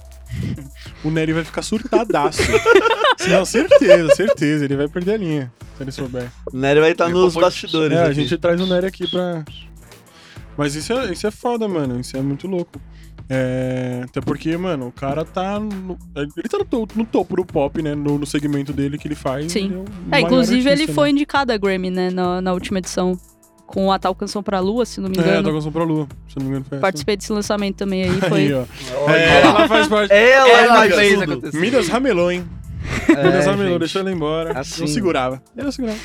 [SPEAKER 2] O Neri vai ficar surtadaço. Não, certeza, certeza. Ele vai perder a linha, se ele souber.
[SPEAKER 1] O Nery vai estar
[SPEAKER 5] Eu
[SPEAKER 1] nos
[SPEAKER 5] vou-
[SPEAKER 1] bastidores.
[SPEAKER 2] É, a
[SPEAKER 1] aqui.
[SPEAKER 2] gente traz o Nery aqui pra. Mas isso é, isso é foda, mano. Isso é muito louco. É, Até porque, mano, o cara tá. no- Ele tá no, to- no topo do pop, né? No, no segmento dele que ele faz.
[SPEAKER 4] Sim.
[SPEAKER 2] ele o
[SPEAKER 4] É,
[SPEAKER 2] maior
[SPEAKER 4] inclusive
[SPEAKER 2] artista,
[SPEAKER 4] ele
[SPEAKER 2] né?
[SPEAKER 4] foi indicado a Grammy, né, na, na última edição, com a tal canção pra lua, se não me
[SPEAKER 2] É,
[SPEAKER 4] engano.
[SPEAKER 2] da Canção pra Lua. Se eu não me engano, foi essa.
[SPEAKER 4] Participei desse lançamento também aí, foi.
[SPEAKER 2] Aí, ó.
[SPEAKER 1] Olha
[SPEAKER 2] É,
[SPEAKER 1] lá.
[SPEAKER 2] ela faz parte.
[SPEAKER 1] Ela,
[SPEAKER 3] Ela
[SPEAKER 1] faz
[SPEAKER 3] fez
[SPEAKER 1] tudo.
[SPEAKER 3] acontecer.
[SPEAKER 2] Midas ramelou, hein? Midas ramelou, deixou ela embora.
[SPEAKER 1] É, assim-
[SPEAKER 2] Não segurava. Eu não segurava.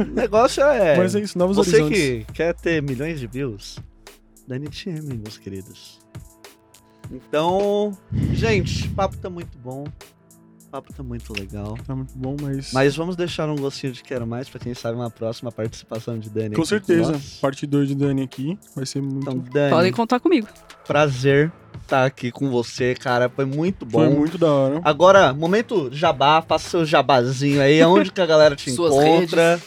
[SPEAKER 1] O negócio é.
[SPEAKER 2] Mas é isso, novos
[SPEAKER 1] Você
[SPEAKER 2] horizontes.
[SPEAKER 1] que quer ter milhões de views, Dani te ama, meus queridos. Então, gente, o papo tá muito bom. O papo tá muito legal.
[SPEAKER 2] Tá muito bom, mas.
[SPEAKER 1] Mas vamos deixar um gostinho de quero mais pra quem sabe uma próxima participação de Dani.
[SPEAKER 2] Com
[SPEAKER 1] aqui
[SPEAKER 2] certeza.
[SPEAKER 1] nós.
[SPEAKER 2] Parte 2 de Dani aqui. Vai ser muito.
[SPEAKER 1] Então, Dani,
[SPEAKER 4] Podem contar comigo.
[SPEAKER 1] prazer estar aqui com você, cara. Foi muito bom.
[SPEAKER 2] foi muito da hora.
[SPEAKER 1] Agora, momento jabá, faça seu jabazinho aí, aonde que a galera te
[SPEAKER 3] Suas
[SPEAKER 1] encontra.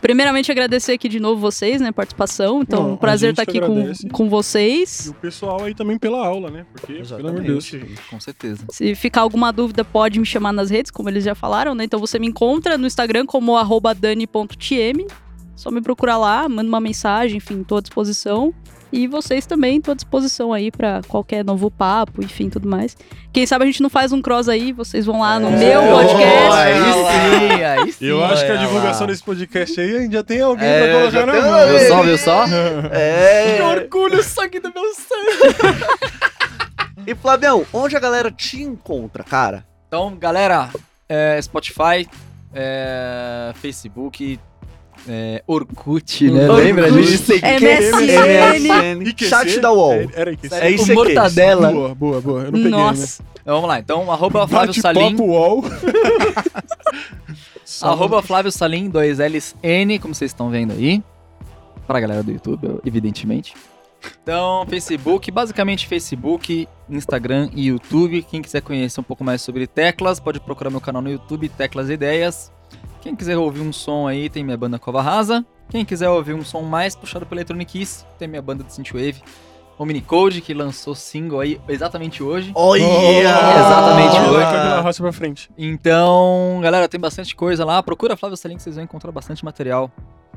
[SPEAKER 4] Primeiramente, agradecer aqui de novo vocês, né, participação. Então,
[SPEAKER 2] Não, a
[SPEAKER 4] prazer
[SPEAKER 2] gente
[SPEAKER 4] estar
[SPEAKER 2] que
[SPEAKER 4] aqui com,
[SPEAKER 2] agradece.
[SPEAKER 4] com vocês.
[SPEAKER 2] E o pessoal aí também pela aula, né? Porque, pelo amor de Deus.
[SPEAKER 1] Exatamente. gente.
[SPEAKER 3] Com certeza.
[SPEAKER 4] Se ficar alguma dúvida, pode me chamar nas redes, como eles já falaram, né? Então você me encontra no Instagram como arroba dani.tm. Só me procurar lá, manda uma mensagem, enfim, tô à disposição. E vocês também, tô à disposição aí pra qualquer novo papo, enfim, tudo mais. Quem sabe a gente não faz um cross aí, vocês vão lá no
[SPEAKER 2] É.
[SPEAKER 4] meu
[SPEAKER 1] Boa,
[SPEAKER 4] podcast.
[SPEAKER 3] Aí sim, aí sim.
[SPEAKER 2] Eu acho que a
[SPEAKER 3] olha lá.
[SPEAKER 2] divulgação desse podcast aí ainda tem alguém
[SPEAKER 1] É,
[SPEAKER 2] pra
[SPEAKER 1] já
[SPEAKER 2] colocar na
[SPEAKER 1] tem
[SPEAKER 2] mão.
[SPEAKER 1] alguém.
[SPEAKER 3] Viu só, viu só?
[SPEAKER 1] É.
[SPEAKER 3] orgulho, sangue do meu sangue.
[SPEAKER 1] E Flavião, onde a galera te encontra, cara?
[SPEAKER 3] Então, galera, é, Spotify, é, Facebook, é, Orkut, né?
[SPEAKER 1] Orkut,
[SPEAKER 3] Lembra disso?
[SPEAKER 4] É MSN.
[SPEAKER 1] MSN. É, Chat da UOL.
[SPEAKER 2] Era, era IQC.
[SPEAKER 1] É isso
[SPEAKER 3] o Mortadela.
[SPEAKER 2] Boa, boa, boa. Eu não peguei, né?
[SPEAKER 4] Nossa.
[SPEAKER 3] Então, vamos lá, então, arroba Flávio Salim,
[SPEAKER 2] Bate-papo UOL.
[SPEAKER 3] arroba Flávio Salim, dois L's N, como vocês estão vendo aí. Pra galera do YouTube, evidentemente. Então, Facebook, basicamente Facebook, Instagram e YouTube. Quem quiser conhecer um pouco mais sobre teclas, pode procurar meu canal no YouTube, Teclas Ideias. Quem quiser ouvir um som aí, tem minha banda Cova Rasa. Quem quiser ouvir um som mais puxado pela Electronic Kiss, tem minha banda de Synthwave, Omnicode, que lançou single aí exatamente hoje.
[SPEAKER 1] Olha!
[SPEAKER 3] Exatamente,
[SPEAKER 2] Olha,
[SPEAKER 3] boa.
[SPEAKER 2] vai pela roça pra frente.
[SPEAKER 3] Então, galera, tem bastante coisa lá. Procura Flávio Salim que vocês vão encontrar bastante material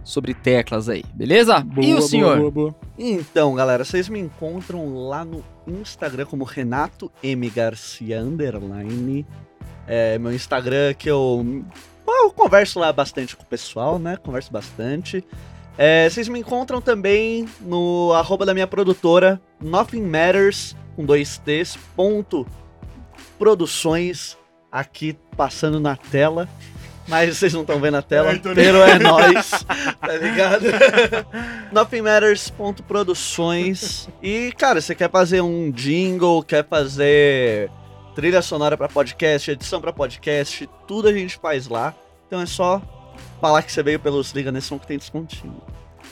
[SPEAKER 3] sobre teclas aí, beleza?
[SPEAKER 2] Boa,
[SPEAKER 3] e o
[SPEAKER 2] boa,
[SPEAKER 3] senhor?
[SPEAKER 2] Boa, boa.
[SPEAKER 1] Então, galera, vocês me encontram lá no Instagram como Renato M Garcia underline. É meu Instagram que eu, eu converso lá bastante com o pessoal, né? Converso bastante. É, vocês me encontram também no arroba da minha produtora Nothing Matters com dois T's ponto produções aqui passando na tela. Mas vocês não estão vendo a tela,
[SPEAKER 2] Ai, tô
[SPEAKER 1] pero é nós, tá ligado? nothingmatters.produções. E, cara, você quer fazer um jingle, quer fazer trilha sonora pra podcast, edição pra podcast, tudo a gente faz lá. Então é só falar que você veio pelos Liga Nesson que tem descontinho.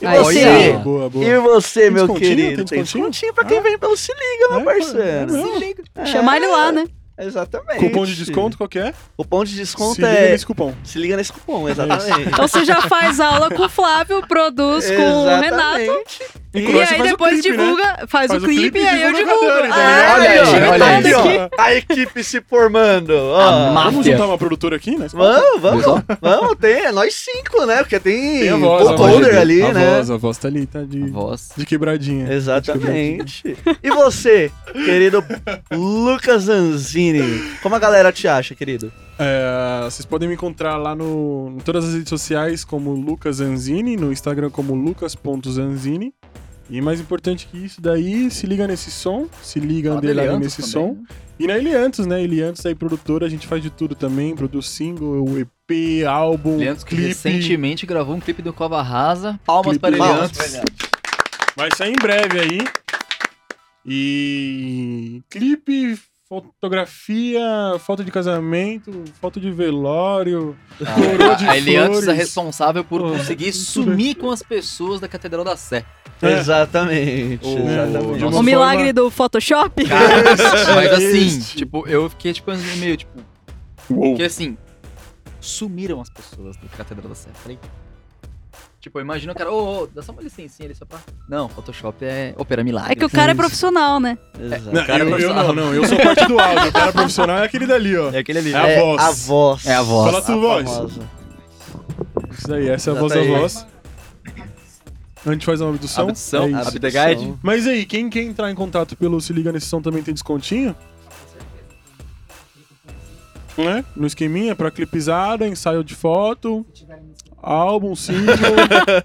[SPEAKER 1] E
[SPEAKER 4] Aí
[SPEAKER 1] você,
[SPEAKER 3] sim.
[SPEAKER 2] Boa, boa.
[SPEAKER 1] e você
[SPEAKER 2] Tem
[SPEAKER 1] meu
[SPEAKER 2] descontinho?
[SPEAKER 1] querido,
[SPEAKER 2] Tem
[SPEAKER 1] tem
[SPEAKER 2] descontinho?
[SPEAKER 1] descontinho pra quem
[SPEAKER 2] Ah.
[SPEAKER 1] vem pelo Se Liga, meu
[SPEAKER 2] É,
[SPEAKER 1] parceiro.
[SPEAKER 2] é mesmo.
[SPEAKER 1] É,
[SPEAKER 4] Chamar ele lá, né?
[SPEAKER 1] Exatamente.
[SPEAKER 2] Cupom de desconto qual que é?
[SPEAKER 1] Cupom de desconto
[SPEAKER 2] Se
[SPEAKER 1] é...
[SPEAKER 2] liga nesse cupom.
[SPEAKER 1] Se liga nesse cupom, exatamente.
[SPEAKER 4] Então você já faz aula com o Flávio, produz com o Renato.
[SPEAKER 2] E
[SPEAKER 4] E,
[SPEAKER 2] começa,
[SPEAKER 4] aí
[SPEAKER 2] faz o
[SPEAKER 4] depois
[SPEAKER 2] clipe, né?
[SPEAKER 4] divulga, faz,
[SPEAKER 2] Faz
[SPEAKER 4] o clipe e aí eu
[SPEAKER 2] divulga
[SPEAKER 4] divulgo.
[SPEAKER 2] com a Dani, tá
[SPEAKER 1] Olha
[SPEAKER 2] ligado?
[SPEAKER 4] Ah, meu
[SPEAKER 1] aí,
[SPEAKER 4] time
[SPEAKER 3] olha
[SPEAKER 4] todo
[SPEAKER 3] aí,
[SPEAKER 4] aqui.
[SPEAKER 1] ó, a equipe se formando. ó.
[SPEAKER 3] A máfia.
[SPEAKER 2] Vamos juntar uma produtora aqui, né?
[SPEAKER 1] Vamos,
[SPEAKER 3] Viu
[SPEAKER 1] vamos,
[SPEAKER 3] só?
[SPEAKER 1] vamos, tem, é nós cinco, né? Porque tem,
[SPEAKER 2] Tem a voz,
[SPEAKER 1] voz,
[SPEAKER 2] a voz
[SPEAKER 1] holder
[SPEAKER 2] dele.
[SPEAKER 1] ali,
[SPEAKER 2] a
[SPEAKER 1] né?
[SPEAKER 2] voz, a voz tá ali, tá de,
[SPEAKER 3] A voz.
[SPEAKER 2] de quebradinha.
[SPEAKER 1] Exatamente. E você, querido Lucas Zanzini, como a galera te acha, querido?
[SPEAKER 2] É, vocês podem me encontrar lá no, em todas as redes sociais como Lucas Zanzini, no Instagram como lucas.zanzini. E mais importante que isso daí, se liga nesse som, se liga
[SPEAKER 3] Fala dele
[SPEAKER 2] underline
[SPEAKER 3] antes
[SPEAKER 2] nesse som.
[SPEAKER 3] também,
[SPEAKER 2] E na Eliantos, né? Eliantos aí, produtora, a gente faz de tudo também. Produz single, EP, álbum,
[SPEAKER 3] Leandro que
[SPEAKER 2] Um clipe.
[SPEAKER 3] recentemente gravou um clipe do Cova Rasa. Palmas
[SPEAKER 2] Clipe.
[SPEAKER 3] para ele
[SPEAKER 1] Palmas
[SPEAKER 3] antes.
[SPEAKER 2] Vai sair em breve aí. E clipe, fotografia, foto de casamento, foto de velório. Coroa de
[SPEAKER 3] A Eliantes é
[SPEAKER 2] flores. Ah.
[SPEAKER 3] responsável por
[SPEAKER 2] Pô,
[SPEAKER 3] conseguir
[SPEAKER 2] tudo
[SPEAKER 3] sumir com as pessoas da Catedral da Sé.
[SPEAKER 2] É.
[SPEAKER 1] Exatamente,
[SPEAKER 3] O-
[SPEAKER 1] exatamente.
[SPEAKER 3] de uma
[SPEAKER 4] O
[SPEAKER 2] forma-
[SPEAKER 4] milagre do Photoshop?
[SPEAKER 3] Mas assim,
[SPEAKER 2] Este.
[SPEAKER 3] tipo, eu fiquei tipo meio tipo,
[SPEAKER 2] Uou.
[SPEAKER 3] Porque assim, sumiram as pessoas da Catedral da Sé. Falei. Tipo, eu imagino o cara, ô, ô, dá só uma licencinha ali só pra. Não, Photoshop é Opera Milagre.
[SPEAKER 4] É que o cara é profissional, né?
[SPEAKER 1] Exato.
[SPEAKER 2] Não,
[SPEAKER 3] É um cara
[SPEAKER 2] eu, eu
[SPEAKER 3] profissional.
[SPEAKER 2] não, não, eu sou parte do áudio. O cara profissional é aquele dali, ó.
[SPEAKER 3] É aquele ali.
[SPEAKER 2] É a voz.
[SPEAKER 1] A voz.
[SPEAKER 3] É a voz.
[SPEAKER 2] Fala tu,
[SPEAKER 1] A
[SPEAKER 2] voz.
[SPEAKER 1] famosa.
[SPEAKER 2] Isso daí, essa é a
[SPEAKER 1] Já
[SPEAKER 2] voz
[SPEAKER 1] tá
[SPEAKER 2] da
[SPEAKER 1] aí.
[SPEAKER 2] voz. A gente faz uma abdução.
[SPEAKER 3] Abdução,
[SPEAKER 2] é isso.
[SPEAKER 1] abdu-
[SPEAKER 3] Abdegaide.
[SPEAKER 2] Mas aí, quem quer entrar em contato pelo Se Liga Nesse Som também tem descontinho? Né? No esqueminha, pra clipizada, ensaio de foto, álbum, single,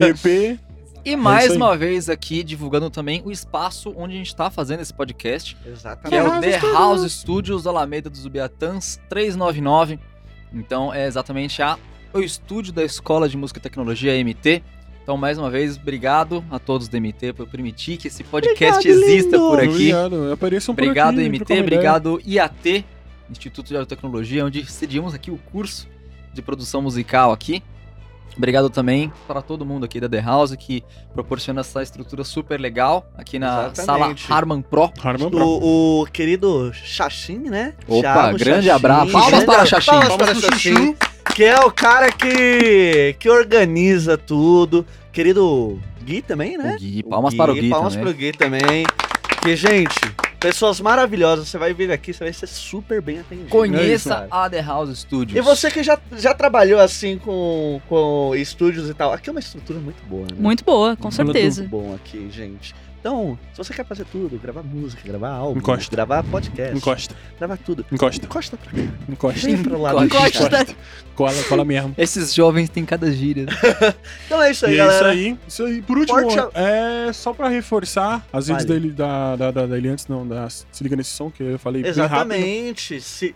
[SPEAKER 2] EP.
[SPEAKER 4] É
[SPEAKER 3] E mais
[SPEAKER 2] aí.
[SPEAKER 3] uma vez aqui divulgando também o espaço onde a gente tá fazendo esse podcast, que é
[SPEAKER 1] Exatamente.
[SPEAKER 4] Uhum.
[SPEAKER 3] o The House Studios Alameda dos Ubiatãs 399. Então é exatamente a, o estúdio da Escola de Música e Tecnologia MT. Então, mais uma vez, obrigado a todos da MT por permitir que esse podcast
[SPEAKER 1] Obrigado,
[SPEAKER 3] exista
[SPEAKER 1] lindo.
[SPEAKER 3] por aqui.
[SPEAKER 2] Tá Obrigado, apareçam por aqui,
[SPEAKER 3] Obrigado,
[SPEAKER 2] troca
[SPEAKER 3] MT.
[SPEAKER 2] uma ideia.
[SPEAKER 3] Obrigado, IAT, Instituto de Aerotecnologia, onde cedíamos aqui o curso de produção musical aqui. Obrigado também para todo mundo aqui da The House, que proporciona essa estrutura super legal aqui na
[SPEAKER 1] Exatamente.
[SPEAKER 3] sala Harman Pro.
[SPEAKER 2] Harman é Brown.
[SPEAKER 1] O, o querido Xaxim, né?
[SPEAKER 3] Opa,
[SPEAKER 1] Thiago
[SPEAKER 3] grande
[SPEAKER 1] Xaxim.
[SPEAKER 3] abraço. Palmas
[SPEAKER 1] Grande
[SPEAKER 3] para
[SPEAKER 1] abraço.
[SPEAKER 3] Xaxim.
[SPEAKER 1] Palmas
[SPEAKER 2] Palmas
[SPEAKER 1] para
[SPEAKER 2] pro
[SPEAKER 1] Xaxim.
[SPEAKER 2] Chuchu.
[SPEAKER 1] que é o cara que, que organiza tudo. Querido Gui também, né?
[SPEAKER 3] O Gui, palmas para o Gui
[SPEAKER 1] Palmas
[SPEAKER 3] também.
[SPEAKER 1] pro Gui também. Que, gente, Pessoas maravilhosas, você vai vir aqui, você vai ser super bem atendido.
[SPEAKER 2] É
[SPEAKER 3] Conheça
[SPEAKER 2] isso,
[SPEAKER 1] cara.
[SPEAKER 3] a The House Studios.
[SPEAKER 1] E você que já, já trabalhou assim com, com estúdios e tal, aqui é uma estrutura muito boa, né?
[SPEAKER 4] Muito boa, com
[SPEAKER 2] Fala
[SPEAKER 1] Muito
[SPEAKER 4] certeza.
[SPEAKER 1] bom aqui, gente. Então, se você quer fazer tudo, gravar música, gravar álbum,
[SPEAKER 2] Encosta.
[SPEAKER 1] gravar podcast,
[SPEAKER 2] Encosta,
[SPEAKER 1] gravar tudo,
[SPEAKER 2] encosta,
[SPEAKER 1] encosta pra cá,
[SPEAKER 2] encosta.
[SPEAKER 1] vem pro lado.
[SPEAKER 3] Encosta.
[SPEAKER 1] de cá.
[SPEAKER 4] Encosta.
[SPEAKER 2] Cola, cola mesmo.
[SPEAKER 3] Esses jovens têm cada gíria. né?
[SPEAKER 1] Então é isso aí,
[SPEAKER 2] E é isso
[SPEAKER 1] galera.
[SPEAKER 2] aí, isso aí. Por último,
[SPEAKER 1] Forte a-
[SPEAKER 2] é só pra reforçar as redes
[SPEAKER 1] Vale.
[SPEAKER 2] dele, da, da, da, da Eliantes, não, da Se Liga Nesse Som, que eu falei bem rápido. né?
[SPEAKER 1] Exatamente. Se-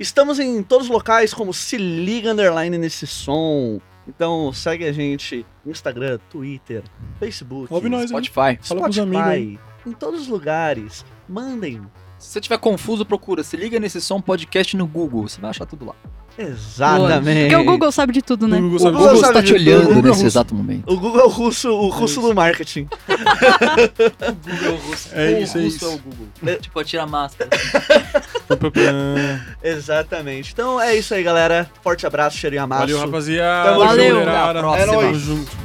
[SPEAKER 1] Estamos em todos os locais como Se Liga Underline nesse som. Então segue a gente no Instagram, Twitter, Facebook,
[SPEAKER 2] Ouve nós, hein?
[SPEAKER 3] Spotify.
[SPEAKER 2] Fala pros amigos
[SPEAKER 1] Spotify, em todos os lugares. Mandem.
[SPEAKER 3] Se você tiver confuso, procura. Se liga nesse som podcast no Google. Você vai achar tudo lá.
[SPEAKER 1] Exatamente.
[SPEAKER 4] Porque o Google sabe de tudo, né?
[SPEAKER 2] Google
[SPEAKER 3] O
[SPEAKER 2] sabe-
[SPEAKER 3] Google
[SPEAKER 1] sabe
[SPEAKER 3] está
[SPEAKER 1] de
[SPEAKER 3] te
[SPEAKER 1] tudo,
[SPEAKER 3] olhando
[SPEAKER 1] Google
[SPEAKER 3] nesse
[SPEAKER 1] Russo.
[SPEAKER 3] exato momento.
[SPEAKER 1] O Google é o russo, o russo do marketing.
[SPEAKER 3] Google Russo.
[SPEAKER 2] É isso, é
[SPEAKER 3] Russo
[SPEAKER 2] isso.
[SPEAKER 3] é o Google. Tipo, tira a máscara.
[SPEAKER 1] Exatamente. Então é isso aí, galera. Forte abraço, cheiro e amasso.
[SPEAKER 2] Valeu, rapaziada.
[SPEAKER 1] Tamo
[SPEAKER 4] junto.
[SPEAKER 2] Galera,
[SPEAKER 3] Até a próxima.
[SPEAKER 2] Tamo junto.